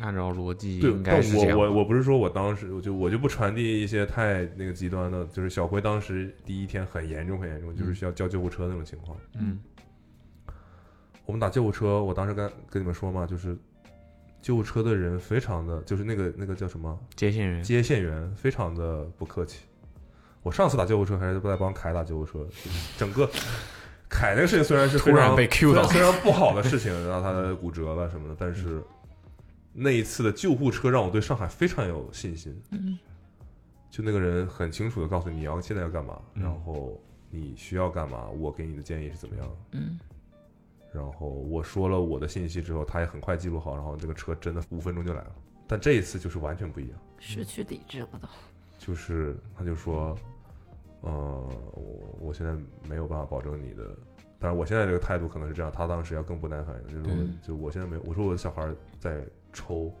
Speaker 4: 按照逻辑
Speaker 3: 对
Speaker 4: 应，
Speaker 3: 但
Speaker 4: 该是这
Speaker 3: 我
Speaker 4: 样。
Speaker 3: 我我不是说我当时我就我就不传递一些太那个极端的，就是小辉当时第一天很严重很严重，就是需要叫救护车那种情况。
Speaker 4: 嗯
Speaker 3: 我们打救护车，我当时跟跟你们说嘛，就是救护车的人非常的，就是那个那个叫什么
Speaker 4: 接线人
Speaker 3: 接线员，非常的不客气。我上次打救护车还是在帮凯打救护车，整个凯那个事情虽然是非
Speaker 4: 突然
Speaker 3: 常
Speaker 4: 被 cue 到嗯
Speaker 3: 虽然虽然不好的事情，让他骨折了什么的，但是那一次的救护车让我对上海非常有信心。
Speaker 5: 嗯
Speaker 3: 就那个人很清楚的告诉你，你要现在要干嘛，
Speaker 6: 嗯
Speaker 3: 然后你需要干嘛，我给你的建议是怎么样。
Speaker 5: 嗯
Speaker 3: 然后我说了我的信息之后，他也很快记录好，然后这个车真的五分钟就来了。但这一次就是完全不一样，
Speaker 2: 嗯
Speaker 5: 失去理智了都。
Speaker 3: 就是他就说，呃，我我现在没有办法保证你的，但是我现在这个态度可能是这样，他当时要更不耐烦，就是说
Speaker 4: 对
Speaker 3: 就我现在没有，我说我的小孩在抽，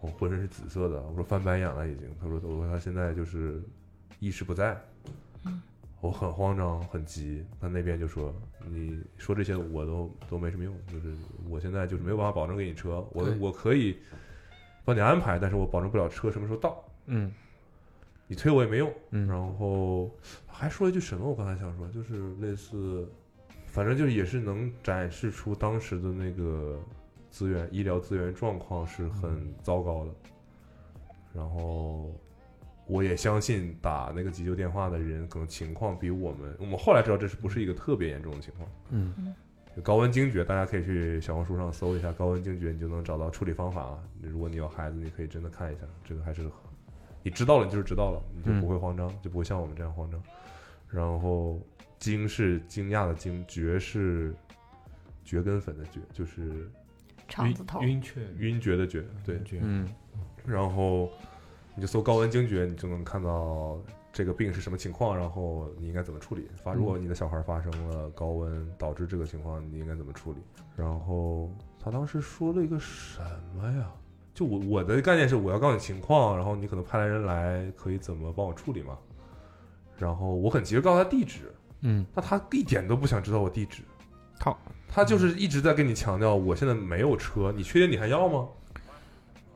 Speaker 3: 我浑身是紫色的，我说翻白眼了已经，他说我说他现在就是意识不在，我很慌张很急，他那边就说你说这些我都都没什么用，就是我现在就是没有办法保证给你车，我
Speaker 4: 对
Speaker 3: 我可以帮你安排，但是我保证不了车什么时候到。
Speaker 4: 嗯
Speaker 3: 你推我也没用。
Speaker 4: 嗯
Speaker 3: 然后还说一句什么？我刚才想说，就是类似，反正就是也是能展示出当时的那个资源、医疗资源状况是很糟糕的。然后我也相信打那个急救电话的人，可能情况比我们，我们后来知道这是不是一个特别严重的情况。
Speaker 4: 嗯
Speaker 3: 就高温惊厥，大家可以去小红书上搜一下高温惊厥，你就能找到处理方法了。如果你有孩子，你可以真的看一下，这个还是你知道了，你就是知道了，你就不会慌张，就不会像我们这样慌张。然后惊是惊讶的惊，厥是蕨根粉的蕨，就是
Speaker 5: 肠子头，
Speaker 2: 晕厥，
Speaker 3: 晕厥的厥，对。
Speaker 2: 厥，
Speaker 4: 嗯，
Speaker 3: 然后你就搜高温惊厥，你就能看到这个病是什么情况，然后你应该怎么处理。发如果你的小孩发生了高温导致这个情况，你应该怎么处理？然后他当时说了一个什么呀？就我我的概念是我要告诉你情况，然后你可能派来人来可以怎么帮我处理嘛。然后我很急着告诉他地址，
Speaker 4: 嗯，
Speaker 3: 但他一点都不想知道我地址。
Speaker 4: 靠，
Speaker 3: 他就是一直在跟你强调，我现在没有车，你确定你还要吗？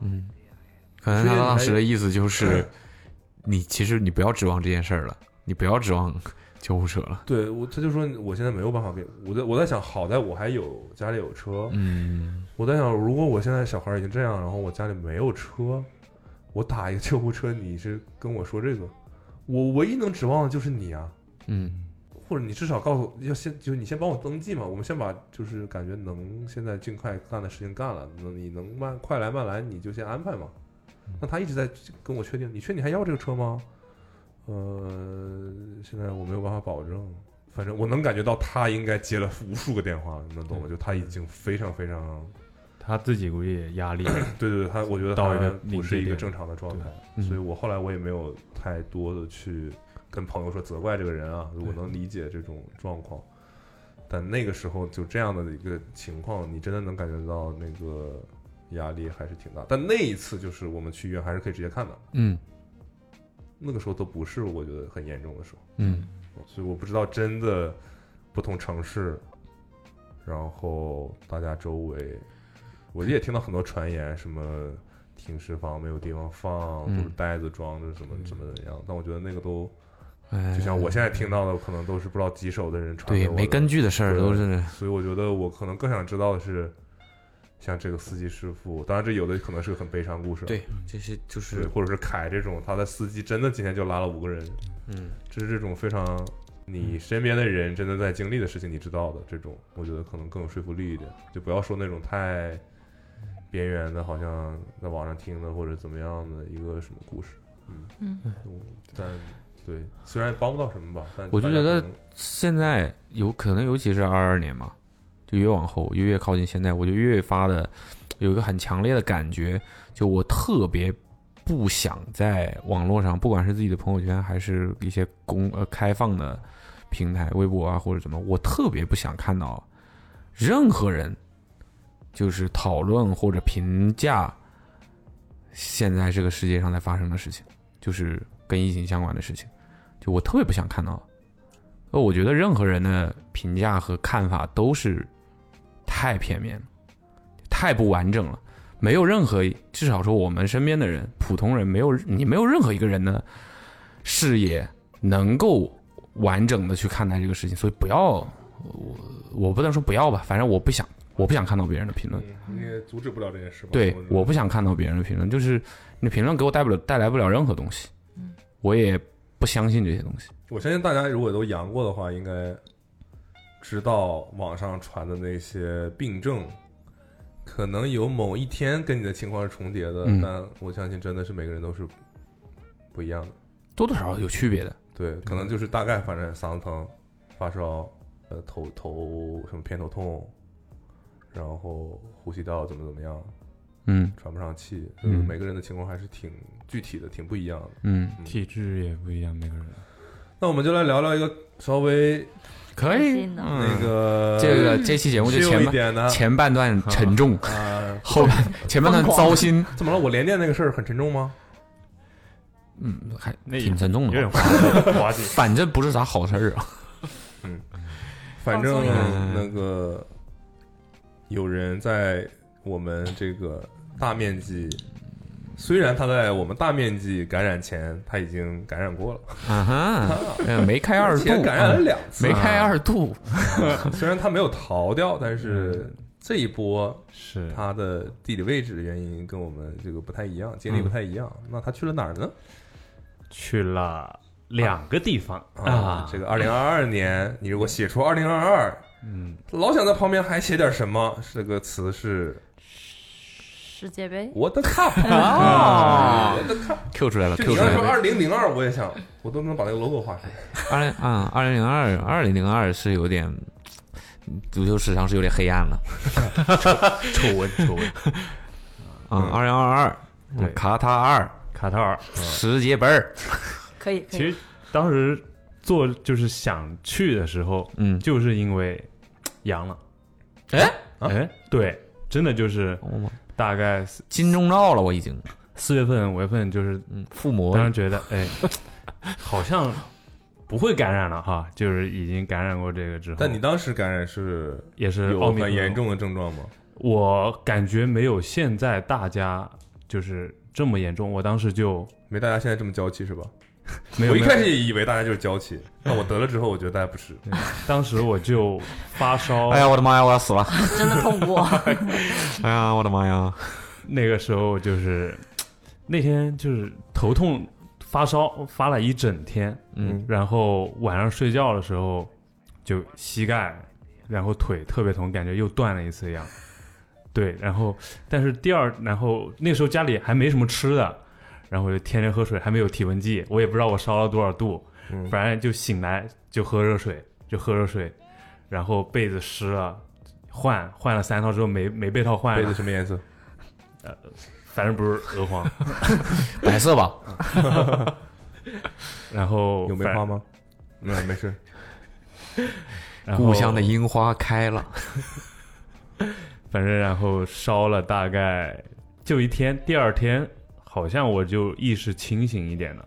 Speaker 4: 嗯，可能他当时的意思就是，你其实你不要指望这件事儿了，你不要指望救护车了。
Speaker 3: 对我，他就说我现在没有办法给我在我在想，好在我还有家里有车，
Speaker 4: 嗯，
Speaker 3: 我在想，如果我现在小孩已经这样，然后我家里没有车，我打一个救护车，你是跟我说这个，我唯一能指望的就是你啊，
Speaker 4: 嗯，
Speaker 3: 或者你至少告诉要先就是你先帮我登记嘛，我们先把就是感觉能现在尽快干的事情干了，那你能慢快来慢来你就先安排嘛。那他一直在跟我确定，你确定你还要这个车吗？呃，现在我没有办法保证，反正我能感觉到他应该接了无数个电话，你能懂吗？就他已经非常非常，
Speaker 2: 他自己估计也压力
Speaker 3: 对对对，他我觉得
Speaker 2: 到一个
Speaker 3: 他不是一
Speaker 2: 临界点
Speaker 3: 个
Speaker 2: 嗯
Speaker 3: 正常的状态，
Speaker 4: 对
Speaker 3: 所以我后来我也没有太多的去跟朋友说责怪这个人啊，我能理解这种状况，但那个时候就这样的一个情况，你真的能感觉到那个压力还是挺大。但那一次就是我们去医院还是可以直接看的，
Speaker 4: 嗯，
Speaker 3: 那个时候都不是我觉得很严重的时候，
Speaker 4: 嗯，
Speaker 3: 所以我不知道真的不同城市，然后大家周围，我也听到很多传言，什么停尸房没有地方放，
Speaker 4: 嗯
Speaker 3: 都是袋子装着什么怎么怎么样，但我觉得那个都
Speaker 4: 哎
Speaker 3: 就像我现在听到的，可能都是不知道几手的人传给
Speaker 4: 对
Speaker 3: 我
Speaker 4: 没
Speaker 3: 的
Speaker 4: 根据的事儿
Speaker 3: 对
Speaker 4: 都是
Speaker 3: 所以我觉得我可能更想知道的是，像这个司机师傅，当然这有的可能是个很悲伤故事，
Speaker 4: 对，这些就
Speaker 3: 对，
Speaker 4: 是
Speaker 3: 或者是凯这种，他的司机真的今天就拉了五个人，
Speaker 4: 嗯，
Speaker 3: 这是这种非常你身边的人真的在经历的事情，你知道的这种，我觉得可能更有说服力一点。就不要说那种
Speaker 4: 嗯
Speaker 3: 太边缘的，好像在网上听的或者怎么样的一个什么故事。
Speaker 5: 嗯，
Speaker 3: 我但对，虽然帮不到什么吧，但
Speaker 4: 我就
Speaker 3: 大家
Speaker 4: 觉得
Speaker 3: 可能
Speaker 4: 现在有可能，尤其是二二年嘛，就越往后，越越靠近现在，我就越发的有一个很强烈的感觉，就我特别不想在网络上，不管是自己的朋友圈，还是一些公呃开放的平台，微博啊或者什么，我特别不想看到任何人就是讨论或者评价现在这个世界上在发生的事情，就是跟疫情相关的事情，就我特别不想看到。呃，我觉得任何人的评价和看法都是太片面了，太不完整了。没有任何，至少说我们身边的人，普通人没有你没有任何一个人的视野能够完整的去看待这个事情，所以不要我我不能说不要吧，反正我不想我不想看到别人的评论，
Speaker 3: 嗯你也阻止不了这件事吧。
Speaker 4: 对
Speaker 3: 觉得，
Speaker 4: 我不想看到别人的评论，就是你的评论给我带不了带来不了任何东西，我也不相信这些东西。
Speaker 3: 我相信大家如果都阳过的话，应该知道网上传的那些病症，可能有某一天跟你的情况是重叠的，
Speaker 4: 嗯
Speaker 3: 但我相信真的是每个人都是不一样的。
Speaker 4: 多多少少有区别的，
Speaker 3: 对，可能就是大概反正嗓子疼、发烧、呃头头什么偏头痛，然后呼吸道怎么怎么样，
Speaker 4: 嗯
Speaker 3: 喘不上气，
Speaker 4: 嗯
Speaker 3: 就是每个人的情况还是挺具体的，挺不一样的。
Speaker 4: 嗯，
Speaker 2: 体质也不一样，每个人。
Speaker 3: 那我们就来聊聊一个稍微
Speaker 2: 哎
Speaker 4: 可
Speaker 5: 开
Speaker 4: 以
Speaker 5: 心，的
Speaker 2: 嗯
Speaker 3: 那个、
Speaker 4: 这个这期节目就
Speaker 3: 秀
Speaker 4: 前
Speaker 3: 一
Speaker 4: 半
Speaker 3: 点啊 的
Speaker 4: 前半段沉重，
Speaker 3: 啊，
Speaker 4: 后半前半段糟心，
Speaker 3: 怎么了？我连电那个事儿很沉重吗？
Speaker 4: 嗯，还
Speaker 2: 那
Speaker 4: 挺沉
Speaker 2: 有
Speaker 4: 重的
Speaker 2: 点
Speaker 4: 吧，
Speaker 2: 滑滑稽。
Speaker 4: 反正不是啥好事儿啊。
Speaker 3: 反
Speaker 5: 放
Speaker 3: 正
Speaker 5: 松一
Speaker 4: 下
Speaker 3: 那个有人在我们这个大面积，虽然他在我们大面积感染前他已经感染过了，
Speaker 4: 啊哈，呃没开
Speaker 3: 而
Speaker 4: 二
Speaker 3: 且
Speaker 4: 度，
Speaker 3: 感染了
Speaker 4: 嗯
Speaker 3: 两次
Speaker 4: 没。开二度，
Speaker 3: 虽然他没有逃掉，但是这一波
Speaker 2: 是
Speaker 3: 他的地理位置原因跟我们这个不太一样，经历不太一样。那他去了哪儿呢？
Speaker 2: 去了两个地方
Speaker 3: 啊，这个二零二二年，你如果写出二零二二，
Speaker 2: 嗯，
Speaker 3: 老想在旁边还写点什么，这个词是
Speaker 5: 世界杯，
Speaker 3: 我 的 cup
Speaker 4: 啊
Speaker 3: 我的 cup，
Speaker 4: ，Q 出来了
Speaker 3: 就
Speaker 4: ，Q
Speaker 3: 你
Speaker 4: 出
Speaker 3: 要
Speaker 4: 来
Speaker 3: 说
Speaker 4: 了。
Speaker 3: 二零零二，我也想，我都能把那个 logo 画出来。
Speaker 4: 二零啊，二零零二，二零零二是有点嗯足球史上是有点黑暗了
Speaker 2: 丑闻丑闻，
Speaker 4: 啊。二零二二，
Speaker 2: 对
Speaker 4: 卡塔尔
Speaker 2: 卡塔尔。
Speaker 4: 世界杯儿，
Speaker 5: 可以，可
Speaker 2: 其
Speaker 5: 以，
Speaker 2: 实当时做就是想去的时候，
Speaker 4: 嗯，
Speaker 2: 就是因为阳了。
Speaker 4: 哎哦
Speaker 3: 啊
Speaker 2: 哎，对，真的就是大概四
Speaker 4: 金钟罩了，我已经，
Speaker 2: 四月份、五月份，就是
Speaker 4: 嗯，附魔
Speaker 2: 当时觉得，哎，好像不会感染了哈，就是已经感染过这个之后，
Speaker 3: 但你当时感染是
Speaker 2: 也是
Speaker 3: 有
Speaker 2: 奥密克
Speaker 3: 很
Speaker 2: 戎
Speaker 3: 严，重的症状吗？
Speaker 2: 我感觉没有现在大家就是这么严重，我当时就
Speaker 3: 没大家现在这么娇气是吧？
Speaker 2: 没有
Speaker 3: 我一
Speaker 2: 没有
Speaker 3: 开始也以为大家就是娇气，那我得了之后，我觉得大家不是。
Speaker 2: 当时我就发烧，啊
Speaker 4: 哎呀，我的妈呀，我要死了！
Speaker 5: 真的痛 苦。
Speaker 4: 哎呀，我的妈呀！
Speaker 2: 那个时候就是那天就是头痛发烧发了一整天，
Speaker 4: 嗯，
Speaker 2: 然后晚上睡觉的时候就膝盖，然后腿特别疼，感觉又断了一次一样。对，然后但是第二，然后那时候家里还没什么吃的，然后我就天天喝水，还没有体温计，我也不知道我烧了多少度，
Speaker 3: 嗯
Speaker 2: 反正就醒来就喝热水，就喝热水，然后被子湿了，换换了三套之后没没被套换，
Speaker 3: 杯子什么颜色？
Speaker 2: 反正不是鹅黄，
Speaker 4: 白色吧？
Speaker 2: 然后
Speaker 3: 有梅
Speaker 2: 反
Speaker 3: 花吗？没没事。
Speaker 2: 然后
Speaker 4: 故乡的樱花开了，
Speaker 2: 反正然后烧了大概就一天，第二天好像我就意识清醒一点了，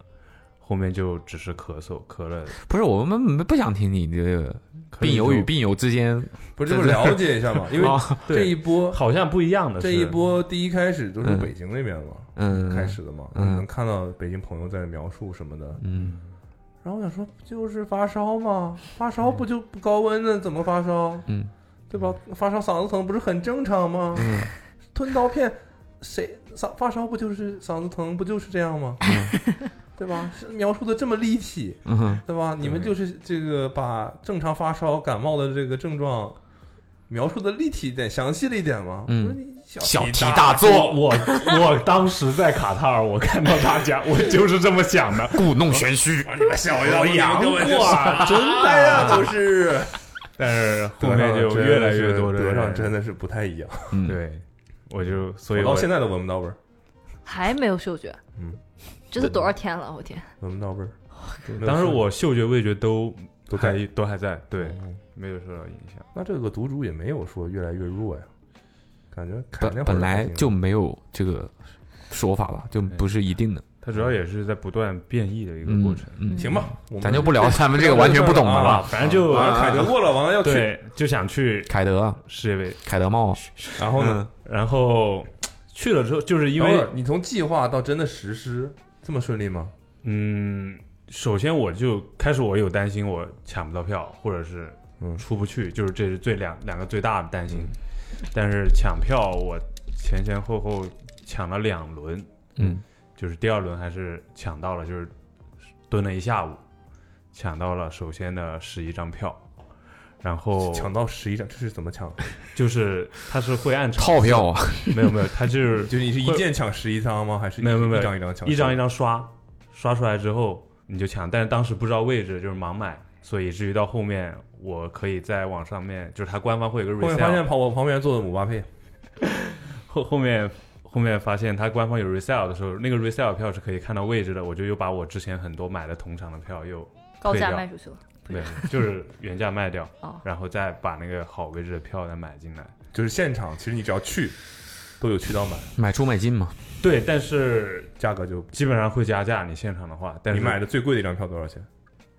Speaker 2: 后面就只是咳嗽，咳了
Speaker 4: 不是我们没不想听你这个病友与，病友之间
Speaker 3: 不是，这不是了解一下嘛？因为
Speaker 4: 啊，
Speaker 3: 这一
Speaker 2: 咳
Speaker 3: 波
Speaker 2: 了一周好像不一样呃的是，
Speaker 3: 这一波第一开始都是
Speaker 4: 嗯
Speaker 3: 北京那边嘛，
Speaker 4: 嗯，
Speaker 3: 开始的嘛，
Speaker 4: 嗯
Speaker 3: 能看到北京朋友在描述什么的。
Speaker 4: 嗯，
Speaker 3: 然后我想说，不就是发烧吗？发烧不就不高温呢？怎么发烧？
Speaker 4: 嗯，
Speaker 3: 对吧？发烧嗓子疼不是很正常吗？嗯， 吞刀片，谁嗓发烧不就是嗓子疼不就是这样吗？
Speaker 2: 嗯
Speaker 3: 对吧？是描述的这么立体，
Speaker 4: 嗯哼，
Speaker 3: 对吧？你们就是这个把正常发烧、感冒的这个症状描述的立体一点、详细了一点嘛。
Speaker 4: 嗯
Speaker 3: 我说你小
Speaker 4: 小
Speaker 3: 题
Speaker 4: 题大
Speaker 2: 我
Speaker 4: 做，
Speaker 2: 我我当时在卡塔尔，我看到大家，我就是这么想的。
Speaker 4: 故弄玄虚，
Speaker 3: 小呀， 我阳过，
Speaker 2: 啊真
Speaker 3: 哎呀，都是
Speaker 2: 但是 后面就越来越多的
Speaker 3: 得
Speaker 2: 人
Speaker 3: 上真的是不太一样。
Speaker 4: 嗯，
Speaker 2: 对，我就所以
Speaker 3: 我
Speaker 2: 我
Speaker 3: 到现在都闻不到味儿，
Speaker 5: 还没有嗅觉，
Speaker 3: 嗯，
Speaker 5: 这都多少天了？我天，
Speaker 3: 闻不到味儿。没有
Speaker 2: 当时
Speaker 3: 事儿
Speaker 2: 我嗅觉味觉都
Speaker 3: 都在
Speaker 2: 还都还在，对，
Speaker 3: 哦
Speaker 2: 没有受到影响。
Speaker 3: 那这个毒株也没有说越来越弱呀，感觉砍那
Speaker 4: 本
Speaker 3: 会儿
Speaker 4: 本来
Speaker 3: 还行
Speaker 4: 就没有这个说法吧，就不是一定的，
Speaker 2: 它主要也是在不断变异的一个
Speaker 4: 嗯
Speaker 2: 过程。
Speaker 4: 嗯，
Speaker 3: 行吧，我们
Speaker 4: 咱就不聊咱们这个完全不懂的
Speaker 3: 啊
Speaker 4: 了，
Speaker 2: 反正就
Speaker 3: 完了凯德过了，完了要去，
Speaker 2: 对，就想去
Speaker 4: 凯德
Speaker 2: 世界杯，
Speaker 4: 凯德啊帽，
Speaker 3: 然后
Speaker 4: 嗯
Speaker 3: 呢？
Speaker 2: 然后去了之后，就是因
Speaker 3: 等会
Speaker 2: 为
Speaker 3: 儿你从计划到真的实施这么顺利吗？
Speaker 2: 嗯，首先我就开始我有担心我抢不到票，或者是
Speaker 3: 嗯
Speaker 2: 出不去，就是这是最两两个最大的担
Speaker 4: 嗯
Speaker 2: 心。但是抢票我前前后后抢了两轮，
Speaker 4: 嗯，
Speaker 2: 就是第二轮还是抢到了，就是蹲了一下午，抢到了首先的十一张票。然后
Speaker 3: 抢到十一张，这是怎么抢？
Speaker 2: 就是他是会按场
Speaker 4: 套票啊，
Speaker 2: 次，没有没有，他就是
Speaker 3: 就是你是一键抢十一张吗？还是一
Speaker 2: 没有没有没有
Speaker 3: 一张一张抢？
Speaker 2: 一张一。张刷，刷出来之后你就抢，但是当时不知道位置，就是盲买，所以以至于到后面我可以在网上面，就是它官方会有个
Speaker 3: 后面发
Speaker 2: resell，
Speaker 3: 现跑我旁边坐的姆巴佩，
Speaker 2: 后后面后面发现它官方有 resell 的时候，那个 resell 票是可以看到位置的，我就又把我之前很多买的同场的票又
Speaker 5: 高价
Speaker 2: 退掉
Speaker 5: 卖出去了，不
Speaker 2: 没
Speaker 5: 是
Speaker 2: 有， 就是原价卖掉
Speaker 5: 哦，
Speaker 2: 然后再把那个好位置的票再买进来。
Speaker 3: 就是现场，其实你只要去，都有渠道买，
Speaker 4: 买出买进嘛，
Speaker 2: 对，但是
Speaker 3: 价格就
Speaker 2: 基本上会加价，你现场的话，但
Speaker 3: 你
Speaker 2: 是
Speaker 3: 买的最贵的一张票多少钱？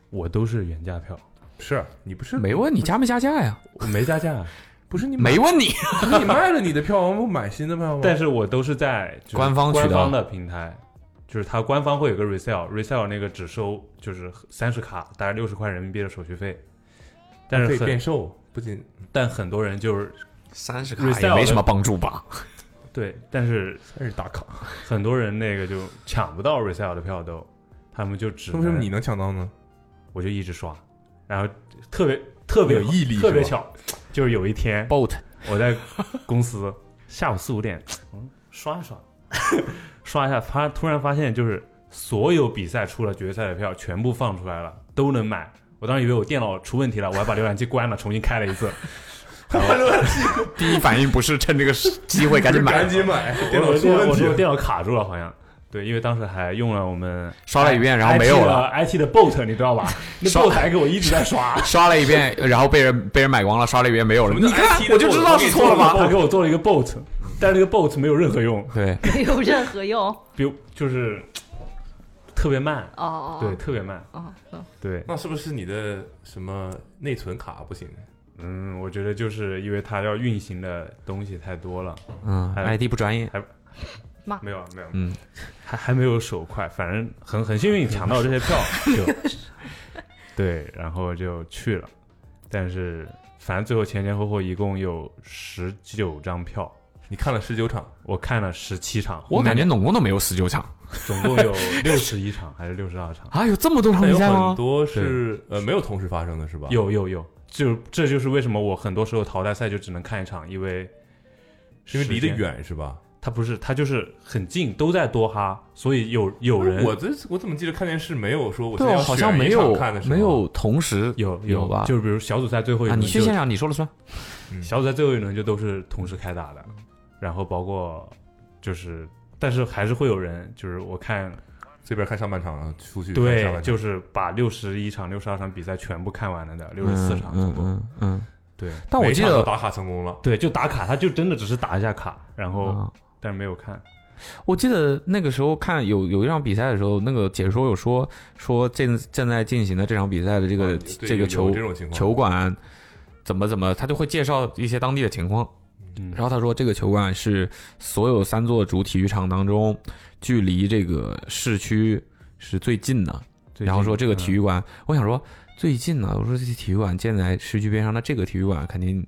Speaker 2: 我都是原价票，
Speaker 3: 是啊你不是
Speaker 4: 没问你加没加价呀，
Speaker 2: 我没加价，
Speaker 3: 啊不是你买
Speaker 4: 没问 你，
Speaker 3: 你卖了你的票，不买新的票吗？
Speaker 2: 但是我都是在就是
Speaker 4: 官方渠道
Speaker 2: 官方的平台，就是它官方会有个 resell，resell 那个只收就是三十卡，大概六十块人民币的手续费。但
Speaker 3: 可
Speaker 2: 是
Speaker 3: 以变
Speaker 2: 很
Speaker 3: 瘦，不仅
Speaker 2: 但很多人就是
Speaker 4: 三十
Speaker 2: 卡
Speaker 4: 也
Speaker 2: 也
Speaker 4: 哎没
Speaker 2: 没
Speaker 4: 什
Speaker 2: 什么
Speaker 4: 么帮助吧？
Speaker 2: 对，但是
Speaker 3: 但是打卡。
Speaker 2: 很多人那个就抢不到 resell 的票都，他们就只
Speaker 3: 为什么
Speaker 2: 能
Speaker 3: 你能抢到呢？
Speaker 2: 我就一直刷，然后特别特别
Speaker 3: 有毅力
Speaker 2: 特别
Speaker 3: 是
Speaker 2: 巧，就是有一天
Speaker 4: boat
Speaker 2: 我在公司下午四五点，嗯刷刷，刷一下，他突然发现就是所有比赛出了决赛的票全部放出来了，都能买。我当时以为我电脑出问题了，我还把浏览器关了，重新开了一次。
Speaker 4: 第一反应不是趁这个机会 赶紧买，
Speaker 3: 赶紧买，电脑
Speaker 2: 我
Speaker 3: 出
Speaker 2: 说
Speaker 3: 问
Speaker 2: 我
Speaker 3: 题
Speaker 2: 说
Speaker 3: 了
Speaker 2: 我。电脑卡住了，好像。对，因为当时还用了我们
Speaker 4: 刷了一遍，然后没有
Speaker 2: IT
Speaker 4: 了，
Speaker 2: 的 IT 的 bot，你知道吧？那
Speaker 4: 刷
Speaker 2: bot 还给我一直在刷。
Speaker 4: 刷了一遍，然后被人被人买光了，刷了一遍没有了。
Speaker 3: 叫
Speaker 4: 你看
Speaker 3: IT，的
Speaker 4: 我就知道是错了吧？
Speaker 2: 他给我做了一个 bot，但是这个 bot 没有任何用，
Speaker 4: 对，
Speaker 5: 没有任何用。
Speaker 2: 比如就是特别慢，
Speaker 5: 哦哦，
Speaker 2: 对，，特别慢，
Speaker 5: 哦，懂
Speaker 2: 对，
Speaker 3: 那是不是你的什么内存卡不行？
Speaker 2: 嗯，我觉得就是因为它要运行的东西太多了，
Speaker 4: 嗯
Speaker 2: 还有
Speaker 4: ，ID 不专业，
Speaker 2: 没有没有，
Speaker 4: 嗯，
Speaker 2: 还还没有手快，反正很很幸运抢到这些票， 就对，然后就去了，但是反正最后前前后后一共有十九张票，
Speaker 3: 你看了十九场，
Speaker 2: 我看了十七场，
Speaker 4: 我感觉总共都没有十九场
Speaker 2: 总共有六十一场还是六十二场。
Speaker 4: 啊，有这么多场
Speaker 3: 但
Speaker 4: 比
Speaker 3: 有
Speaker 4: 赛
Speaker 3: 很
Speaker 4: 吗？
Speaker 3: 多是呃没有同时发生的是吧？
Speaker 2: 有有有，就这就是为什么我很多时候淘汰赛就只能看一场，因为
Speaker 3: 是因为离得
Speaker 2: 时间，
Speaker 3: 远是吧？
Speaker 2: 它不是它就是很近，都在多哈，所以有有人
Speaker 3: 我这我怎么记得看电视没有说我今
Speaker 4: 对，啊
Speaker 3: 天要
Speaker 4: 好像
Speaker 3: 选
Speaker 4: 没
Speaker 3: 一场
Speaker 4: 有
Speaker 3: 看的是吧
Speaker 4: 没有同时
Speaker 2: 有
Speaker 4: 有吧？
Speaker 2: 就是比如小组赛最后一
Speaker 4: 啊，
Speaker 2: 轮
Speaker 4: 你
Speaker 2: 就，
Speaker 4: 去现场你说了算。
Speaker 2: 小组赛最后一轮就都是同时开打的，然后包括就是，但是还是会有人，就是我看
Speaker 3: 这边看上半场，然后出去看上
Speaker 2: 对，
Speaker 3: 半场
Speaker 2: 就是把六十一场、六十二场比赛全部看完了的，六十四
Speaker 4: 嗯
Speaker 2: 场总
Speaker 4: 嗯
Speaker 2: 共，
Speaker 4: 嗯嗯。
Speaker 2: 对
Speaker 4: 但我
Speaker 3: 每
Speaker 4: 记
Speaker 3: 场都
Speaker 4: 得
Speaker 3: 打卡成功了，
Speaker 2: 对，就打卡，他就真的只是打一下卡，然后、
Speaker 4: 啊
Speaker 2: 但是没有看，
Speaker 4: 我记得那个时候看有有一场比赛的时候，那个解说有说说正正在进行的这场比赛的这个、
Speaker 3: 啊对
Speaker 4: 这
Speaker 3: 有
Speaker 4: 个球
Speaker 3: 有这种情况
Speaker 4: 球馆怎么怎么，他就会介绍一些当地的情况。
Speaker 2: 嗯
Speaker 4: 然后他说，这个球馆是所有三座主体育场当中距离这个市区是最近的。
Speaker 2: 最
Speaker 4: 然后
Speaker 2: 近
Speaker 4: 说这个
Speaker 2: 嗯
Speaker 4: 体育馆，我想说最近呢，我说这体育馆建在市区边上，那这个体育馆肯定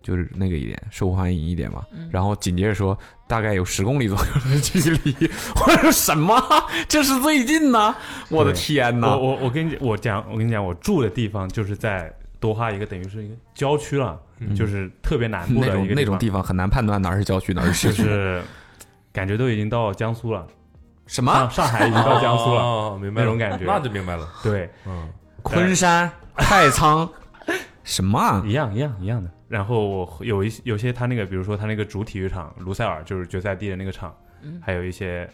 Speaker 4: 就是那个一点受欢迎一点嘛。然后紧接着说大概有十公里左右的距离， 我说什么？这是最近呢？我的
Speaker 2: 对
Speaker 4: 天
Speaker 2: 我
Speaker 4: 呐！
Speaker 2: 我我跟你我讲，我跟你讲，我住的地方就是在多哈一个等于是一个郊区了，就是特别南部
Speaker 4: 嗯那
Speaker 2: 的
Speaker 4: 种
Speaker 2: 一个
Speaker 4: 那种
Speaker 2: 地
Speaker 4: 地方很难判断哪儿是郊区哪儿是市
Speaker 2: 方，就
Speaker 4: 区。
Speaker 2: 是感觉都已经到江苏了，
Speaker 4: 什
Speaker 2: 上
Speaker 4: 么
Speaker 2: 上海已经到江苏了，
Speaker 3: 哦，明白了
Speaker 2: 那种感觉
Speaker 3: 那就明白了。
Speaker 2: 对，
Speaker 3: 嗯，
Speaker 4: 昆山、太仓，什么啊？
Speaker 2: 一样一样一样的。然后我有一有些他那个，比如说他那个主体育场卢塞尔就是决赛地的那个场，
Speaker 5: 嗯
Speaker 2: 还有一些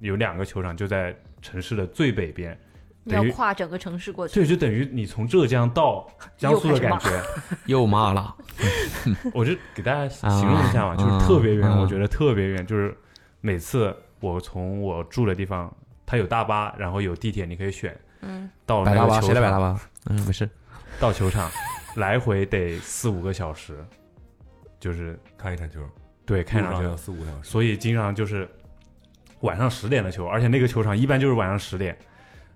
Speaker 2: 有两个球场就在城市的最北边，
Speaker 5: 你要
Speaker 2: 等于
Speaker 5: 跨整个城市过去。
Speaker 2: 这就等于你从浙 江到江苏的感
Speaker 5: 又开
Speaker 2: 觉。
Speaker 4: 又骂了，
Speaker 2: 我就给大家形容一下嘛，
Speaker 4: 啊
Speaker 2: 就是特别远，
Speaker 4: 啊
Speaker 2: 我觉得特别远，就是每次我从我住的地方，它有大巴，然后有地铁，你可以选。
Speaker 5: 嗯，
Speaker 2: 到
Speaker 4: 摆
Speaker 2: 那
Speaker 4: 大
Speaker 2: 个
Speaker 4: 巴
Speaker 2: 球
Speaker 4: 谁来摆大
Speaker 2: 场，
Speaker 4: 巴？嗯，没事。
Speaker 2: 到球场来回得四五个小时，就是
Speaker 3: 看一场球，
Speaker 2: 对，看
Speaker 3: 路
Speaker 2: 上
Speaker 3: 要
Speaker 2: 去，
Speaker 3: 四五个小时，
Speaker 2: 所以经常就是晚上十点的球，而且那个球场一般就是晚上十点，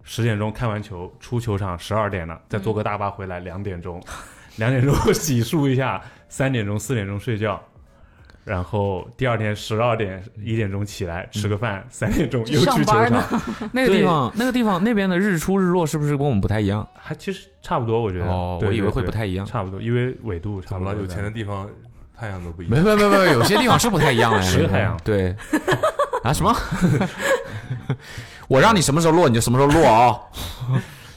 Speaker 2: 十点钟看完球出球场，十二点了，再坐个大巴回来，两 点钟，两点钟洗漱一下，三点钟四点钟睡觉，然后第二天十二点一点钟起来吃个饭，三点钟又去
Speaker 5: 上
Speaker 2: 球
Speaker 5: 班呢
Speaker 2: 场，
Speaker 4: 那个
Speaker 2: 对
Speaker 4: 地方，那个地方那边的日出日落是不是跟我们不太一样？
Speaker 2: 还其实差不多，我觉得，
Speaker 4: 哦，
Speaker 2: 对
Speaker 4: 我以为会不。
Speaker 2: 对对
Speaker 4: 太一样。
Speaker 2: 差不多，因为纬度差
Speaker 3: 怎
Speaker 2: 不
Speaker 3: 么
Speaker 2: 多。
Speaker 3: 了？有钱的地方太阳都不一
Speaker 4: 没
Speaker 3: 样。
Speaker 4: 没没没，有些地 方是不太一样的，
Speaker 2: 是太阳
Speaker 4: 对啊什么？我让你什么时候落你就什么时候落啊、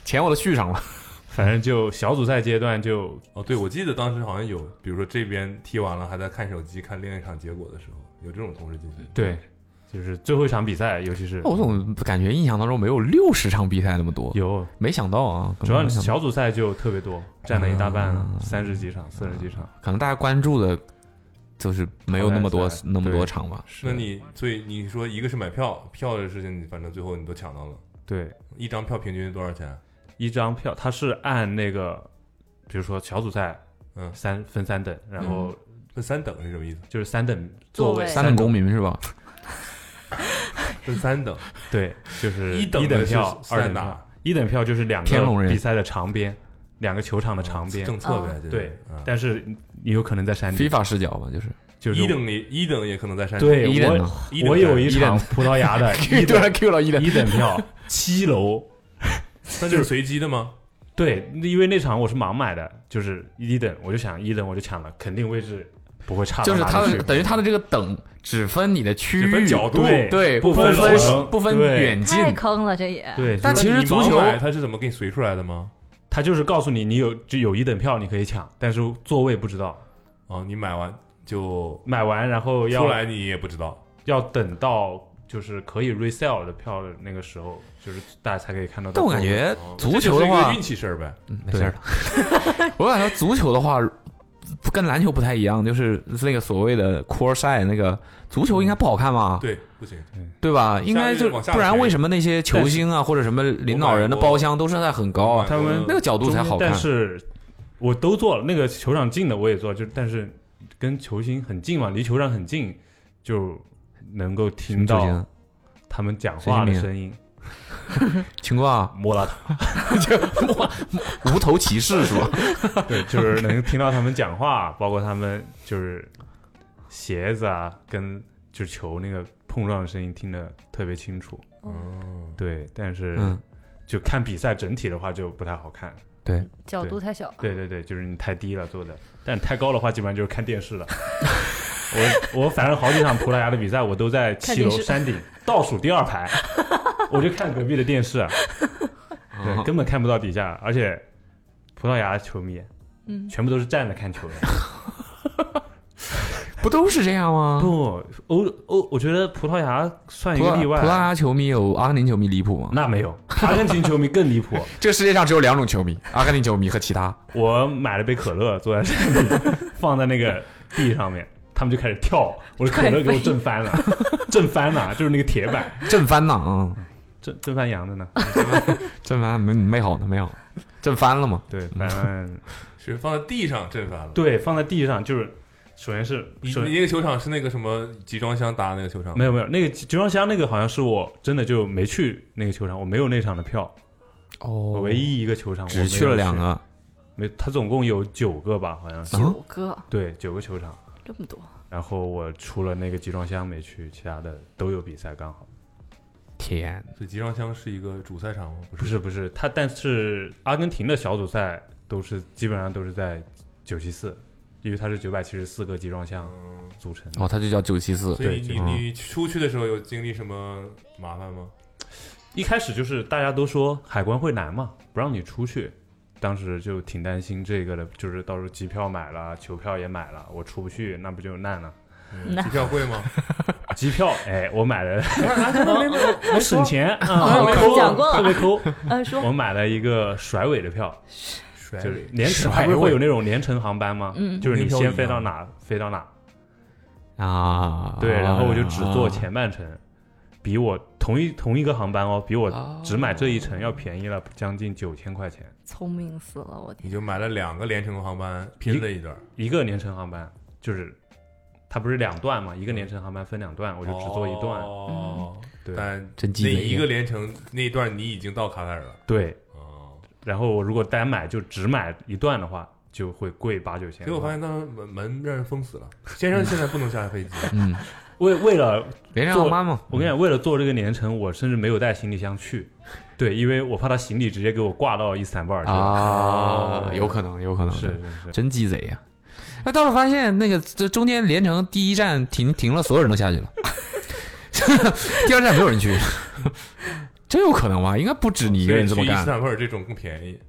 Speaker 4: 钱我都续上了。
Speaker 2: 反正就小组赛阶段就
Speaker 3: 哦，对，我记得当时好像有，比如说这边踢完了，还在看手机看另一场结果的时候，有这种同时进行。
Speaker 2: 对，就是最后一场比赛，尤其是
Speaker 4: 哦我总感觉印象当中没有六十场比赛那么多，
Speaker 2: 有
Speaker 4: 没想到啊，
Speaker 2: 主要
Speaker 4: 没
Speaker 2: 你
Speaker 4: 想到
Speaker 2: 小组赛就特别多，占了一大半了，三十几场、四十几场。
Speaker 4: 可能大家关注的，就是没有那么多
Speaker 2: 淘汰赛
Speaker 4: 那么多
Speaker 2: 对
Speaker 4: 场吧。
Speaker 3: 那你所以你说一个是买票，票的事情，反正最后你都抢到了，
Speaker 2: 对
Speaker 3: 一张票平均多少钱？啊
Speaker 2: 一张票，它是按那个，比如说小组赛，
Speaker 3: 嗯
Speaker 2: 三分三等，然后
Speaker 3: 分三等是什 么意思？
Speaker 2: 就是三等
Speaker 5: 座
Speaker 2: 座位，
Speaker 5: 位
Speaker 4: 三等公民是吧？
Speaker 3: 分三等，
Speaker 2: 对，就是
Speaker 3: 一等
Speaker 2: 一
Speaker 3: 的
Speaker 2: 等
Speaker 3: 是
Speaker 2: 票、
Speaker 3: 是
Speaker 2: 二
Speaker 3: 在
Speaker 2: 等
Speaker 3: 哪
Speaker 2: 票，一等票就是两
Speaker 4: 天龙
Speaker 2: 个
Speaker 4: 人
Speaker 2: 比赛的长边，两个球场的长边。
Speaker 3: 政策呗，嗯
Speaker 2: 对，
Speaker 3: 但
Speaker 2: 但是你有可能在山
Speaker 4: 非
Speaker 2: 顶，
Speaker 4: 法视角吧，就是
Speaker 2: 就是
Speaker 3: 一等也一等也可能在山顶。
Speaker 2: 对
Speaker 4: 一等呢
Speaker 2: 我
Speaker 3: 一等
Speaker 2: 我有一
Speaker 4: 一等
Speaker 2: 场葡萄牙的一
Speaker 4: 突然
Speaker 2: 等
Speaker 4: Q 了一等，
Speaker 2: 一等票，七楼
Speaker 3: 那就是随机的吗？
Speaker 2: 对，因为那场我是盲买的，就是一等，我就想一等我就抢了，肯定位置不会差到
Speaker 4: 就是
Speaker 2: 哪里
Speaker 4: 它的
Speaker 2: 去
Speaker 4: 等于它的这个等只分你的区域
Speaker 3: 只分角度
Speaker 4: 对对，
Speaker 2: 不
Speaker 4: 分
Speaker 2: 分
Speaker 4: 不
Speaker 2: 楼
Speaker 4: 不分
Speaker 2: 对
Speaker 4: 远近，
Speaker 5: 太坑了，这也
Speaker 2: 对，
Speaker 4: 但
Speaker 2: 就是
Speaker 4: 其实
Speaker 3: 你
Speaker 4: 足
Speaker 3: 盲
Speaker 4: 球
Speaker 3: 买它是怎么给你随出来的吗？
Speaker 2: 他就是告诉你，你有就有一等票，你可以抢，但是座位不知道。
Speaker 3: 啊，你买完就
Speaker 2: 买完然后
Speaker 3: 出
Speaker 2: 要
Speaker 3: 来你也不知道。
Speaker 2: 要等到就是可以 resell 的票的那个时候，就是大家才可以看到它座
Speaker 4: 但我
Speaker 2: 位。
Speaker 4: 感觉
Speaker 3: 哦
Speaker 4: 足
Speaker 3: 这就
Speaker 4: 球的
Speaker 3: 是一
Speaker 4: 话
Speaker 3: 个运，气事儿呗。
Speaker 4: 嗯没事儿的。我感觉足球的话，不跟篮球不太一样，就是那个所谓的 core side 那个足球应该不好看吧？
Speaker 3: 对，不行，
Speaker 4: 对吧？应该就
Speaker 3: 往下
Speaker 4: 不然
Speaker 3: 往下
Speaker 4: 为什么那些球星啊或者什么领导人的包厢都是在很高啊？
Speaker 2: 哦他们
Speaker 4: 那个角度才好看
Speaker 2: 但。是我都做了，那个球场近的我也做，就但是跟球星很近嘛，离球场很近，就能够听
Speaker 4: 球
Speaker 2: 到
Speaker 4: 星
Speaker 2: 他们讲话的
Speaker 4: 神经病
Speaker 2: 声音。
Speaker 4: 情况
Speaker 2: 摸拉他，
Speaker 4: 无头骑士是吧？
Speaker 2: 对，就是能听到他们讲话，包括他们就是鞋子啊跟就是球那个碰撞的声音听得特别清楚。
Speaker 5: 哦
Speaker 3: 嗯，
Speaker 2: 对，但是
Speaker 4: 嗯，
Speaker 2: 就看比赛整体的话就不太好看。
Speaker 5: 嗯角度太小，
Speaker 2: 对对对，就是你太低了做的，但太高的话基本上就是看电视 了。我我反正好几场葡萄牙的比赛，我都在
Speaker 5: 看
Speaker 2: 七
Speaker 5: 电
Speaker 2: 楼
Speaker 5: 视
Speaker 2: 山顶倒数第二排，我就看隔壁的电视，啊对，根本看不到底下，而且葡萄牙球迷
Speaker 5: 嗯，
Speaker 2: 全部都是站着看球的。
Speaker 4: 不都是这样吗？
Speaker 2: 不，欧欧，我觉得葡萄牙算一
Speaker 4: 葡
Speaker 2: 个
Speaker 4: 萄
Speaker 2: 例
Speaker 4: 葡萄
Speaker 2: 外。
Speaker 4: 牙球迷有 阿根廷球迷离谱吗？
Speaker 2: 那没有，阿根廷球迷更离 谱。
Speaker 4: 这个世界上只有两种球迷，阿根廷球迷和其他。
Speaker 2: 我买了杯可乐，坐在这 里，放在那个地上面，他们就开始跳，我的可乐给我震翻了，震翻了，就是那个铁板，
Speaker 4: 正翻呐，嗯，
Speaker 2: 震震翻羊的呢。
Speaker 4: 正翻没没好呢，没好，正翻了嘛。
Speaker 2: 对，反正
Speaker 3: 是放在地上震翻了。
Speaker 2: 对，放在地上就是，首先是
Speaker 3: 你
Speaker 2: 首
Speaker 3: 你那个球场是那个什么集装箱搭的那个球场吗？
Speaker 2: 没有没有，那个集装箱那个好像是我真的就没去那个球场，我没有那场的票，
Speaker 4: 哦
Speaker 2: 我唯一一个球场我没
Speaker 4: 只
Speaker 2: 有
Speaker 4: 去了两个，
Speaker 2: 没，他总共有九个吧，好像是
Speaker 4: 嗯
Speaker 5: 九个
Speaker 2: 对九个球场，
Speaker 5: 这么多，
Speaker 2: 然后我除了那个集装箱没去，其他的都有比赛，刚好。
Speaker 4: 天，
Speaker 3: 所以集装箱是一个主赛场吗？不
Speaker 2: 不是不是，他但是阿根廷的小组赛都是基本上都是在九七四，因为它是九百七十四个集装箱组成的。
Speaker 4: 哦，他就叫九七四，
Speaker 3: 所
Speaker 2: 对
Speaker 3: 以你
Speaker 4: 嗯
Speaker 3: 你出去的时候有经历什么麻烦吗？
Speaker 2: 一开始就是大家都说海关会难嘛，不让你出去，当时就挺担心这个的，就是到时候机票买了，球票也买了，我出不去，那不就难了？
Speaker 5: 那
Speaker 3: 嗯机票贵吗？
Speaker 2: 机票哎，我买了，
Speaker 3: 没没
Speaker 2: 我省钱啊，
Speaker 5: 啊我
Speaker 2: 抠
Speaker 5: 讲过了
Speaker 2: 特别抠，
Speaker 5: 呃，说
Speaker 2: 我买了一个甩尾的票，
Speaker 3: 甩
Speaker 2: 就是
Speaker 3: 尾
Speaker 2: 连程
Speaker 4: 甩
Speaker 2: 还会
Speaker 4: 尾
Speaker 2: 有那种连程航班吗？
Speaker 5: 嗯
Speaker 2: 就是你
Speaker 3: 跟
Speaker 2: 先
Speaker 3: 飘一
Speaker 2: 飞到
Speaker 3: 样
Speaker 2: 哪飞到哪，
Speaker 4: 啊，
Speaker 2: 对，然后我就只坐前半程，比我同一同一个航班哦，比我
Speaker 3: 啊
Speaker 2: 只买这一程要便宜了将近九千块钱，
Speaker 5: 聪明死了，我天，
Speaker 3: 你就买了两个连程航班，拼了一段，
Speaker 2: 一个年程航班就是。它不是两段嘛？一个年程航班分两段，我
Speaker 3: 我
Speaker 2: 就只坐一段。
Speaker 3: 嗯哦，
Speaker 2: 对
Speaker 3: 但
Speaker 4: 真鸡
Speaker 3: 那
Speaker 4: 贼
Speaker 3: 一个连程那一段你已经到卡塔尔了。
Speaker 2: 对，
Speaker 3: 哦，
Speaker 2: 然后我如果单买就只买一段的话，就会贵八九千
Speaker 3: 结。果发现当时门门让人封死了，先生现在不能下飞机。
Speaker 4: 嗯，
Speaker 2: 为为了
Speaker 4: 连上
Speaker 2: 坐
Speaker 4: 航班嘛，
Speaker 2: 我跟你讲，为了做这个年程，我甚至没有带行李箱去，对，因为我怕他行李直接给我挂到伊斯坦布尔去。
Speaker 4: 啊，有可能，有可能
Speaker 2: 是是是，
Speaker 4: 真鸡贼呀、那到时候发现那个这中间连城第一站停停了，所有人都下去了， 第二站没有人去，真有可能吧？应该不止你一个人这
Speaker 3: 所
Speaker 4: 么
Speaker 3: 以去伊
Speaker 4: 干
Speaker 3: 斯。坦布尔这种更便宜，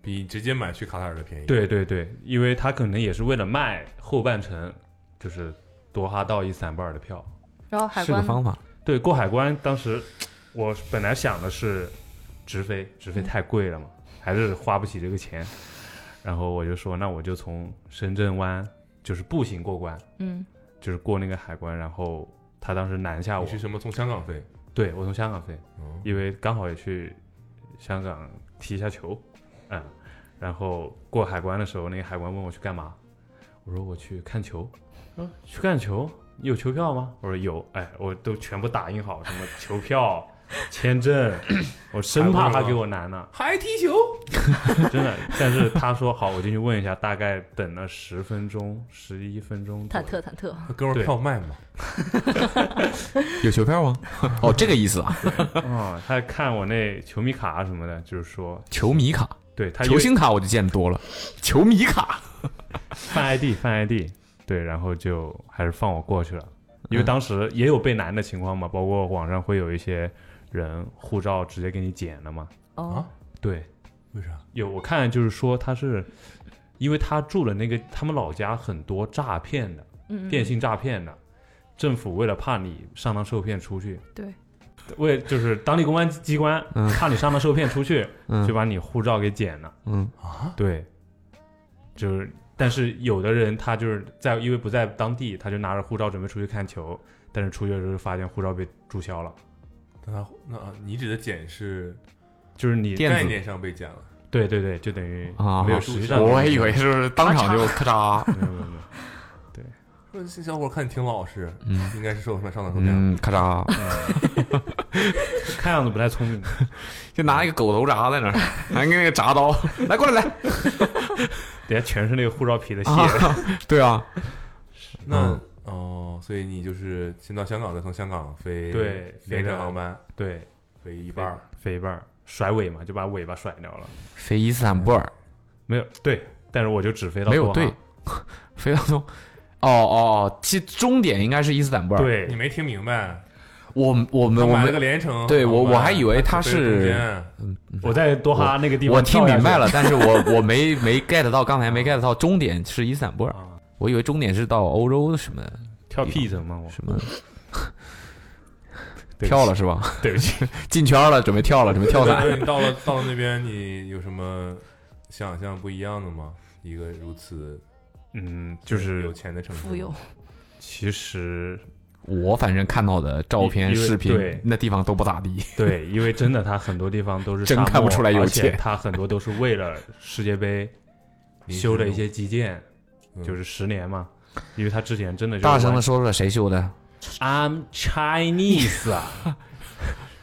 Speaker 3: 比直接买去卡塔尔的便宜。，
Speaker 2: 对对对，因为他可能也是为了卖后半程，就是多哈到伊斯坦布尔的票。
Speaker 5: 然后海
Speaker 4: 是个
Speaker 5: 关
Speaker 4: 方法，
Speaker 2: 对，过海关当时我本来想的是直飞，直飞太贵了嘛，还是花不起这个钱。然后我就说，那我就从深圳湾就是步行过关，
Speaker 5: 嗯，
Speaker 2: 就是过那个海关。然后他当时南下我
Speaker 3: 你，是什么从香港飞？
Speaker 2: 对我从香港飞，
Speaker 3: 嗯
Speaker 2: 因为刚好也去香港踢一下球，嗯，然后过海关的时候，那个海关问我去干嘛，我说我去看球，他说去看球，你有球票吗？我说有，哎，我都全部打印好，什么球票、签证，我生怕他给我难呢，
Speaker 3: 还踢球？
Speaker 2: 真的。但是他说好，我进去问一下，大概等了十分钟、十一分钟左
Speaker 5: 忐忑
Speaker 2: 右，
Speaker 5: 忐忑，
Speaker 3: 那哥们儿
Speaker 2: 对
Speaker 3: 票卖吗？
Speaker 4: 有球票吗？ 哦，这个意思啊，
Speaker 2: 嗯，他看我那球迷卡什么的，就是说，
Speaker 4: 球迷卡、
Speaker 2: 对他
Speaker 4: 球
Speaker 2: 哎有
Speaker 4: 星卡我就见得多了，球迷卡
Speaker 2: 办 ID 办 ID，对，然后就还是放我过去了，因
Speaker 3: 嗯
Speaker 2: 为当时也有被拦的情况嘛，包括网上会有一些人护照直接给你剪了嘛，
Speaker 5: 哦，
Speaker 2: 对，
Speaker 3: 啊为啥？
Speaker 2: 有我看就是说他是，因为他住了那个他们老家很多诈骗的
Speaker 5: 嗯，
Speaker 2: 电
Speaker 5: 嗯
Speaker 2: 信诈骗的，政府为了怕你上当受骗出去，
Speaker 5: 对，
Speaker 2: 为就是当地公安机关
Speaker 4: 嗯
Speaker 2: 怕你上当受骗出去，
Speaker 4: 嗯
Speaker 2: 就把你护照给剪了。
Speaker 4: 嗯
Speaker 2: 对，就是，但是有的人他就是在因为不在当地，他就拿着护照准备出去看球，但是出去的时候发现护照被注销了，
Speaker 3: 但他那啊你指的剪是
Speaker 2: 就是你
Speaker 4: 电子
Speaker 3: 概念上被剪了，
Speaker 2: 对对对，就等于
Speaker 4: 啊
Speaker 2: 没有实际上
Speaker 4: 我还以为是当场就咔嚓，
Speaker 2: 没有没有没有，
Speaker 3: 说这小伙看你挺老实，
Speaker 4: 嗯
Speaker 3: 应该是受什么上当受骗了。
Speaker 4: 嗯，咔嚓，
Speaker 2: 看样子不太聪明。
Speaker 4: 就拿一个狗头铡在那儿，拿那个铡刀，来过来来，
Speaker 2: 底下全是那个护照 皮的屑。
Speaker 4: 啊对啊，
Speaker 3: 那哦，所以你就是先到香港，再从香港飞
Speaker 2: 对飞
Speaker 3: 廉价
Speaker 2: 的
Speaker 3: 航班
Speaker 2: 对，
Speaker 3: 飞一
Speaker 2: 一
Speaker 3: 半儿，
Speaker 2: 飞一半儿，甩尾嘛，就把尾巴甩掉了。
Speaker 4: 飞伊斯坦布尔
Speaker 2: 没有对，但是我就只飞到
Speaker 4: 没有
Speaker 2: 多哈
Speaker 4: 对，飞到东，哦哦，哦其终点应该是伊斯坦布尔，，
Speaker 2: 对
Speaker 3: 你没听明白？
Speaker 4: 我们我
Speaker 3: 他
Speaker 4: 们我
Speaker 3: 买了
Speaker 4: 们
Speaker 3: 个联程，
Speaker 4: 对我
Speaker 3: 航班
Speaker 4: 我还以为他
Speaker 3: 他飞了中
Speaker 4: 是
Speaker 3: 间
Speaker 2: 我在多哈那个地方
Speaker 4: 我听
Speaker 2: 跳下
Speaker 4: 明白
Speaker 2: 去
Speaker 4: 了，但是我我没没 get 到，刚才没 get 到终点是伊斯坦布尔
Speaker 2: 啊，
Speaker 4: 我以为终点是到欧洲什么
Speaker 2: 跳屁层嘛，我
Speaker 4: 什么
Speaker 2: 嗯对不起
Speaker 4: 跳了是吧？
Speaker 2: 对不起，
Speaker 4: 进圈了，准备跳了，准备跳伞。
Speaker 3: 对你到 了到了那边，你有什么想象不一样的吗？一个如此
Speaker 2: 嗯，就
Speaker 3: 有
Speaker 2: 是
Speaker 3: 钱的城市，
Speaker 5: 富有，
Speaker 2: 其实
Speaker 4: 我反正看到的照片、
Speaker 2: 因为
Speaker 4: 视频
Speaker 2: 对，
Speaker 4: 那地方都不咋地。
Speaker 2: 对，因为真的，它很多地方都是
Speaker 4: 真
Speaker 2: 沙
Speaker 4: 看不
Speaker 2: 漠
Speaker 4: 出来有
Speaker 2: 而且
Speaker 4: 钱
Speaker 2: 它很多都是为了世界 杯
Speaker 3: 你
Speaker 2: 修的一
Speaker 3: 是
Speaker 2: 些基建，
Speaker 3: 嗯
Speaker 2: 就是十年嘛，因为它之前真的就是
Speaker 4: 大声的
Speaker 2: 完
Speaker 4: 说出来，谁修的？
Speaker 2: I'm Chinese 啊。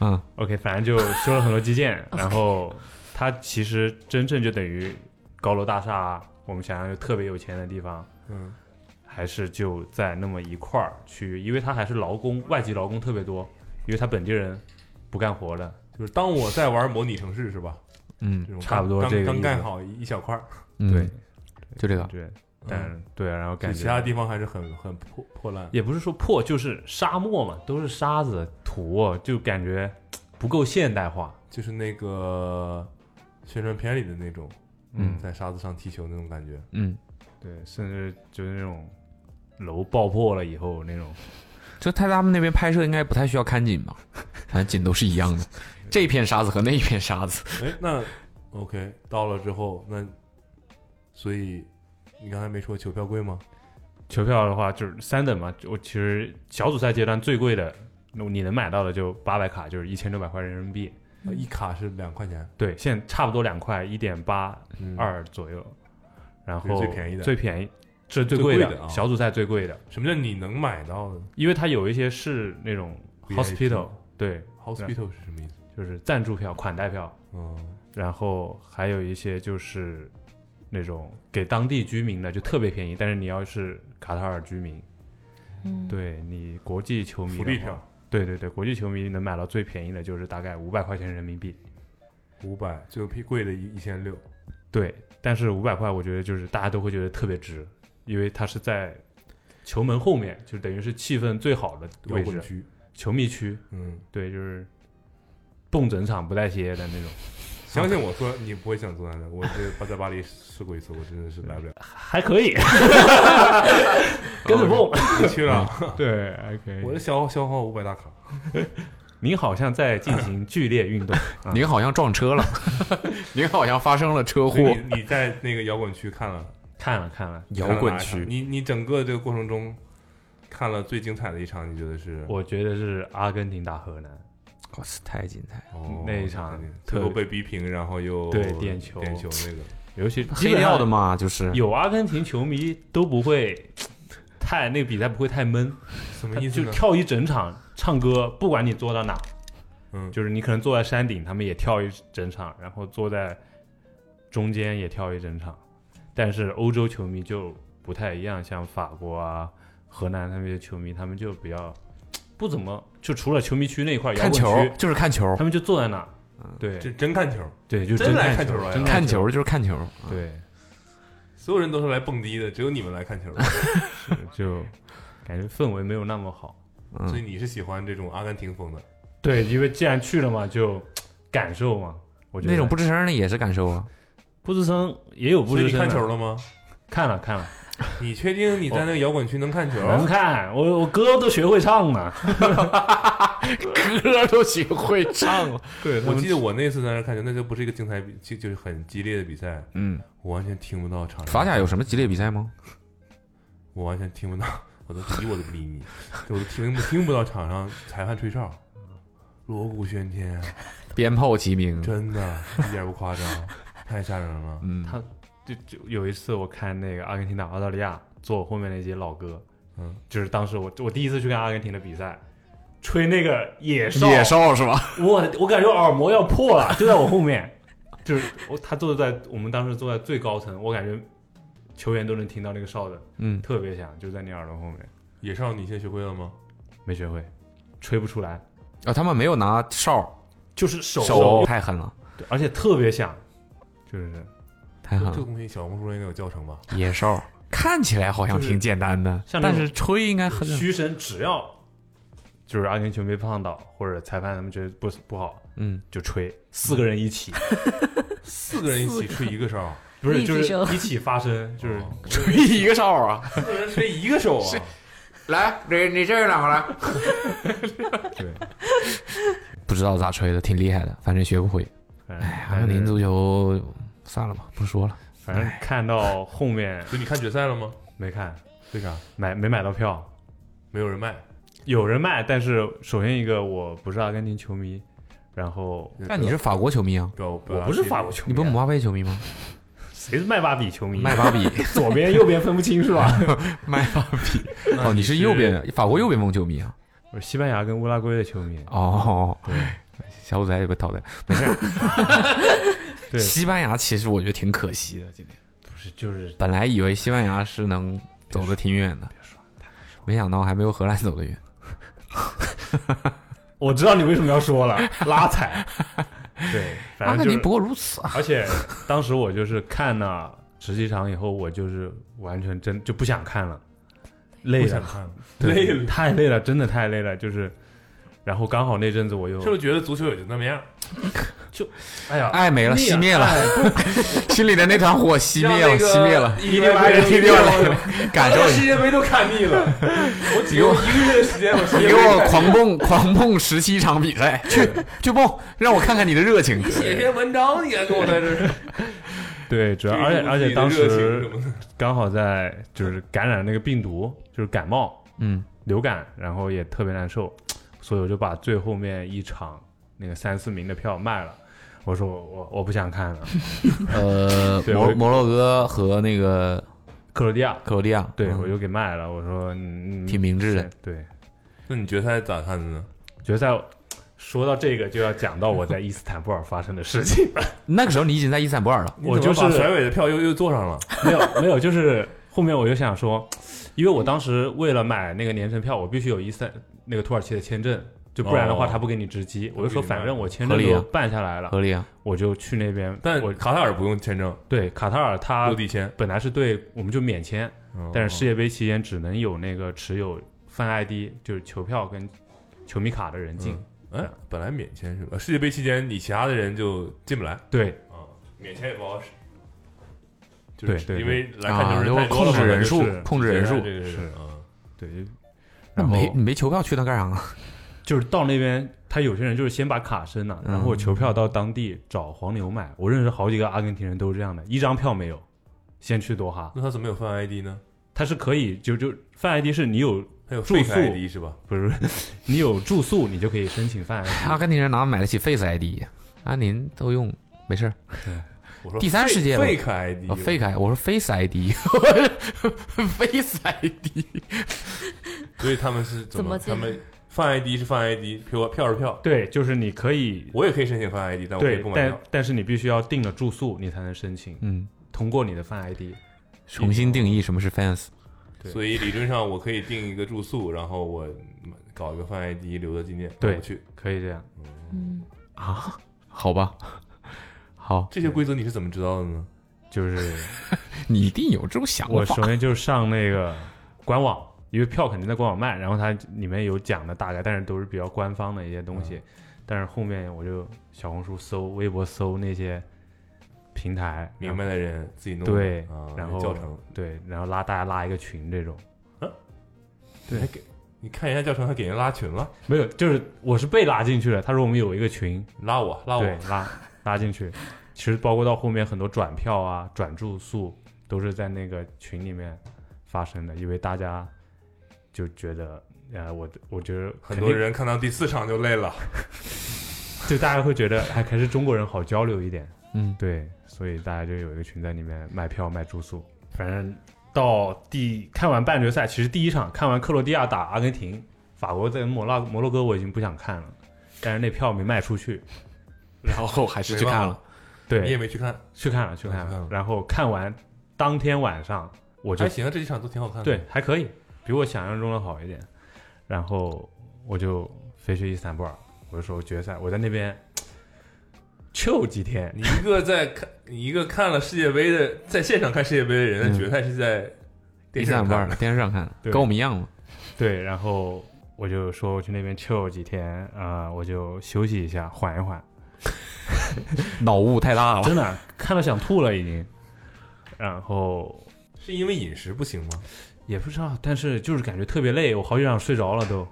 Speaker 4: 嗯
Speaker 2: ，OK，反正就修了很多基建，然后它其实真正就等于高楼大厦啊，我们想象就特别有钱的地方，
Speaker 3: 嗯，
Speaker 2: 还是就在那么一块儿去，因为它还是劳工，外籍劳工特别多，因为它本地人不干活的，
Speaker 3: 就是当我在玩模拟城市是吧？
Speaker 4: 嗯
Speaker 3: 这种
Speaker 2: 差不多
Speaker 3: 刚
Speaker 2: 这个
Speaker 3: 刚
Speaker 2: 意思
Speaker 3: 盖好一小块儿，
Speaker 4: 嗯，
Speaker 2: 对，
Speaker 4: 就这个。
Speaker 2: 对，
Speaker 3: 嗯
Speaker 2: 但对，啊然后
Speaker 3: 就
Speaker 2: 感觉
Speaker 3: 其他地方还是很很破破烂。
Speaker 2: 也不是说破，就是沙漠嘛，都是沙子土，哦就感觉不够现代化。
Speaker 3: 就是那个宣传片里的那种，
Speaker 2: 嗯
Speaker 3: 在沙子上踢球那种感觉。
Speaker 4: 嗯，
Speaker 2: 对，甚至就是那种楼爆破了以后那种，
Speaker 4: 就他他们那边拍摄应该不太需要看景吧？反正景都是一样的，这片沙子和那一片沙子。
Speaker 3: 哎， 那 OK，到了之后，那所以你刚才没说球票贵吗？
Speaker 2: 球票的话就是三等嘛，我其实小组赛阶段最贵的，那你能买到的就八百卡，就是一千六百块人民币。
Speaker 3: 呃一卡是两块钱，
Speaker 2: 对，现在差不多两块，一点八
Speaker 3: 嗯，
Speaker 2: 二左右。然后
Speaker 3: 这是最便宜的
Speaker 2: 最便宜，这是最
Speaker 3: 最
Speaker 2: 贵
Speaker 3: 贵
Speaker 2: 的，
Speaker 3: 的啊
Speaker 2: 小组赛最贵的，
Speaker 3: 什么叫你能买到的
Speaker 2: 因为它有一些是那种
Speaker 3: VIP
Speaker 2: hospital，对，啊
Speaker 3: ？Hospital 是什么意思？
Speaker 2: 就是赞助票、款待票，
Speaker 3: 嗯，
Speaker 2: 然后还有一些就是那种给当地居民的，就特别便宜。但是你要是卡塔尔居民，
Speaker 5: 嗯，
Speaker 2: 对你国际球迷
Speaker 3: 福
Speaker 2: 的
Speaker 3: 利
Speaker 2: 话
Speaker 3: 票，
Speaker 2: 对对对，国际球迷能买到最便宜的就是大概五百块钱人民币。
Speaker 3: 五百，最贵的一一千六。
Speaker 2: 对，但是五百块我觉得就是大家都会觉得特别值，因为它是在球门后面，就等于是气氛最好的
Speaker 3: 摇
Speaker 2: 位
Speaker 3: 滚
Speaker 2: 置，
Speaker 3: 区，
Speaker 2: 球迷区。
Speaker 3: 嗯，
Speaker 2: 对，就是蹦整场不带歇的那种。
Speaker 3: 相信我说你不会想坐那的。我 这巴在巴黎试过一次，我真的是来不了。
Speaker 2: 还可以，跟着蹦。
Speaker 3: 哦你去了，
Speaker 2: 对，还可以
Speaker 3: 我。消消耗五百大卡。
Speaker 2: 您好像在进行剧烈运动， 啊
Speaker 4: 您好像撞 车了，您好像发生了车祸
Speaker 3: 所。以你你在那个摇滚区看了
Speaker 2: 看了看了，
Speaker 4: 摇
Speaker 3: 看了
Speaker 4: 滚
Speaker 3: 哪一
Speaker 4: 区
Speaker 3: 场你你整个这个过程中看了最精彩的一场，你觉得是？
Speaker 2: 我觉得是阿根廷打荷兰，
Speaker 4: 哇塞，太精彩了！
Speaker 3: 哦
Speaker 2: 那一场
Speaker 3: 肯定
Speaker 2: 特
Speaker 3: 最后被逼平，然后又
Speaker 2: 对点球
Speaker 3: 点球那个。
Speaker 2: 尤其
Speaker 4: 黑料的，嘛，就是
Speaker 2: 有阿根廷球迷都不会太那个比赛不会太闷，
Speaker 3: 什么
Speaker 2: 他
Speaker 3: 意思
Speaker 2: 就
Speaker 3: 呢？
Speaker 2: 跳一整场唱歌，不管你坐到哪，
Speaker 3: 嗯
Speaker 2: 就是你可能坐在山顶，他们也跳一整场，然后坐在中间也跳一整场，但是欧洲球迷就不太一样，像法国啊、荷兰那边的球迷，他们就比较不怎么，就除了球迷区那一块摇
Speaker 4: 看
Speaker 2: 滚
Speaker 4: 球
Speaker 2: 区，
Speaker 4: 就是看球，
Speaker 2: 他们就坐在那儿，对
Speaker 3: 这真看球，
Speaker 2: 对，就
Speaker 3: 真来
Speaker 2: 看
Speaker 3: 看球来了
Speaker 2: 真
Speaker 4: 看
Speaker 2: 球，
Speaker 4: 球就是看球。
Speaker 2: 对，
Speaker 3: 所有人都是来蹦迪的，只有你们来看球的，
Speaker 2: 就感觉氛围没有那么好。
Speaker 3: 所以你是喜欢这种阿根廷风的。
Speaker 2: 对，因为既然去了嘛，就感受嘛。我觉得
Speaker 4: 那种不吱声的也是感受啊。
Speaker 2: 不吱声也有不
Speaker 3: 所以
Speaker 2: 吱
Speaker 3: 你
Speaker 2: 声
Speaker 3: 看
Speaker 2: 的
Speaker 3: 球了吗？
Speaker 2: 看了看了，
Speaker 3: 你确定你在那个摇滚区能看球？
Speaker 2: 能看我我歌都学会唱呢。
Speaker 4: 歌都学会唱了。
Speaker 3: 对，我记得我那次在那儿看球，那就不是一个精彩比，就就是很激烈的比赛，
Speaker 4: 嗯，
Speaker 3: 我完全听不到场上。
Speaker 4: 法甲有什么激烈比赛吗？
Speaker 3: 我完全听不到，我都理我都不理 你，我都听不听不到场上裁判吹哨，锣鼓喧天，
Speaker 4: 鞭炮齐鸣。
Speaker 3: 真的，一点不夸张，太吓人了。
Speaker 4: 嗯，
Speaker 2: 他就就有一次我看那个阿根廷打澳大利亚，坐我后面那些老哥，
Speaker 3: 嗯，
Speaker 2: 就是当时我我第一次去看阿根廷的比赛，吹那个野哨，
Speaker 4: 少是吧？
Speaker 2: 我我感觉耳膜要破了，就在我后面， 就是我他坐在我们当时坐在最高层，我感觉球员都能听到那个哨的，
Speaker 4: 嗯，
Speaker 2: 特别响，就在你耳朵后面，
Speaker 3: 野少，你现在学会了吗？
Speaker 2: 没学会，吹不出来，
Speaker 4: 啊，他们没有拿哨，
Speaker 2: 就是手
Speaker 4: 手太狠了，
Speaker 2: 对而且特别响，就是
Speaker 4: 太狠
Speaker 3: 这个
Speaker 4: 了。
Speaker 3: 东西小红书上应该有教程吧？
Speaker 4: 野哨看起来好像挺简单的，
Speaker 2: 像那
Speaker 4: 但
Speaker 2: 种
Speaker 4: 是吹应该很
Speaker 2: 虚神只要就是阿根廷球迷碰到或者裁判他们觉得不不好。
Speaker 4: 嗯，
Speaker 2: 就吹，四个人一 起，
Speaker 3: 四个人一起吹一个哨，
Speaker 2: 不是
Speaker 5: 立即
Speaker 2: 就是
Speaker 5: 声
Speaker 2: 一起发声，就是
Speaker 3: 哦
Speaker 4: 吹一个哨啊！
Speaker 3: 四个人吹一个手啊，
Speaker 4: 来，你你这是哪个 来？
Speaker 2: 对，
Speaker 4: 不知道咋吹的，挺厉害的，反正学不会。
Speaker 2: 反
Speaker 4: 哎
Speaker 2: 正
Speaker 4: 呀，阿根廷足球算了吧，不说了。
Speaker 2: 反正看到后面
Speaker 3: 所以你看决赛了吗？
Speaker 2: 没看，
Speaker 3: 为啥？
Speaker 2: 买没买到票，
Speaker 3: 没有人卖。
Speaker 2: 有人卖，但是首先一个我不是阿根廷球迷，然后
Speaker 4: 但你是法国球迷啊？
Speaker 3: 不要，
Speaker 2: 我不是法国球迷
Speaker 4: 你
Speaker 2: 啊，
Speaker 4: 不姆巴佩球迷吗？
Speaker 2: 谁是麦巴比球迷？啊
Speaker 4: 麦巴比，
Speaker 2: 左边右边分不清是 吧？
Speaker 4: 麦巴 比。哦，你是右边，法国右边锋球迷啊？
Speaker 2: 我是西班牙跟乌拉圭的球迷，啊
Speaker 4: 哦，小五仔也被淘汰，没 事儿。
Speaker 2: 对
Speaker 4: 西班牙其实我觉得挺可惜的，今天
Speaker 2: 不是就是
Speaker 4: 本来以为西班牙是能走得挺远的，没想到还没有荷兰走得远。
Speaker 2: 我知道你为什么要说了， 拉踩，对，
Speaker 4: 阿
Speaker 2: 反正
Speaker 4: 根
Speaker 2: 就
Speaker 4: 廷
Speaker 2: 是
Speaker 4: 不，过如此啊！
Speaker 2: 而且当时我就是看了十几场以后，我就是完全真就不想看了，累
Speaker 3: 不
Speaker 2: 了
Speaker 3: 想，看了，
Speaker 2: 对
Speaker 3: 累了
Speaker 2: 太累了，真的太累了，就是，然后刚好那阵子我又
Speaker 3: 是不是觉得足球也就那 么样？
Speaker 2: 哎呀，
Speaker 4: 爱没了，熄灭了， 心里的那团火熄灭了，
Speaker 3: 哎让那个
Speaker 4: 熄灭了，
Speaker 3: 一零八人
Speaker 4: 一定要来感受一 下
Speaker 3: 世。界杯都看腻了，我只用一个月的时间，我世
Speaker 4: 你
Speaker 3: 界
Speaker 4: 给
Speaker 3: 杯看
Speaker 4: 我
Speaker 3: 腻了
Speaker 4: 狂蹦狂蹦十七场比赛，去去蹦，让我看看你的热情。
Speaker 3: 写篇文章，你还跟我在这儿，
Speaker 2: 对，主要而且而且当
Speaker 3: 这是我自己的热
Speaker 2: 时
Speaker 3: 情 什么的
Speaker 2: 刚好在就是感染那个病毒，就是感冒、
Speaker 4: 嗯，
Speaker 2: 流感，然后也特别难受，所以我就把最后面一场那个三四名的票卖了。我说我我我不想看了，
Speaker 4: 呃，
Speaker 2: 对
Speaker 4: 摩
Speaker 2: 我
Speaker 4: 摩洛哥和那个
Speaker 2: 克罗地亚，
Speaker 4: 克罗地亚，
Speaker 2: 对
Speaker 4: 嗯
Speaker 2: 我就给卖了。我说嗯，
Speaker 4: 挺明智的。
Speaker 2: 对，
Speaker 3: 那你决赛咋看的呢？
Speaker 2: 决赛说到这个就要讲到我在伊斯坦布尔发生的事情了。
Speaker 4: 那个时候你已经在伊斯坦布尔了，
Speaker 2: 我就是
Speaker 3: 你怎么把甩尾的票又又坐上了，
Speaker 2: 没有没有，就是后面我就想说，因为我当时为了买那个年程票，我必须有伊斯坦那个土耳其的签证，就不然的话
Speaker 3: 哦
Speaker 2: 他不给你值机。我就说
Speaker 3: 明白
Speaker 2: 反正我签
Speaker 4: 合
Speaker 2: 证
Speaker 4: 理啊
Speaker 2: 都办下来了，
Speaker 4: 合理啊。
Speaker 2: 我就去那边。
Speaker 3: 但
Speaker 2: 我
Speaker 3: 卡塔尔不用签证，
Speaker 2: 对卡塔尔他
Speaker 3: 落地哦签，嗯
Speaker 2: 本来是对我们就免签，啊但是世界杯期间只能有那个持有 fan ID 就是球票跟球迷卡的人进。
Speaker 3: 嗯哎，本来免签是吧？世界杯期间你其他的人就进不来
Speaker 2: 对
Speaker 3: 啊，免签也不好使，就
Speaker 2: 对
Speaker 3: 是
Speaker 2: 对
Speaker 3: 因为来看
Speaker 4: 啊，
Speaker 3: 球
Speaker 4: 就
Speaker 3: 人太多了嘛，
Speaker 4: 控制人数
Speaker 2: 就是，
Speaker 4: 控制人数。
Speaker 3: 这个是啊，
Speaker 2: 对，
Speaker 4: 那
Speaker 2: 然后
Speaker 4: 没你没球票去那干啥啊？
Speaker 2: 就是到那边，他有些人就是先把卡申了，
Speaker 4: 嗯
Speaker 2: 然后球票到当地找黄牛买。我认识好几个阿根廷人都是这样的，一张票没有，先去多哈。
Speaker 3: 那他怎么有 fan ID 呢？
Speaker 2: 他是可以就就饭 ID 是你有
Speaker 3: 他有
Speaker 2: 住
Speaker 3: fake
Speaker 2: 宿
Speaker 3: ID 是吧？
Speaker 2: 不是 你有住宿，你就可以申请饭 ID。
Speaker 4: 阿根廷人哪买得起 Face ID？安宁都用，没事儿。
Speaker 3: 我说
Speaker 4: 第三世界吧
Speaker 3: fake ID
Speaker 4: 啊，Face ID，我说 Face ID，Face ID。
Speaker 3: 所以他们是怎么？
Speaker 5: 怎
Speaker 3: 他
Speaker 5: 么进
Speaker 3: 们放 ID 是放 ID，票票是票，
Speaker 2: 对，就是你可以
Speaker 3: 我也可以申请放 ID，但我可以
Speaker 2: 对
Speaker 3: 不，买
Speaker 2: 但
Speaker 3: 票。
Speaker 2: 但是你必须要订了住宿，你才能申请，
Speaker 4: 嗯，
Speaker 2: 通过你的饭 ID。
Speaker 4: 重新定义什么是 fans。
Speaker 2: 对
Speaker 3: 所以理论上我可以订一个住宿，然后我搞一个放 ID 留着纪念，
Speaker 2: 对
Speaker 3: 我去。
Speaker 2: 可以这样，
Speaker 5: 嗯，
Speaker 4: 啊，好吧，好，
Speaker 3: 这些规则你是怎么知道的呢？
Speaker 2: 就是
Speaker 4: 你一定有这种想
Speaker 2: 我
Speaker 4: 法
Speaker 2: 首。先就是上那个官网，因为票肯定在官网卖，然后它里面有讲的大概，但是都是比较官方的一些东西。
Speaker 4: 嗯
Speaker 2: 但是后面我就小红书搜、微博搜那些平台，
Speaker 3: 明白的人自己弄的
Speaker 2: 对
Speaker 3: 啊，
Speaker 2: 然后
Speaker 3: 教程，
Speaker 2: 对，然后拉大家拉一个群这种。
Speaker 3: 对，还给啊你看人家教程还给人拉群了，
Speaker 2: 没有，就是我是被拉进去了。他说我们有一个群，
Speaker 3: 拉我拉我
Speaker 2: 对，拉拉进去。其实包括到后面很多转票啊、转住宿都是在那个群里面发生的，因为大家就觉得，呃，我我觉得
Speaker 3: 很
Speaker 2: 肯
Speaker 3: 多
Speaker 2: 定
Speaker 3: 人看到第四场就累了，
Speaker 2: 就大家会觉得，哎还还是中国人好交流一点。
Speaker 4: 嗯，
Speaker 2: 对，所以大家就有一个群在里面卖票卖住宿。反正到第看完半决赛，其实第一场看完克罗地亚打阿根廷，法国在摩纳摩洛哥我已经不想看了，但是那票没卖出去，
Speaker 4: 然后还是去看了。
Speaker 2: 对，
Speaker 3: 你也没去看，
Speaker 2: 去看啊了去看
Speaker 3: 去看
Speaker 2: 了
Speaker 3: 了，
Speaker 2: 然后看完当天晚上我就
Speaker 3: 还行啊，这几场都挺好看的。
Speaker 2: 对，还可以，比我想象中的好一点。然后我就飞去伊斯坦布尔，我就说决赛，我在那边 chill 几天，
Speaker 3: 你一个在看，你一个看了世界杯的，在现场看世界杯的人，
Speaker 4: 嗯
Speaker 3: 那决赛是在
Speaker 4: 第
Speaker 3: 电视
Speaker 4: 三
Speaker 3: 上
Speaker 4: 半
Speaker 3: 看
Speaker 4: 儿
Speaker 3: 的。
Speaker 4: 电视上看的，
Speaker 2: 对
Speaker 4: 跟我们一样嘛。
Speaker 2: 对，然后我就说我去那边 chill 几天啊、呃我就休息一下，缓一缓。
Speaker 4: 脑雾太大了。
Speaker 2: 真的啊看到想吐了已经， 然后
Speaker 3: 是因为饮食不行吗？
Speaker 2: 也不知道，但是就是感觉特别累，我好久想睡着了都。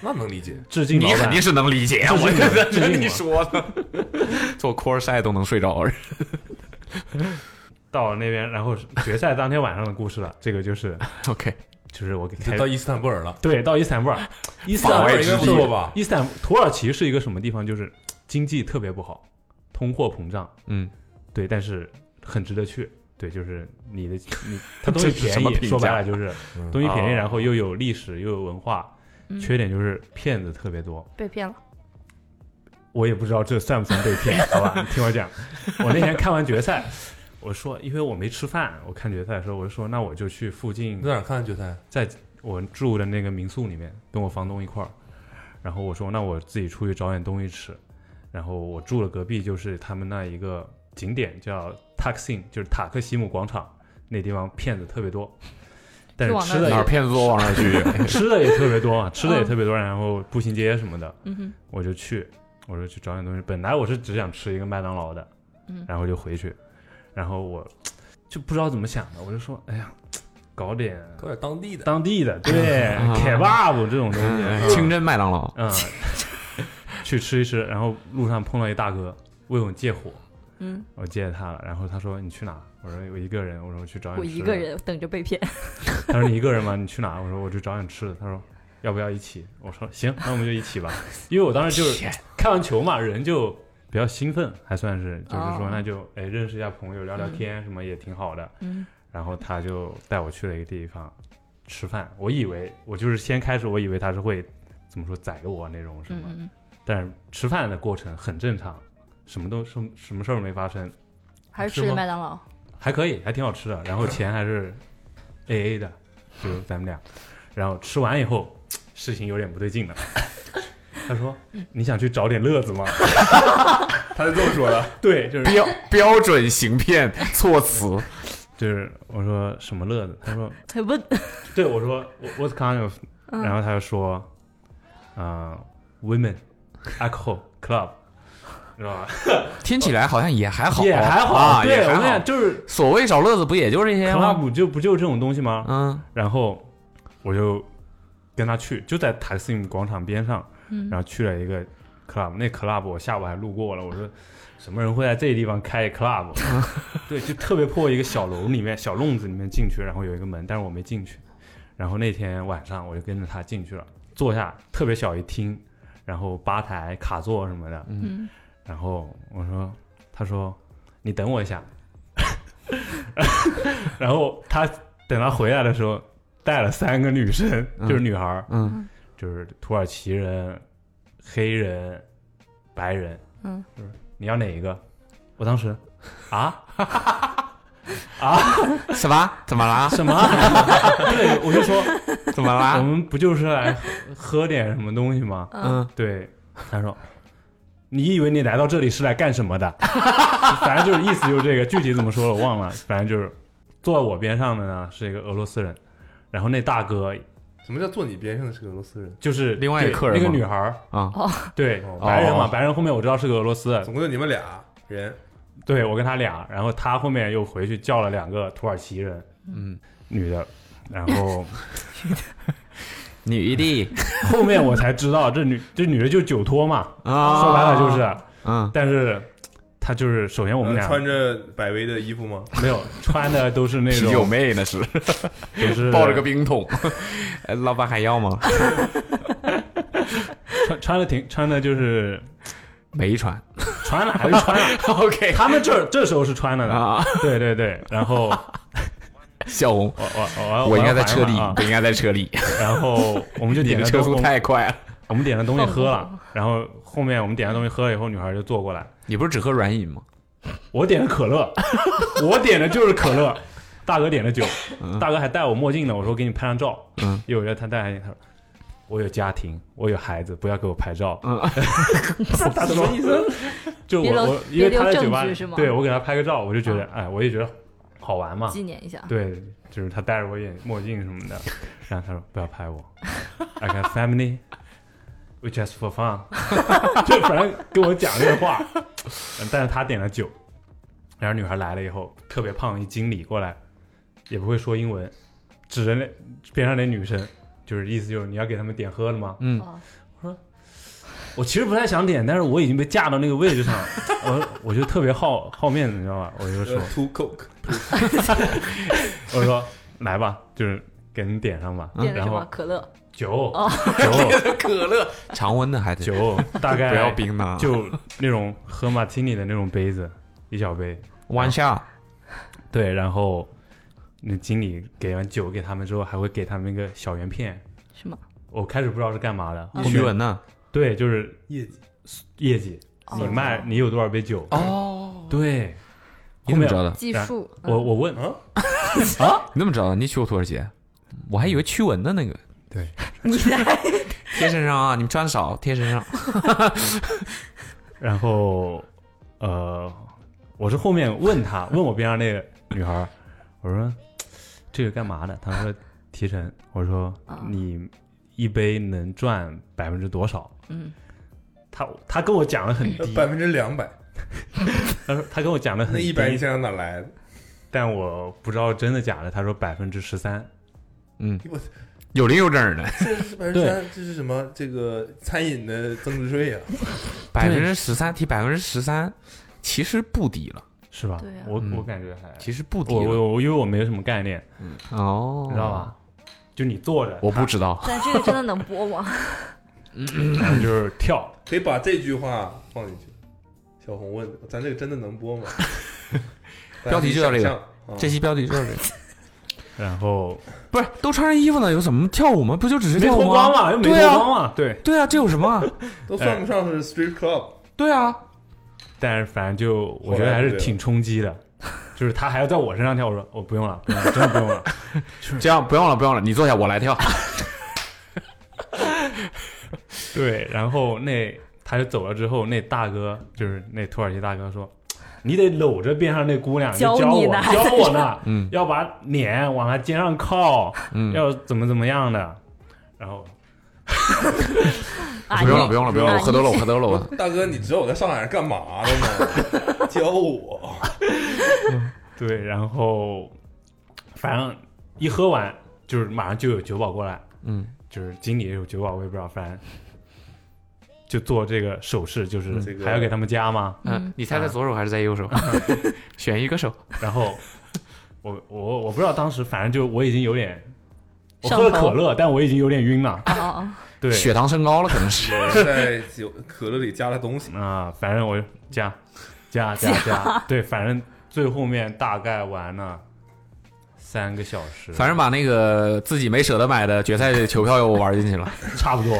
Speaker 3: 那能理解。
Speaker 2: 致敬老板，
Speaker 4: 是能理解，啊
Speaker 2: 我就在这里
Speaker 4: 说的，做 core 晒都能睡着。
Speaker 2: 到了那边，然后决赛当天晚上的故事了。这个就是
Speaker 4: OK，
Speaker 2: 就是我给
Speaker 3: 就
Speaker 2: 开
Speaker 3: 到伊斯坦布尔了，
Speaker 2: 对到伊斯 坦布尔，伊斯坦布
Speaker 3: 法
Speaker 2: 尔
Speaker 3: 外
Speaker 2: 应
Speaker 3: 之
Speaker 2: 该
Speaker 3: 地
Speaker 2: 是
Speaker 3: 了吧
Speaker 2: 伊斯坦土耳其是一个什么地方？就是经济特别不好，通货膨胀，
Speaker 4: 嗯，
Speaker 2: 对，但是很值得去。对，就是你的 你，它东西
Speaker 4: 这是什
Speaker 2: 便
Speaker 4: 么
Speaker 2: 宜，
Speaker 4: 评
Speaker 2: 说白
Speaker 4: 价
Speaker 2: 了就是
Speaker 3: 嗯
Speaker 2: 东西便宜，
Speaker 4: 哦
Speaker 2: 然后又有历史又有文化，
Speaker 5: 嗯
Speaker 2: 缺点就是骗子特别多。
Speaker 5: 被骗了，
Speaker 2: 我也不知道这算不算被 骗，好吧？你听我讲，我那天看完决赛，我说因为我没吃饭，我看决赛的时候，我就说那我就去附近
Speaker 3: 你在哪儿看的决赛？啊
Speaker 2: 我住的那个民宿里面，跟我房东一块儿。然后我说，那我自己出去找点东西吃。然后我住了隔壁，就是他们那一个景点叫 Taksim，就是塔克西姆广场，那地方骗子特 别多，但是
Speaker 5: 就往那
Speaker 2: 吃的
Speaker 5: 对
Speaker 4: 哪儿
Speaker 2: 也
Speaker 4: 骗子多往哪儿 去。
Speaker 2: 吃的也特 别多啊，吃的也特别多。然后步行街什么的，
Speaker 5: 嗯哼，
Speaker 2: 我就去，我就去找点东西。本来我是只想吃一个麦当劳的，
Speaker 5: 嗯
Speaker 2: 然后就回去，然后我就不知道怎么想的，我就说，哎呀，搞点
Speaker 3: 搞点当地的，
Speaker 2: 当地 的，对，kebab 这种东西，
Speaker 4: 啊嗯
Speaker 2: 啊
Speaker 4: 清真麦当劳，
Speaker 2: 嗯，去吃一吃。然后路上碰到一大哥问我借火，
Speaker 5: 嗯，
Speaker 2: 我借了他了，然后他说你去哪？我说我一个人，我说我去找你
Speaker 5: 我
Speaker 2: 吃。
Speaker 5: 一个。人等着被骗，
Speaker 2: 他说你一个人吗？你去哪？我说我去找你吃的。他说要不要一起？我说行，那我们就一起吧。因为我当时就是看完球嘛，人就比较兴奋，还算是就是说
Speaker 5: 哦
Speaker 2: 那就哎认识一下朋友，聊聊天什么也挺好的。
Speaker 5: 嗯，
Speaker 2: 然后他就带我去了一个地方吃饭。我以为我就是先开始，我以为他是会怎么说宰我那种
Speaker 5: 嗯
Speaker 2: 什么，
Speaker 5: 嗯
Speaker 2: 但是吃饭的过程很正常，什么都什么什么事儿没发生，
Speaker 5: 嗯，还是吃
Speaker 2: 是
Speaker 5: 的
Speaker 2: 吗
Speaker 5: 麦当劳，
Speaker 2: 还可以，还挺好吃的。然后钱还 是 A A 的，就咱们俩。然后吃完以后，事情有点不对 劲了。他说：“你想去找点乐子吗
Speaker 3: 他是这么说的。？”
Speaker 2: 对，就是
Speaker 4: 标 标准行骗措辞。
Speaker 2: 就是我说什么乐子？他说
Speaker 5: 他问，
Speaker 2: 对我说我 What kind of？
Speaker 5: 嗯
Speaker 2: 然后他就说，啊、w o m e n alcohol club，是吧？
Speaker 4: 听起来好像也还好，
Speaker 2: 也还好，
Speaker 4: 啊，
Speaker 2: 对
Speaker 4: 也
Speaker 2: 我跟你
Speaker 4: 还
Speaker 2: 讲，
Speaker 4: 好。
Speaker 2: 就是
Speaker 4: 所谓找乐子不也就这 些吗？
Speaker 2: club 就不就这种东西吗？
Speaker 4: 嗯，
Speaker 2: 然后我就跟他去，就在 Taksim 广场边上，
Speaker 5: 嗯
Speaker 2: 然后去了一个 club，那 club 我下午还路过了，我说什么人会在这地方开 club？对， 就特别破一个小楼里面小弄子里面进去，然后有一个门，但是我没进去。然后那天晚上我就跟着他进去了，坐下特别小一厅，然后吧台卡座什么的，
Speaker 5: 嗯，
Speaker 2: 然后我说，他说你等我一下， 然后他等他回来的时候带了三个女生，
Speaker 4: 嗯
Speaker 2: 就是女孩儿，
Speaker 4: 嗯，
Speaker 2: 就是土耳其人、黑人、白人，
Speaker 5: 嗯，
Speaker 2: 就是你要哪一个？我当时啊
Speaker 4: 什么？怎么啦？
Speaker 2: 什么？啊 对，我就说
Speaker 4: 怎么
Speaker 2: 我
Speaker 4: 啦？
Speaker 2: 们不就是来喝喝点什么东西吗？
Speaker 4: 嗯，
Speaker 2: 对，他说你以为你来到这里是来干什么的？ 反正就是意思就是这个，具体怎么说了我忘了。反正就是坐在我边上的呢是一个俄罗斯人，然后那大哥
Speaker 3: 什么叫坐你边上的是个俄罗斯人？
Speaker 2: 就是
Speaker 4: 另外一
Speaker 2: 对
Speaker 4: 个客人
Speaker 2: 那个
Speaker 4: 吗
Speaker 2: 女孩儿，
Speaker 4: 啊，
Speaker 2: 对
Speaker 3: 哦
Speaker 2: 白人嘛，
Speaker 4: 哦
Speaker 2: 白人后面我知道是个俄罗斯，
Speaker 3: 总共就你们俩人，
Speaker 2: 对我跟他俩，然后他后面又回去叫了两个土耳其人
Speaker 4: 嗯，
Speaker 2: 女的，然后
Speaker 4: 女的
Speaker 2: 后面我才知道这女这女的就酒托嘛，
Speaker 4: 啊，
Speaker 2: 说白了就是，
Speaker 4: 嗯，
Speaker 2: 但是她就是首先我们
Speaker 3: 呃
Speaker 2: 俩
Speaker 3: 穿着百威的衣服吗？
Speaker 2: 没有穿的都嗯是那
Speaker 4: 啤酒
Speaker 2: 种
Speaker 4: 妹那是
Speaker 2: 都是
Speaker 4: 抱着个冰桶，哎 老板还要吗？
Speaker 2: 穿穿的挺穿的就是
Speaker 4: 没穿
Speaker 2: 穿了还是穿了，
Speaker 4: ，OK
Speaker 2: 他们这这时候是穿了的，
Speaker 4: 啊，
Speaker 2: 对对对，然后
Speaker 4: 小红，
Speaker 2: 我我我
Speaker 4: 我应该在车
Speaker 2: 里
Speaker 4: 里，，我应该在车里，
Speaker 2: 然后我啊们就
Speaker 4: 你
Speaker 2: 点
Speaker 4: 的
Speaker 2: 了
Speaker 4: 车
Speaker 2: 东
Speaker 4: 速
Speaker 2: 西
Speaker 4: 太快了。
Speaker 2: 我们点了东西喝了，然后后面我们点了东西喝了以后，女孩就坐过来，
Speaker 4: 你不是只喝软饮吗？
Speaker 2: 我点的可乐， 我点的就是可乐，大哥点的酒，
Speaker 4: 嗯
Speaker 2: 大哥还戴我墨镜呢，我说给你拍张照，
Speaker 4: 嗯
Speaker 2: 因为我觉得他戴眼镜，他说我有家庭，我有孩子，不要给我拍照，
Speaker 4: 嗯，
Speaker 2: 他什么意思？就我
Speaker 5: 别留
Speaker 2: 我因为他在酒吧
Speaker 5: 别留证据是吗，嗯
Speaker 2: 对我给他拍个照，我就觉得哎，我也觉得好玩嘛，
Speaker 5: 纪念一下。
Speaker 2: 对，就是他戴着我眼墨镜什么的，然后他说不要拍我，I got family。We just for fun，就反正跟我讲这个话，嗯但是他点了酒，然后女孩来了以后，特别胖一经理过来，也不会说英文，指着那边上那女生，就是意思就是你要给他们点喝了吗？
Speaker 4: 嗯
Speaker 5: 哦
Speaker 2: 我其实不太想点，但是我已经被架到那个位置上 了，我我就特别好好面子，你知道吧？我就说
Speaker 3: 呃 Two Coke，
Speaker 2: 我说来吧，就是给你点上吧，
Speaker 5: 点了
Speaker 2: 嗯然
Speaker 5: 什
Speaker 2: 后
Speaker 5: 么可乐？
Speaker 2: 酒
Speaker 5: 哦
Speaker 2: 酒
Speaker 4: 可乐，常温的还得
Speaker 2: 酒，大概
Speaker 4: 不要冰的啊，
Speaker 2: 哎就那种喝马提尼的那种杯子，一小杯。
Speaker 4: 弯下。
Speaker 2: 对，然后那经理给完酒给他们之后，还会给他们一个小圆片。
Speaker 5: 是吗？
Speaker 2: 我开始不知道是干嘛的，后
Speaker 4: 徐
Speaker 2: 面
Speaker 4: 文呢？
Speaker 2: 对，就是
Speaker 3: 业绩
Speaker 2: 业绩，
Speaker 5: 哦
Speaker 2: 你卖你有多少杯酒？
Speaker 4: 哦，
Speaker 2: 对，
Speaker 4: 你
Speaker 2: 后
Speaker 4: 怎么
Speaker 2: 面嗯
Speaker 4: 知道的？
Speaker 5: 技术，
Speaker 2: 我我问
Speaker 3: 啊，
Speaker 4: 你怎么知道的？你去过土耳其？我还以为驱蚊的那个
Speaker 5: 嗯你来
Speaker 4: 贴身上啊，你们穿少贴身上。
Speaker 2: 然后呃，我是后面问他，问我边上那个女孩儿，我说这个干嘛的？她说提成。我说
Speaker 5: 啊
Speaker 2: 你一杯能赚百分之多少？
Speaker 5: 嗯，
Speaker 2: 她她跟我讲的很低，
Speaker 3: 百分之两百，
Speaker 2: 她说她跟我讲的很
Speaker 3: 那
Speaker 2: 低，
Speaker 3: 一百你想想哪来的？
Speaker 2: 但我不知道真的假的。她说百分之十三，
Speaker 4: 嗯
Speaker 3: 我，
Speaker 4: 有零有整的，
Speaker 3: 这是百分之三，这是什么？这个餐饮的增值税啊！
Speaker 4: 百分之十三提百分之十三，其实不低了，
Speaker 2: 是吧？
Speaker 5: 对啊
Speaker 2: 我
Speaker 4: 嗯
Speaker 2: 我感觉还，
Speaker 4: 其实不低
Speaker 2: 我
Speaker 4: 了。
Speaker 2: 我我因为我没有什么概念，
Speaker 4: 哦，
Speaker 2: 你知道？吧？就你坐着，
Speaker 4: 我不知道，
Speaker 5: 但这个真的能播 吗？
Speaker 2: 然后就是跳，
Speaker 3: 可以把这句话放进去。小红问：“咱这个真的能播吗？”
Speaker 4: 标题就叫这个
Speaker 3: 大家可以想象。啊
Speaker 4: 这期标题就是这个。
Speaker 2: 然后
Speaker 4: 不是都穿上衣服了，有什么跳舞吗？不就只是
Speaker 2: 没
Speaker 4: 跳
Speaker 2: 脱
Speaker 4: 舞
Speaker 2: 光
Speaker 4: 吗？
Speaker 2: 嘛，又没
Speaker 4: 对
Speaker 2: 脱
Speaker 4: 啊
Speaker 2: 光嘛，对。
Speaker 4: 对啊，这有什么？
Speaker 3: 都算不上是 street club，
Speaker 4: 对啊，
Speaker 2: 但是反正就我觉得还是挺冲击的，就是他还要在我身上跳，我说哦我不用了，不用了，真的不用了。
Speaker 4: 这样不用了，不用了，你坐下，我来跳。
Speaker 5: 啊
Speaker 2: 对，然后那他就走了之后，那大哥就是那土耳其大哥说，你得搂着边上那姑娘，你
Speaker 5: 教
Speaker 2: 教
Speaker 5: 你
Speaker 2: 我
Speaker 5: 呢
Speaker 2: 教我呢，
Speaker 4: 嗯
Speaker 2: 要把脸往他肩上靠，
Speaker 4: 嗯，
Speaker 2: 要怎么怎么样的，然后
Speaker 5: 啊，
Speaker 4: 不用了，
Speaker 5: 你
Speaker 4: 不用了，不用了，我喝多了，我喝多了， 我
Speaker 3: 大哥，你知道我在上海是干嘛的吗？教我，
Speaker 2: 对，然后反正一喝完就是马上就有酒保过来，
Speaker 4: 嗯，
Speaker 2: 就是经理也有酒保，我也不知道，反正就做这个手势，就是
Speaker 3: 这个
Speaker 2: 还要给他们加吗？
Speaker 4: 嗯，你猜在左手还是在右手？选一个手。
Speaker 2: 然 后我我我不知道当时，反正就我已经有点，我
Speaker 5: 上
Speaker 2: 喝了
Speaker 5: 头
Speaker 2: 可乐，但我已经有点晕了。
Speaker 5: 哦哦，
Speaker 2: 对，
Speaker 4: 啊血糖升高了，可能是。
Speaker 3: 我在酒可乐里加了东西。
Speaker 2: 啊、反正我加加加加，对，反正最后面大概玩了三个小时，
Speaker 4: 反正把那个自己没舍得买的决赛球票又玩进去 了。
Speaker 2: 差不多。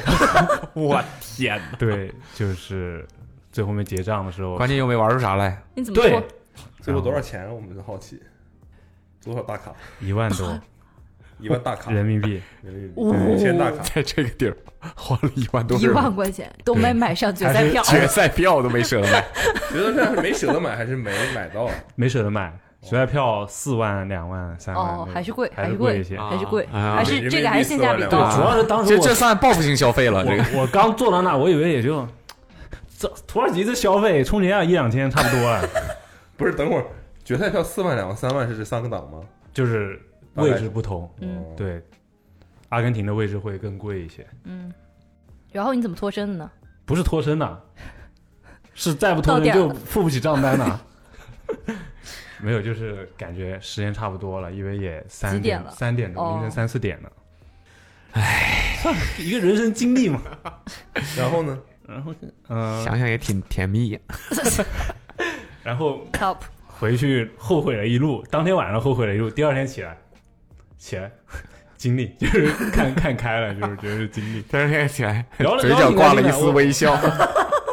Speaker 4: 我天哪！
Speaker 2: 对，就是最后面结账的时候，
Speaker 4: 关键又没玩出啥来。
Speaker 5: 你怎么
Speaker 2: 对
Speaker 5: 说？
Speaker 3: 最后多少钱？我们就好奇，多少大卡？
Speaker 2: 一万多，
Speaker 3: 一万大卡
Speaker 2: 人民币，
Speaker 3: 人民币对一千大卡，
Speaker 4: 在这个地儿花了一万多
Speaker 5: 一
Speaker 4: 人民
Speaker 5: 万
Speaker 4: 币
Speaker 5: 块钱都没买上决赛票，
Speaker 4: 决赛票都没舍得买。
Speaker 3: 觉得这是没舍得买还是没买到啊？
Speaker 2: 没舍得买，决赛票四万、两万、三万那
Speaker 5: 哦
Speaker 2: 种，，
Speaker 5: 还是贵，
Speaker 2: 还
Speaker 5: 是
Speaker 2: 是
Speaker 5: 贵
Speaker 2: 一些。
Speaker 5: 还是贵，
Speaker 4: 哎呀
Speaker 5: 还是这个还是性价比
Speaker 3: 对
Speaker 5: 高
Speaker 3: 啊。
Speaker 6: 主要是当时
Speaker 4: 这
Speaker 6: 我
Speaker 4: 这算报复性消费了，这个
Speaker 2: 我我刚坐到那，我以为也就这土耳其这消费，充其量一两千差不多了，
Speaker 3: 不是，等会儿决赛票四万、两万、三万是这三个档吗？
Speaker 2: 就是
Speaker 3: 大概
Speaker 2: 位置不同，
Speaker 5: 嗯
Speaker 3: 哦，
Speaker 2: 对，阿根廷的位置会更贵一些，
Speaker 5: 嗯，然后你怎么脱身的呢？
Speaker 2: 不是脱身呐，是再不
Speaker 5: 到
Speaker 2: 脱身
Speaker 5: 点
Speaker 2: 就
Speaker 5: 了
Speaker 2: 付不起账单呐。没有，就是感觉时间差不多了，因为也三
Speaker 5: 几点了
Speaker 2: 三点
Speaker 5: 哦
Speaker 2: 钟，凌晨三四点了。唉，算一个人生经历嘛。
Speaker 3: 然后呢？
Speaker 2: 嗯、
Speaker 4: 想想也挺甜蜜呀。
Speaker 2: 然后
Speaker 5: Top
Speaker 2: 回去后悔了一路，当天晚上后悔了一路，第二天起来，起来经历 就是看看开了，就是觉得是经历。
Speaker 4: 第二天起来，
Speaker 2: 聊了
Speaker 4: 嘴角挂了一丝微笑，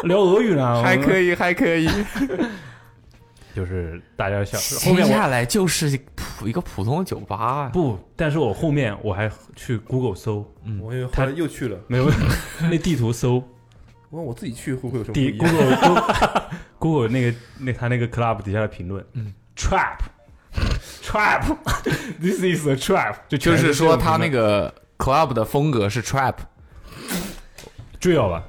Speaker 2: 聊俄语呢，
Speaker 4: 还可
Speaker 2: 以，
Speaker 4: 以，还可以。
Speaker 2: 就是大家想后
Speaker 4: 接
Speaker 2: 面我
Speaker 4: 下来就是普一个普通的酒吧，啊
Speaker 2: 不，但是我后面我还去 Google 搜，
Speaker 3: 我以为后来
Speaker 2: 他
Speaker 3: 又去了，
Speaker 2: 没有 那地图搜，
Speaker 3: 我问我自己去会不会有什么不
Speaker 2: 底
Speaker 3: 一样？
Speaker 2: Google Google, Google 那个那他那个 club 底下的评论，嗯，trap trap this is a trap，就
Speaker 4: 就
Speaker 2: 全
Speaker 4: 是
Speaker 2: 是
Speaker 4: 说他那
Speaker 2: 个
Speaker 4: 个 club 的风格是 trap
Speaker 2: 追了吧，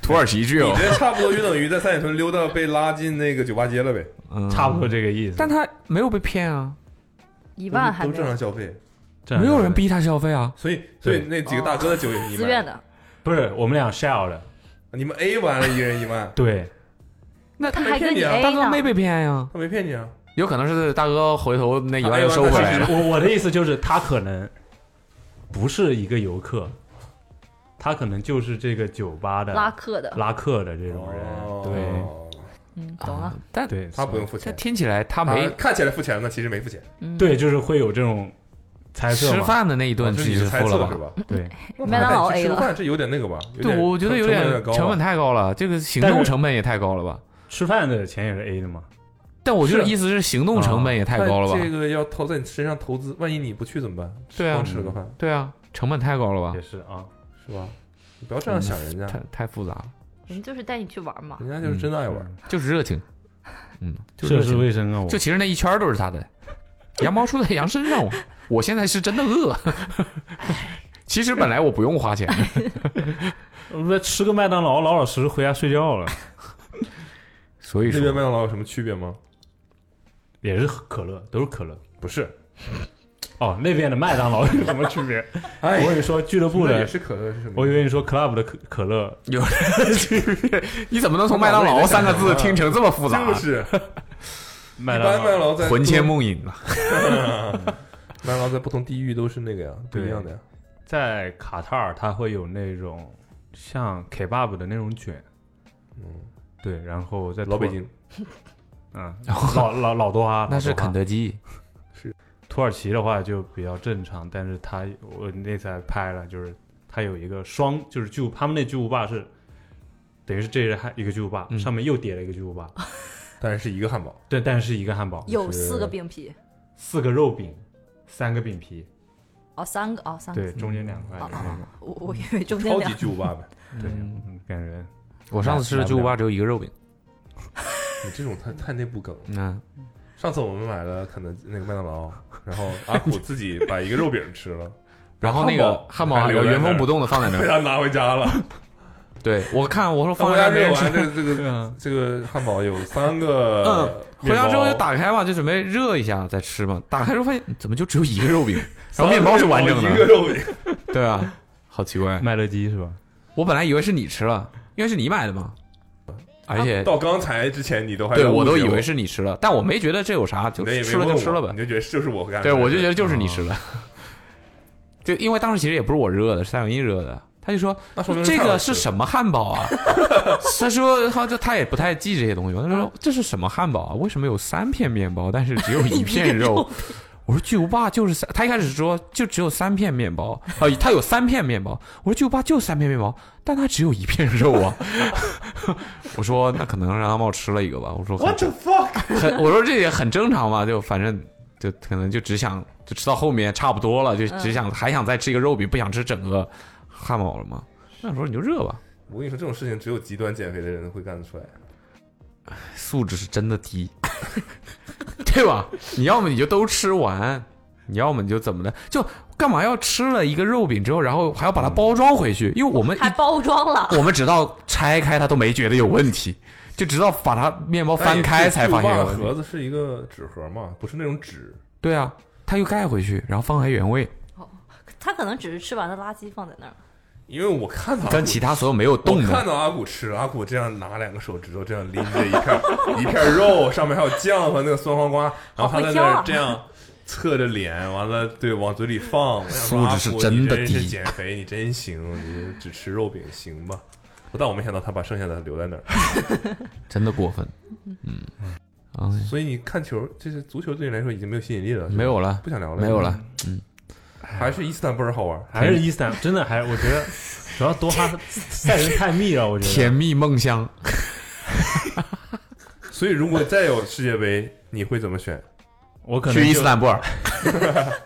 Speaker 4: 土耳其 drill，
Speaker 3: 你这差不多约等于在三里屯溜达被拉进那个酒吧街了呗，
Speaker 4: 嗯
Speaker 2: 差不多这个意思。
Speaker 4: 但他没有被骗啊，
Speaker 5: 一
Speaker 3: 一
Speaker 5: 万还
Speaker 3: 都
Speaker 5: 没
Speaker 3: 正
Speaker 5: 有，
Speaker 3: 常消费，
Speaker 2: 这样
Speaker 4: 没有
Speaker 2: 就
Speaker 4: 人
Speaker 2: 是
Speaker 4: 逼他消费啊。
Speaker 3: 所以所以那几个大哥的酒也是你
Speaker 5: 自
Speaker 3: 买
Speaker 5: 愿，的，
Speaker 2: 不是我们俩 share 了，
Speaker 3: 你们 A 完了一人一万，
Speaker 2: 对，
Speaker 4: 那
Speaker 5: 他还跟你
Speaker 3: 没骗
Speaker 2: 哎
Speaker 3: 你啊
Speaker 5: A
Speaker 4: 大哥没
Speaker 5: 呢，
Speaker 4: 被骗呀，
Speaker 3: 他没骗你啊，
Speaker 4: 有可能是大哥回头那一万又收回
Speaker 3: 对
Speaker 4: 来了。
Speaker 2: 我我的意思就是他可能不是一个游客，他可能就是这个酒吧的
Speaker 5: 拉客的，
Speaker 2: 拉客的这种人，
Speaker 3: 哦，
Speaker 5: 嗯，懂
Speaker 2: 啊
Speaker 5: 了，
Speaker 4: 但
Speaker 2: 对对，
Speaker 3: 他不用付
Speaker 4: 这
Speaker 3: 钱，
Speaker 4: 听起来他
Speaker 3: 他
Speaker 4: 没
Speaker 3: 看起来付钱了，其实没付钱，
Speaker 5: 嗯，
Speaker 2: 对，就是会有这种猜测
Speaker 4: 吃
Speaker 2: 嘛，
Speaker 4: 饭的那一顿
Speaker 3: 哦这
Speaker 4: 自
Speaker 3: 是你
Speaker 4: 己
Speaker 3: 的
Speaker 4: 哦是
Speaker 3: 猜
Speaker 4: 付
Speaker 3: 测
Speaker 4: 了
Speaker 3: 是
Speaker 4: 吧？
Speaker 3: 吧？
Speaker 2: 对，
Speaker 5: 麦当劳
Speaker 3: 那哎你
Speaker 5: A
Speaker 3: 去吃
Speaker 5: 了，
Speaker 3: 饭这有点那个吧？有
Speaker 4: 对，
Speaker 3: 点
Speaker 4: 我觉得有点
Speaker 3: 成本高啊
Speaker 4: 成本太高了，这个行
Speaker 2: 但
Speaker 4: 动
Speaker 2: 是
Speaker 4: 成本也太高了吧？
Speaker 2: 吃饭的钱也是 A 的嘛，啊
Speaker 4: 但我就是嗯
Speaker 3: 是
Speaker 4: 意思是行动成本也太高了吧
Speaker 3: 但？这个要投在你身上投资，万一你不去怎么办？
Speaker 4: 对啊
Speaker 3: 光吃了个饭
Speaker 4: 对啊，成本太高了吧
Speaker 2: 也？是啊，
Speaker 3: 是吧？你不要这样想
Speaker 5: 嗯
Speaker 3: 人家，
Speaker 4: 太太复杂了，
Speaker 5: 我们就是带你去玩嘛，
Speaker 3: 人家就是真爱玩。
Speaker 4: 就是热情，嗯，就
Speaker 2: 涉
Speaker 4: 热
Speaker 2: 世
Speaker 4: 情。
Speaker 2: 未深啊，我
Speaker 4: 就其实那一圈都是他的，羊毛出在羊身上。我我现在是真的饿。 其实本来我不用花钱，
Speaker 2: 我吃个麦当劳，老老实实回家睡觉了，
Speaker 4: 所以
Speaker 3: 那边麦
Speaker 4: 说
Speaker 3: 当劳有什么区别吗？
Speaker 2: 也是可乐，都是可乐。
Speaker 3: 不是，
Speaker 2: 哦，那边的麦当劳有什么 区别？
Speaker 4: 哎
Speaker 2: 我跟你说，俱乐部
Speaker 3: 哎那也
Speaker 2: 的，
Speaker 3: 是可乐是什么？
Speaker 2: 我以为你说 club 的可可乐
Speaker 4: 有你怎么能从麦当劳三个字听成这么复杂啊？
Speaker 3: 就是
Speaker 2: 麦
Speaker 3: 一
Speaker 2: 当
Speaker 3: 般麦
Speaker 2: 劳
Speaker 3: 当劳在
Speaker 4: 魂牵梦萦啊！
Speaker 3: 麦当劳在不同地域都是那个呀，不一样的呀。
Speaker 2: 在卡塔尔，它会有那种像 kebab 的那种卷，
Speaker 3: 嗯，
Speaker 2: 对，然后在
Speaker 3: 老北
Speaker 2: 土耳，
Speaker 3: 京
Speaker 2: 嗯，老老老多哈，
Speaker 4: 那是
Speaker 2: 老多哈啊
Speaker 4: 肯德基，
Speaker 2: 土耳其的话就比较正常，但是它我那次还拍了，就是它有一个双，就是巨无他们那巨无霸是等于是这是还一个巨无霸，
Speaker 4: 嗯哦
Speaker 2: 上面又叠了一个巨无霸，
Speaker 3: 但是是一个汉堡，
Speaker 2: 对，但是一个汉堡，
Speaker 5: 有四个饼皮，
Speaker 2: 四个肉饼，三个饼皮，
Speaker 5: 哦，三个，哦，三个，
Speaker 2: 对，中间两块
Speaker 5: 哦
Speaker 2: 的
Speaker 5: 哦
Speaker 2: 那种
Speaker 5: 哦，，我我以为中间
Speaker 3: 超
Speaker 5: 两
Speaker 3: 级，巨无霸呗。
Speaker 2: 对，嗯感觉
Speaker 4: 我上次吃的巨无霸只有一个肉饼。
Speaker 3: 你这种太太内部梗了。
Speaker 4: 嗯，
Speaker 3: 上次我们买了肯德那个麦当劳，然后阿苦自己把一个肉饼吃了，
Speaker 4: 然后那个汉
Speaker 3: 汉
Speaker 4: 堡
Speaker 3: 堡
Speaker 4: 还有
Speaker 3: 还留在
Speaker 4: 原封
Speaker 3: 那儿
Speaker 4: 不动的放在那
Speaker 3: 被
Speaker 4: 儿。
Speaker 3: 他拿回家了。
Speaker 4: 对我看我说放
Speaker 3: 回
Speaker 4: 在那
Speaker 3: 家
Speaker 4: 儿没
Speaker 3: 之
Speaker 4: 人
Speaker 3: 后，完，
Speaker 4: 吃
Speaker 3: 这个这 个这个汉堡有三个，
Speaker 4: 嗯，回家之后就，打开嘛，就准备热一下再吃嘛。打开之后发现怎么就只有一个 肉饼，然后面包是完整
Speaker 3: 一个
Speaker 4: 的，
Speaker 3: 肉饼，
Speaker 4: 对啊，好奇怪。
Speaker 2: 麦乐鸡是吧？
Speaker 4: 我本来以为是你吃了，因为是你买的嘛，而且
Speaker 3: 到刚才之前哎你都还
Speaker 4: 哎对
Speaker 3: 在误
Speaker 4: 我
Speaker 3: 解
Speaker 4: 都以为是你吃了，但我没觉得这有啥，就
Speaker 3: 你也没
Speaker 4: 吃了就
Speaker 3: 问
Speaker 4: 吃
Speaker 3: 我哎
Speaker 4: 了呗
Speaker 3: 你。就觉得就是我干的，
Speaker 4: 对，我就觉得就是你吃了， 就因为当时其实也不是我热的，是蔡永英热的。他就说
Speaker 3: 那说明
Speaker 4: 这
Speaker 3: 蔡老
Speaker 4: 个
Speaker 3: 师
Speaker 4: 是什么汉堡啊？他说他就他也不太记这些东西嘛。他说这是什么汉堡啊？为什么有三片面包，但是只有一片肉？我说巨无霸就是三，他一开始说就只有三片面包，啊，他有三片面包。我说巨无霸就三片面包，但他只有一片肉啊。 我说那可能让阿茂吃了一个吧。我说
Speaker 3: What the fuck？
Speaker 4: 很，我说这也很正常嘛，就反正就可能就只想就吃到后面差不多了，就
Speaker 5: 嗯
Speaker 4: 只想还想再吃一个肉饼，不想吃整个汉堡了嘛。那时候你就热吧，
Speaker 3: 我跟你说，这种事情只有极端减肥的人会干得出来。
Speaker 4: 素质是真的 低，对吧？你要么你就都吃完，你要么你就怎么的，就干嘛要吃了一个肉饼之后，然后还要把它包装回去？因为我们
Speaker 5: 还包装了，
Speaker 4: 我们直到拆开它都没觉得有问题，就直到把它面包翻开才发现有
Speaker 3: 但
Speaker 4: 问
Speaker 3: 是
Speaker 4: 题。
Speaker 3: 盒子是一个纸盒嘛，不是那种纸。
Speaker 4: 对啊，它又盖回去，然后放回原位，
Speaker 5: 他可能只是吃完的垃圾放在那儿。
Speaker 3: 因为我看到
Speaker 4: 跟其他所有没有
Speaker 3: 我
Speaker 4: 动
Speaker 3: 看
Speaker 4: 的，
Speaker 3: 到阿古吃，阿古这样拿两个手指头这样拎着一片一片肉，上面还有酱和那个酸黄瓜，然后他
Speaker 5: 好会
Speaker 3: 在那
Speaker 5: 挑啊
Speaker 3: 儿这样侧着脸，完了对往嘴里放。
Speaker 4: 素质是真的
Speaker 3: 你真
Speaker 4: 低
Speaker 3: 是减肥你真行，你只吃肉饼行吧？不但我没想到他把剩下的留在那儿，
Speaker 4: 真的过分。嗯，啊，
Speaker 3: 所以你看球，就是足球对你来说已经没有吸引力了，是吧
Speaker 4: 没有了
Speaker 3: 不，想聊了，嗯
Speaker 4: 没有了，
Speaker 3: 还是伊斯坦布尔好玩。
Speaker 2: 还是伊斯坦，真的还我觉得主要 多哈赛人太密了，我觉得
Speaker 4: 甜蜜梦乡。
Speaker 3: 所以如果再有世界杯，你会怎么选？
Speaker 2: 我可
Speaker 4: 去
Speaker 2: 能
Speaker 4: 伊斯
Speaker 2: 就
Speaker 4: 坦布尔，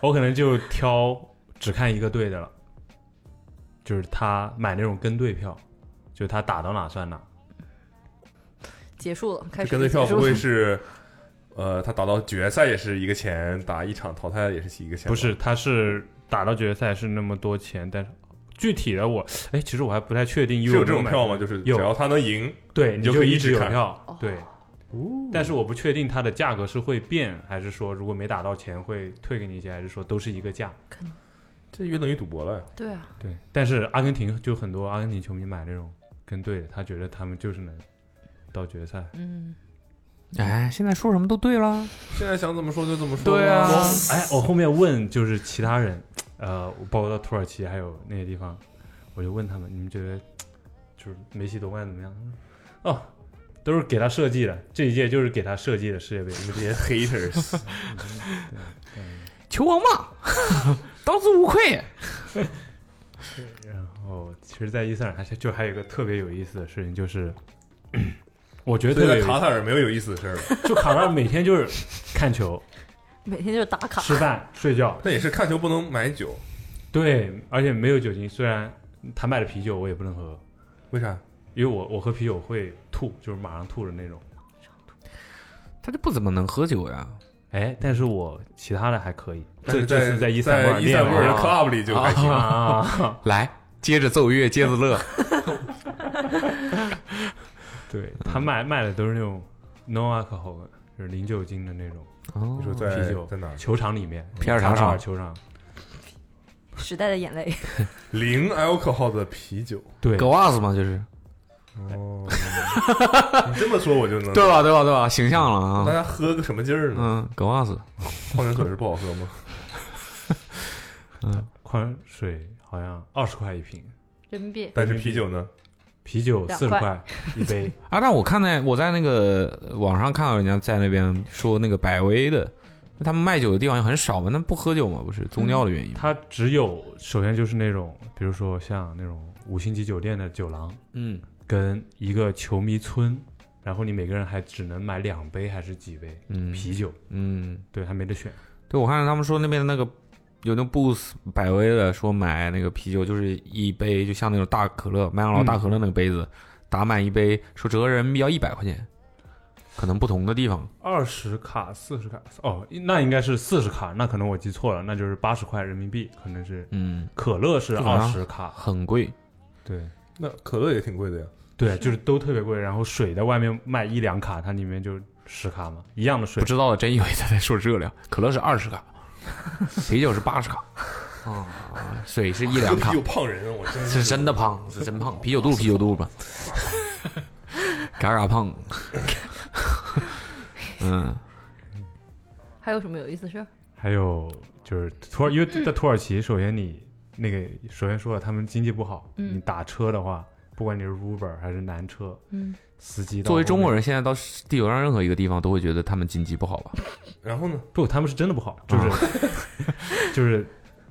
Speaker 2: 我可能就挑只看一个队的了，就是他买那种跟队票，就是他打到哪算哪。
Speaker 5: 结束了，开始
Speaker 3: 跟队
Speaker 5: 结束
Speaker 3: 票
Speaker 5: 了
Speaker 3: 不会是，呃，他打到决赛也是一个钱，打一场淘汰也是一个钱。
Speaker 2: 不是，，他是打到决赛是那么多钱，但是具体的我，哎，其实我还不太确定
Speaker 3: 是
Speaker 2: U
Speaker 3: 有这种票吗？就是只
Speaker 2: 有
Speaker 3: 要他能赢，
Speaker 2: 对，
Speaker 3: 你
Speaker 2: 你
Speaker 3: 就
Speaker 2: 就
Speaker 3: 可以一
Speaker 2: 一
Speaker 3: 直
Speaker 2: 直有
Speaker 3: 看哦
Speaker 2: 票，对。但是我不确定它的价格是会变，还是说如果没打到钱会退给你一些，还是说都是一个价？
Speaker 3: 这约等于赌博了呀。
Speaker 5: 对啊，
Speaker 2: 对。但是阿根廷就很多阿根廷球迷买这种跟队的，他觉得他们就是能到决赛。
Speaker 5: 嗯，
Speaker 4: 哎，现在说什么都对了。
Speaker 3: 现在想怎么说就怎么说。
Speaker 4: 对啊
Speaker 2: 我哎，我后面问就是其他人，呃，我包括到土耳其还有那些地方，我就问他们，你们觉得就是梅西夺冠怎么样？他们说哦，都是给他设计的，这一届就是给他设计的世界杯。你们这些 haters，
Speaker 4: 球王嘛， 当之无愧。
Speaker 2: 然后其实，在伊斯兰还是就还有一个特别有意思的事情，就是。我觉得
Speaker 3: 所
Speaker 2: 特
Speaker 3: 以
Speaker 2: 别
Speaker 3: 在
Speaker 2: 有意
Speaker 3: 卡塔尔没有有意思的事儿了，
Speaker 2: 思就卡塔尔每天就是看 球、
Speaker 5: 每天就是打卡，
Speaker 2: 吃饭、睡觉，
Speaker 3: 但也是看球不能买酒，
Speaker 2: 对，而且没有酒精。虽然他卖的啤酒我也不能喝，
Speaker 3: 为啥？
Speaker 2: 因为我我喝啤酒会吐，就是马上吐的那种。
Speaker 4: 他就不怎么能喝酒呀。
Speaker 2: 哎，但是我其他的还可以，
Speaker 3: 但
Speaker 2: 这
Speaker 3: 是
Speaker 2: 这
Speaker 3: 在
Speaker 2: 次在伊斯
Speaker 3: 在
Speaker 2: 坦布尔
Speaker 3: 伊斯
Speaker 2: 练
Speaker 3: 坦布尔的
Speaker 2: 了
Speaker 3: club 里就还行。
Speaker 2: 啊，
Speaker 4: 来，接着奏乐，接着乐。
Speaker 2: 对他卖卖的都是那种 no alcohol，的就是零酒精的那种
Speaker 4: 哦
Speaker 3: 你说在
Speaker 2: 啤酒
Speaker 3: 在哪儿？
Speaker 2: 球场里面，
Speaker 4: 皮尔
Speaker 2: 卡塔
Speaker 4: 场
Speaker 2: 尔
Speaker 4: 上
Speaker 2: 球场，
Speaker 5: 时代的眼泪，
Speaker 3: 零 alcohol 的啤酒。
Speaker 2: 对，
Speaker 4: 狗袜子嘛，就是
Speaker 3: 哦， 你这么说我就能
Speaker 4: 对吧？？对吧？对吧？形象了
Speaker 3: 大
Speaker 4: 啊。
Speaker 3: 家喝个什么劲儿呢？
Speaker 4: 嗯，狗袜子。
Speaker 2: 嗯
Speaker 3: 矿泉水是不好喝吗？
Speaker 2: 矿水好像二十块一瓶，
Speaker 5: 人民币
Speaker 3: 但是啤酒呢？
Speaker 2: 啤酒
Speaker 5: 两
Speaker 2: 四十
Speaker 5: 块
Speaker 2: 块一 杯，
Speaker 4: 啊，但我看在我在那个网上看到人家在那边说那个百威的，他们卖酒的地方也很少嘛，那不喝酒嘛，不是宗教的原因嘛。
Speaker 2: 它只有首先就是那种，比如说像那种五星级酒店的酒廊，
Speaker 4: 嗯，
Speaker 2: 跟一个球迷村，然后你每个人还只能买两杯还是几杯
Speaker 4: 嗯
Speaker 2: 啤酒，
Speaker 4: 嗯，
Speaker 2: 对，还没得选。
Speaker 4: 对，我看他们说那边那个有那 Boost 百威的，说买那个啤酒就是一杯，就像那种大可乐，麦当劳
Speaker 2: 嗯
Speaker 4: 大可乐那个杯子，打满一杯，说折合人民币要一百块钱，可能不同的地方。
Speaker 2: 二十卡、四十卡，哦，那应该是四十卡，那可能我记错了，那就是八十块人民币，可能是
Speaker 4: 嗯，
Speaker 2: 可乐是
Speaker 4: 啊
Speaker 2: 二十卡，
Speaker 4: 很贵。
Speaker 2: 对
Speaker 3: 那可乐也挺贵的呀。
Speaker 2: 对，就是都特别贵。然后水在外面卖一两卡，它里面就十卡嘛，一样的水
Speaker 4: 不。知道的真以为他在说热量，可乐是二十卡，啤酒是 八十卡，
Speaker 2: 哦
Speaker 4: 啊，水是一两卡
Speaker 3: 有，胖人，啊我 真
Speaker 4: 是真的胖，是真胖，啤酒肚啤酒肚吧，嘎嘎胖，嗯，
Speaker 5: 还有什么有意思的事儿？
Speaker 2: 还有就是土耳，因
Speaker 5: 嗯
Speaker 2: 为在土耳其，首先你那个首先说了，他们经济不好，
Speaker 5: 嗯
Speaker 2: 你打车的话，不管你是 Uber 还是南车，
Speaker 5: 嗯，
Speaker 2: 司机到
Speaker 4: 作为
Speaker 2: 后
Speaker 4: 中国
Speaker 2: 面，
Speaker 4: 人，现在到地球上任何一个地方都会觉得他们经济不好吧？
Speaker 3: 然后呢？
Speaker 2: 不，他们是真的不好，就是、 就是，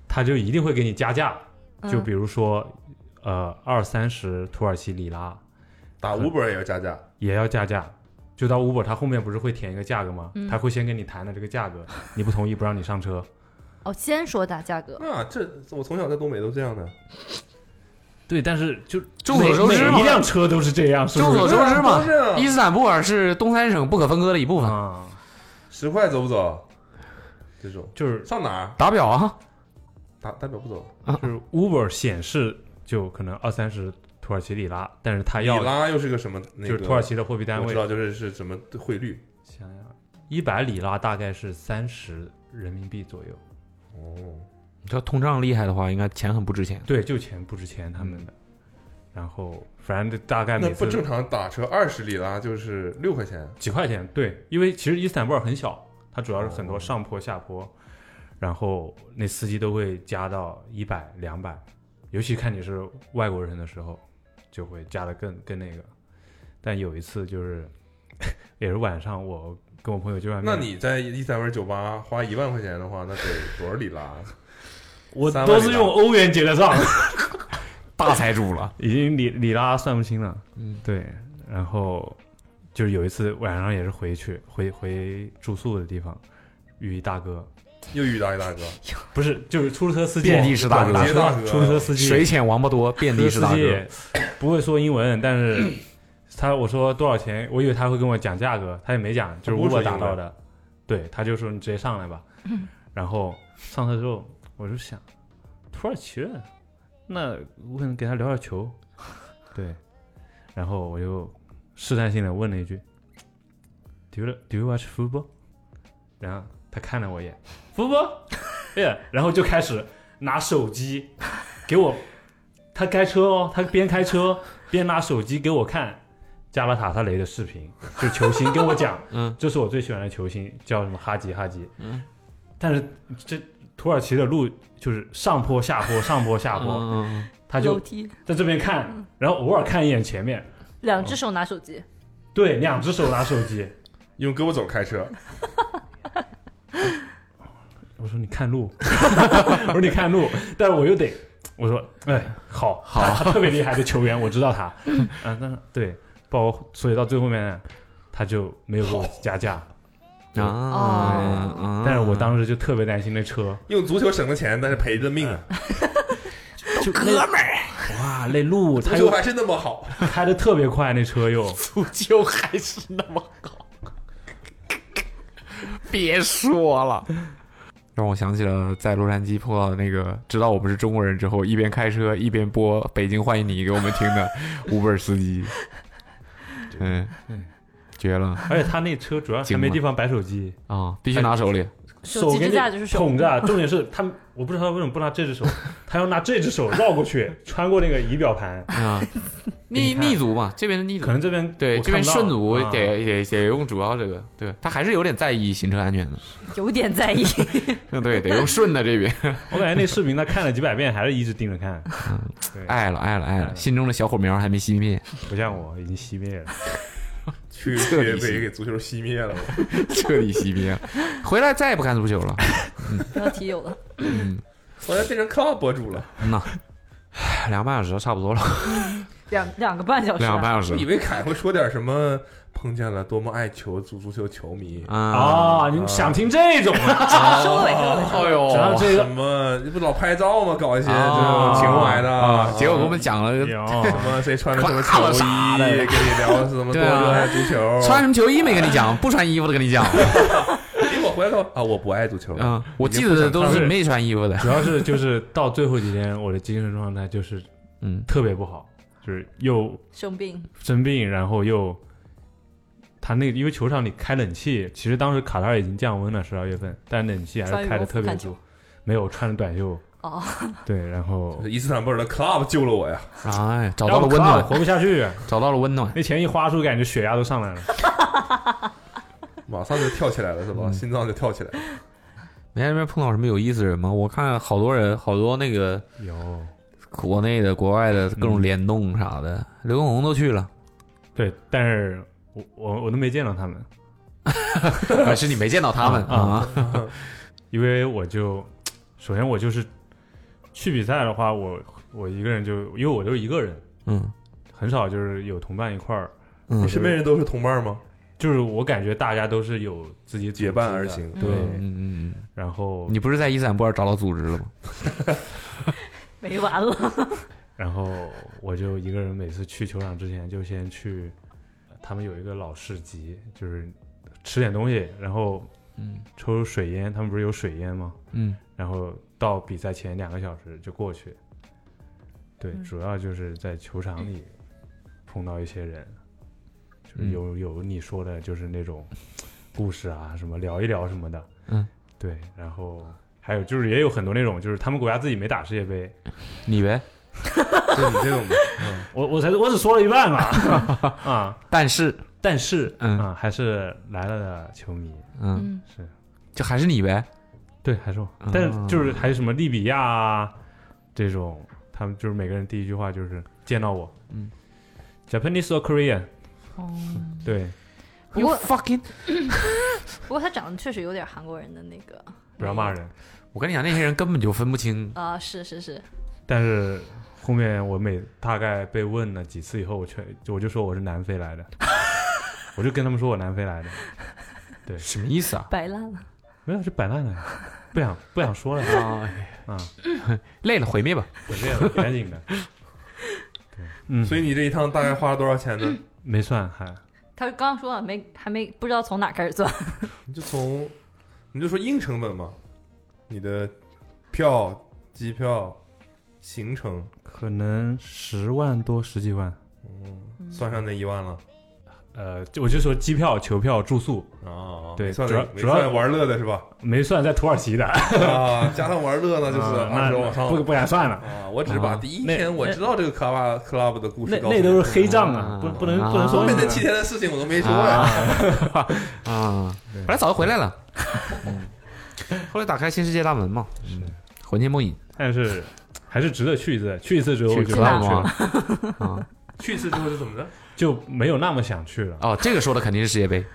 Speaker 2: 他就一定会给你加价，就比如说，呃，二三十土耳其里拉
Speaker 3: 打 Uber 也要加价，
Speaker 2: 也要加价，就到 Uber，它后面不是会填一个价格吗？
Speaker 5: 嗯
Speaker 2: 他会先跟你谈的这个价格，你不同意不让你上车。
Speaker 5: 哦，先说打价
Speaker 2: 嗯
Speaker 5: 格，
Speaker 3: 那啊这我从小在东北都这样的，
Speaker 2: 对，但是就
Speaker 4: 众所周知
Speaker 2: 每
Speaker 4: 嘛
Speaker 2: 每一辆车都是这样，是不
Speaker 4: 众
Speaker 2: 是
Speaker 4: 所周知嘛
Speaker 3: 都是啊，
Speaker 4: 伊斯坦布尔是东三省不可分割的一部分。
Speaker 2: 啊，
Speaker 3: 十块走不走？这种
Speaker 2: 就是
Speaker 3: 上哪儿？
Speaker 4: 打表啊，
Speaker 3: 打代表不走，
Speaker 2: 就是 Uber 显示就可能二三十土耳其里拉，但是它
Speaker 3: 里
Speaker 2: 要
Speaker 3: 拉又是个什么？那
Speaker 2: 就
Speaker 3: 个
Speaker 2: 是土耳其的货币单
Speaker 3: 我
Speaker 2: 位
Speaker 3: 知，道，就是是什么汇率？
Speaker 2: 想想一百里拉大概是三十人民币左右。
Speaker 3: 哦，
Speaker 4: 这通胀厉害的话，应该钱很不值钱。
Speaker 2: 对，就钱不值钱他们的。然后反正大概
Speaker 3: 嗯那
Speaker 2: 每
Speaker 3: 不
Speaker 2: 次
Speaker 3: 正常，打车二十里拉就是六块钱。
Speaker 2: 几块钱，对，因为其实伊斯坦布尔很小，它主要是很多
Speaker 3: 哦
Speaker 2: 上坡下坡，然后那司机都会加到一百两百，尤其看你是外国人的时候，就会加的更更那个。但有一次就是 也是晚上，我跟我朋友去外面，
Speaker 3: 那你在伊斯坦布尔酒吧花一万块钱的话，那得多少里拉？
Speaker 2: 我
Speaker 3: 三万
Speaker 2: 都
Speaker 3: 里
Speaker 2: 是
Speaker 3: 拉
Speaker 2: 用欧元结的账，
Speaker 4: 大财主了，
Speaker 2: 已经里里拉算不清了。
Speaker 4: 嗯，
Speaker 2: 对，然后就是有一次晚上也是回去回回住宿的地方，遇一大哥，
Speaker 3: 又遇到一大哥，
Speaker 2: 不是就是出租车司机，
Speaker 4: 遍地是大哥
Speaker 2: 打
Speaker 3: 街大哥
Speaker 2: 出租车司机，
Speaker 4: 水浅王八多，遍
Speaker 2: 出租车
Speaker 4: 地是
Speaker 2: 司
Speaker 4: 大
Speaker 2: 机
Speaker 4: 哥。
Speaker 2: 也不会说英文，但是他我说多少钱，我以为他会跟我讲价格，他也没讲，就是
Speaker 3: 他不会
Speaker 2: 我
Speaker 3: 说
Speaker 2: 打
Speaker 3: 英文
Speaker 2: 到的，对，他就说你直接上来吧。 然后上车之后，我就想土耳其人，那我可能给他聊点球，对，然后我就试探性的问了一句，Do you do you watch football？然后他看了我一眼，football，yeah，然哎后就开始拿手机给我， 他开车哦，他边开车边拿手机给我看加拉塔萨雷的视频，就球星跟我讲，
Speaker 4: 嗯，
Speaker 2: 这是我最喜欢的球星，叫什么哈吉哈吉，
Speaker 4: 嗯，
Speaker 2: 但是这土耳其的路就是上坡下坡上坡下坡，
Speaker 4: 嗯，
Speaker 2: 他
Speaker 5: 楼
Speaker 2: 就
Speaker 5: 梯，
Speaker 2: 在这边看，然后偶尔看一眼前面，
Speaker 5: 两只手拿手机，
Speaker 2: 对，两只手拿手机。
Speaker 3: 用胳膊肘开车，
Speaker 2: 我说你看路， 我说你看路，但是我又得，我说哎，好好，他 特别厉害的球员，我知道他，嗯，但是对，包括所以到最后面他就没有给我加价，
Speaker 4: 嗯
Speaker 5: 哦
Speaker 4: 啊
Speaker 2: 但是我当时就特别担心那车，
Speaker 3: 用足球省的钱，但是赔的命啊！
Speaker 2: 嗯就哥们儿，哇，那路
Speaker 3: 足
Speaker 2: 他
Speaker 3: 球
Speaker 2: 又
Speaker 3: 还是那么好，
Speaker 2: 开的特别快，那车又，
Speaker 4: 足球还是那么好。别说了，让我想起了在洛杉矶碰到的那个知道我们是中国人之后，一边开车一边播《北京欢迎你》给我们听 的 Uber 司机。嗯，绝了 啊、
Speaker 2: 而且他那车主要还没地方摆手机，
Speaker 4: 必须拿手里，
Speaker 5: 手机
Speaker 2: 给
Speaker 5: 支
Speaker 2: 你
Speaker 5: 架就是手
Speaker 2: 捅着，重点是他，我不知道他为什么不拿这只手，他要拿这只手绕过去，穿过那个仪表盘，
Speaker 4: 啊，逆
Speaker 2: 你看
Speaker 4: 逆足嘛，这边是逆足
Speaker 2: 可，能这边
Speaker 4: 对，
Speaker 2: 我
Speaker 4: 这
Speaker 2: 看
Speaker 4: 边
Speaker 2: 不到
Speaker 4: 顺足
Speaker 2: 啊
Speaker 4: 得得得用主要这个，对他还是有点在意行车安全的，
Speaker 5: 有点在意，
Speaker 4: 嗯对，得用顺的这边，
Speaker 2: 我感觉那视频他看了几百遍，还是一直盯着看，
Speaker 4: 爱了爱了爱了，心中的小火苗还没熄灭，
Speaker 2: 不像我已经熄灭了。
Speaker 3: 去
Speaker 4: 彻底
Speaker 3: 去
Speaker 4: 性
Speaker 3: 被给足球熄灭了。
Speaker 4: 彻底熄灭了，回来再也不看足球了，
Speaker 5: 不要提有了。
Speaker 3: 后来变成 club 博主了，
Speaker 4: 嗯呐，唉两个半小时差不多了，
Speaker 5: 两两个半小时、
Speaker 4: 两个半
Speaker 5: 啊，
Speaker 4: 小
Speaker 3: 我以
Speaker 4: 时
Speaker 3: 为凯会说点什么，碰见了多么爱球足足球球迷，
Speaker 4: 啊，
Speaker 2: 啊，你们想听这种啊？
Speaker 5: 收尾收尾，
Speaker 4: 哎
Speaker 3: 哦
Speaker 2: 想到
Speaker 4: 呦，
Speaker 2: 这
Speaker 3: 什
Speaker 2: 个，
Speaker 3: 么这不老拍照吗？搞一些这
Speaker 4: 啊
Speaker 3: 种情怀的
Speaker 4: 啊，
Speaker 3: 啊，
Speaker 4: 结果给我们讲了
Speaker 3: 什么谁穿着什么
Speaker 4: 夸了
Speaker 3: 球
Speaker 4: 啥
Speaker 3: 衣，
Speaker 4: 的
Speaker 3: 跟你聊什么多
Speaker 4: 对啊
Speaker 3: 热爱足球，
Speaker 4: 穿什么球衣没跟你讲，不穿衣服的跟你 讲，
Speaker 3: 结果回来之后啊，我不爱足球了，
Speaker 4: 嗯，我记得的都是没穿衣服的，
Speaker 2: 主要是就是到最后几天，我的精神状态就是
Speaker 4: 嗯，
Speaker 2: 特别不好，就是又
Speaker 5: 生病，
Speaker 2: 生病，然后又他那个因为球场里开冷气，其实当时卡塔尔已经降温了，十二月份，但冷气还
Speaker 5: 穿
Speaker 2: 是
Speaker 5: 羽
Speaker 2: 开的
Speaker 5: 绒
Speaker 2: 特
Speaker 5: 服
Speaker 2: 别
Speaker 5: 看球
Speaker 2: 足。。没有穿着短袖，
Speaker 5: 哦，
Speaker 2: 对，然后
Speaker 3: 伊斯坦布尔的 club 救了我呀，
Speaker 4: 哎，找到了温
Speaker 2: 然后
Speaker 4: 暖，
Speaker 2: 活不下去，
Speaker 4: 找到了温暖。
Speaker 2: 那钱一花出，感觉血压都上来了。
Speaker 3: 马上就跳起来了是
Speaker 4: 嗯
Speaker 3: 吧？心脏就跳起来了。
Speaker 4: 你哎在那边碰到什么有意思的人吗？我看好多人，好多那个
Speaker 2: 有，
Speaker 4: 国内的、国外的各种联动啥的，刘畊宏都去了，
Speaker 2: 对，但是我我我都没见到他们，
Speaker 4: 啊是你没见到他们啊
Speaker 2: 啊？因为我就首先我就是去比赛的话，我我一个人就因为我就是一个人，
Speaker 4: 嗯
Speaker 2: 很少就是有同伴一块儿。
Speaker 4: 嗯
Speaker 2: 我
Speaker 3: 你身边人都是同伴吗？
Speaker 2: 就是我感觉大家都是有自己组织
Speaker 3: 结
Speaker 2: 的
Speaker 3: 伴而，行，
Speaker 2: 对，
Speaker 4: 嗯嗯
Speaker 2: 然后
Speaker 4: 嗯，你不是在伊斯坦布尔找到组织了吗？
Speaker 5: 没完了。
Speaker 2: 然后我就一个人每次去球场之前就先去，他们有一个老市集，就是吃点东西，然后
Speaker 4: 嗯
Speaker 2: 抽水烟，他们不是有水烟吗？
Speaker 4: 嗯，
Speaker 2: 然后到比赛前两个小时就过去。对，
Speaker 5: 嗯
Speaker 2: 主要就是在球场里碰到一些人，就是
Speaker 4: 嗯
Speaker 2: 有有你说的，就是那种故事啊，什么聊一聊什么的。
Speaker 4: 嗯，
Speaker 2: 对，然后还有就是也有很多那种，就是他们国家自己没打世界杯，
Speaker 4: 你呗。
Speaker 3: 就你这种的，嗯
Speaker 2: 我我才我只说了一半 嘛啊，
Speaker 4: 但是，
Speaker 2: 但是
Speaker 4: 嗯
Speaker 2: 啊，还是来了的球迷
Speaker 4: 嗯，
Speaker 5: 嗯，
Speaker 2: 是
Speaker 4: 就还是你呗。
Speaker 2: 对，还是我，但是
Speaker 4: 嗯
Speaker 2: 就是还有什么利比亚啊这种，他们就是每个人第一句话就是见到我，
Speaker 4: 嗯
Speaker 2: ，Japanese or Korean，
Speaker 5: 哦，
Speaker 2: 对，
Speaker 5: 不过
Speaker 4: fucking，
Speaker 5: 不过他长得确实有点韩国人的那个。
Speaker 2: 不要骂人。
Speaker 4: 我跟你讲，那些人根本就分不清。
Speaker 5: 啊，是是是，
Speaker 2: 但是后面我每大概被问了几次以后，我全我就说我是南非 来的，我就跟他们说我南非来的，
Speaker 4: 什么意思 啊？
Speaker 5: 摆烂了。
Speaker 2: 没有是摆烂的， 不想不想说了
Speaker 4: 啊，
Speaker 2: 啊，
Speaker 4: 累了，毁灭吧。
Speaker 2: 我这样赶紧的，对，嗯，
Speaker 3: 所以你这一趟大概花了多少钱呢？
Speaker 2: 没算还。
Speaker 5: 他刚刚说了没，还没不知道从哪开始算。
Speaker 3: 你就从，你就说硬成本嘛，你的票、机票、行程，
Speaker 2: 可能十万多十几万，
Speaker 3: 嗯，算上那一万了。
Speaker 2: 呃，就我就说机票、球票、住宿，
Speaker 3: 哦
Speaker 2: 对
Speaker 3: 没算
Speaker 2: 主要
Speaker 3: 那没
Speaker 2: 主要
Speaker 3: 算玩乐的是吧？
Speaker 2: 没算在土耳其的，
Speaker 3: 啊，加上玩乐呢，就是
Speaker 2: 啊
Speaker 3: 二十往
Speaker 2: 那
Speaker 3: 上
Speaker 2: 不
Speaker 3: 了
Speaker 2: 不敢算了，
Speaker 3: 啊。我只是把
Speaker 4: 啊
Speaker 3: 第一
Speaker 2: 那
Speaker 3: 天我知道这个卡瓦 club 的故
Speaker 2: 那
Speaker 3: 事告诉
Speaker 2: 那
Speaker 3: 你，
Speaker 2: 都是黑账
Speaker 4: 嗯
Speaker 2: 啊，不不能
Speaker 4: 啊
Speaker 2: 不能
Speaker 3: 后
Speaker 2: 说
Speaker 3: 面那
Speaker 2: 啊
Speaker 3: 七 天的事情我都没说呀。
Speaker 4: 啊啊！嗯本来早就回来了， 后来打开新世界大门嘛，嗯，魂牵梦萦
Speaker 2: 但是还是值得去一次，去一次之后
Speaker 4: 去
Speaker 2: 就
Speaker 4: 克
Speaker 2: 不
Speaker 4: 拉
Speaker 2: 想去
Speaker 4: 吗
Speaker 2: 了，
Speaker 4: 啊！
Speaker 3: 去一次之后就怎么着？
Speaker 2: 就没有那么想去了。
Speaker 4: 哦，这个说的肯定是世界杯，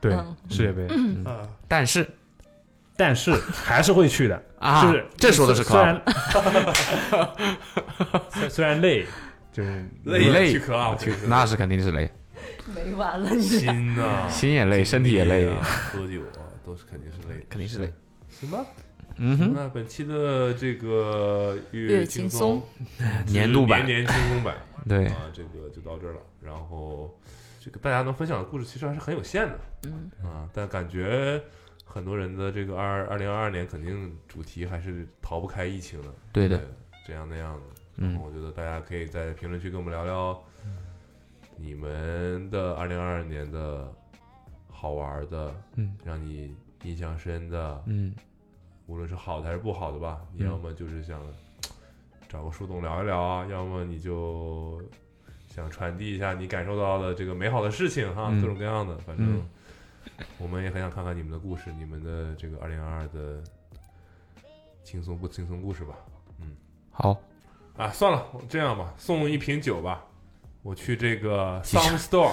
Speaker 2: 对
Speaker 5: 嗯
Speaker 2: 世界杯，
Speaker 3: 啊，
Speaker 4: 但是
Speaker 2: 但是还是会去的，
Speaker 4: 啊，
Speaker 2: 就是
Speaker 4: 这说的是克
Speaker 2: 虽
Speaker 4: 拉，
Speaker 2: 然 虽虽然累，就是
Speaker 3: 累了
Speaker 4: 累
Speaker 3: 去啊 club 去，
Speaker 4: 那是肯定是累，
Speaker 5: 没完了，你知道
Speaker 3: 心呐，
Speaker 4: 心也累，身体也累
Speaker 3: 精力，啊，喝酒啊，都是肯定是累的，
Speaker 4: 肯定是累。
Speaker 3: 行吧，
Speaker 4: 嗯哼，
Speaker 3: 那本期的这个
Speaker 5: 越
Speaker 3: 轻
Speaker 5: 轻
Speaker 3: 松
Speaker 5: 松
Speaker 4: 年度版
Speaker 3: 年年轻松版
Speaker 4: 对，
Speaker 3: 啊，这个就到这儿了。然后这个大家能分享的故事其实还是很有限的，
Speaker 5: 嗯
Speaker 3: 啊，但感觉很多人的这个二二零二二年肯定主题还是逃不开疫情的，
Speaker 4: 对的，
Speaker 3: 这样那样的。然
Speaker 4: 嗯
Speaker 3: 后我觉得大家可以在评论区跟我们聊聊你们的二零二二年的好玩的，
Speaker 4: 嗯
Speaker 3: 让你印象深的，
Speaker 4: 嗯，
Speaker 3: 无论是好的还是不好的吧，你
Speaker 4: 嗯
Speaker 3: 要么就是想找个树洞聊一聊啊，要么你就想传递一下你感受到的这个美好的事情哈，
Speaker 4: 嗯
Speaker 3: 各种各样的，反正
Speaker 4: 嗯
Speaker 3: 我们也很想看看你们的故事，你们的这个二零二二的轻松不轻松故事吧。嗯
Speaker 4: 好，
Speaker 3: 啊，算了，这样吧，送一瓶酒吧，我去这个
Speaker 4: 机场
Speaker 3: Some Store。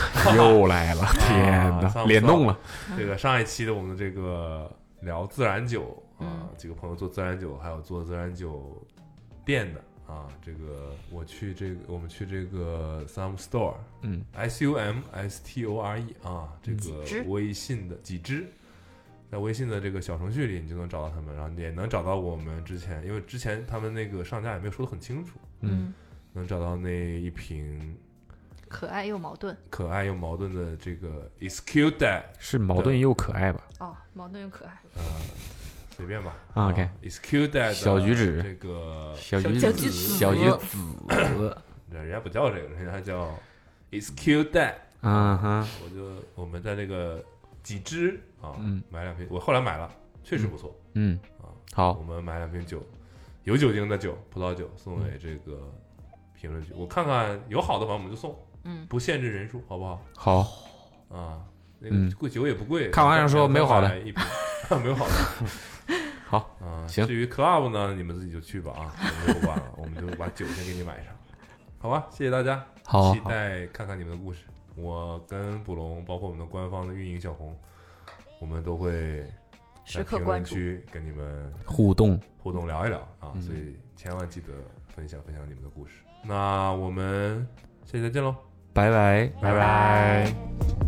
Speaker 4: 又来了，天
Speaker 3: 啊上
Speaker 4: 哪，
Speaker 3: 不
Speaker 4: 联动
Speaker 3: 上
Speaker 4: 了，
Speaker 3: 这个上一期的我们这个聊自然酒
Speaker 5: 嗯，
Speaker 3: 啊几个朋友做自然酒，还有做自然酒店的啊，这个我去这个我们去这个 Some Store
Speaker 4: 嗯
Speaker 3: S U M S T O R E 啊，这
Speaker 5: 几只
Speaker 3: 个微信的几只。在微信的这个小程序里，你就能找到他们，然后也能找到我们之前，因为之前他们那个上架也没有说的很清楚，
Speaker 4: 嗯，
Speaker 3: 能找到那一瓶
Speaker 5: 可爱又矛盾
Speaker 3: 可爱又矛盾的这个 Excuse that
Speaker 4: 是矛盾又可爱吧？
Speaker 5: 哦，矛盾又可爱。
Speaker 3: 随便吧。
Speaker 4: 啊，OK
Speaker 3: Excuse that
Speaker 4: 小橘子
Speaker 3: 这个
Speaker 4: 小橘
Speaker 5: 小
Speaker 4: 子，
Speaker 5: 橘子
Speaker 4: 小橘子，
Speaker 3: 人家不叫这个，人家叫 Excuse that。
Speaker 4: 嗯哼，
Speaker 3: 我就我们在这个几支啊，
Speaker 4: 嗯
Speaker 3: 买两瓶，我后来买了，确实不错。
Speaker 4: 嗯
Speaker 3: 啊，
Speaker 4: 好
Speaker 3: 我，们买两瓶酒，有酒精的酒，葡萄酒送给这个评论区，我看看有好的话我们就送，
Speaker 5: 嗯，
Speaker 3: 不限制人数，好不好？
Speaker 4: 好，
Speaker 3: 啊，那
Speaker 4: 嗯
Speaker 3: 个贵酒也不贵。
Speaker 4: 看完了
Speaker 3: 两
Speaker 4: 说
Speaker 3: 两
Speaker 4: 没有好的
Speaker 3: 块一瓶， 没有好的。
Speaker 4: 好
Speaker 3: 啊，
Speaker 4: 行
Speaker 3: 至于 club 呢，你们自己就去吧啊，我们就不管了，我们就把 酒先给你买上，好吧？谢谢大家，
Speaker 4: 好
Speaker 3: 期
Speaker 4: 好
Speaker 3: 待看看你们的故事。我跟捕龙，包括我们的官方的运营小红，我们都会在
Speaker 5: 时刻
Speaker 3: 评
Speaker 5: 关
Speaker 3: 论
Speaker 5: 注。
Speaker 3: 区跟你们
Speaker 4: 互动，
Speaker 3: 互动聊一聊啊，
Speaker 4: 嗯
Speaker 3: 所以千万记得分享分享你们的故事。那我们下期再见喽。
Speaker 4: 拜拜。
Speaker 2: 拜拜。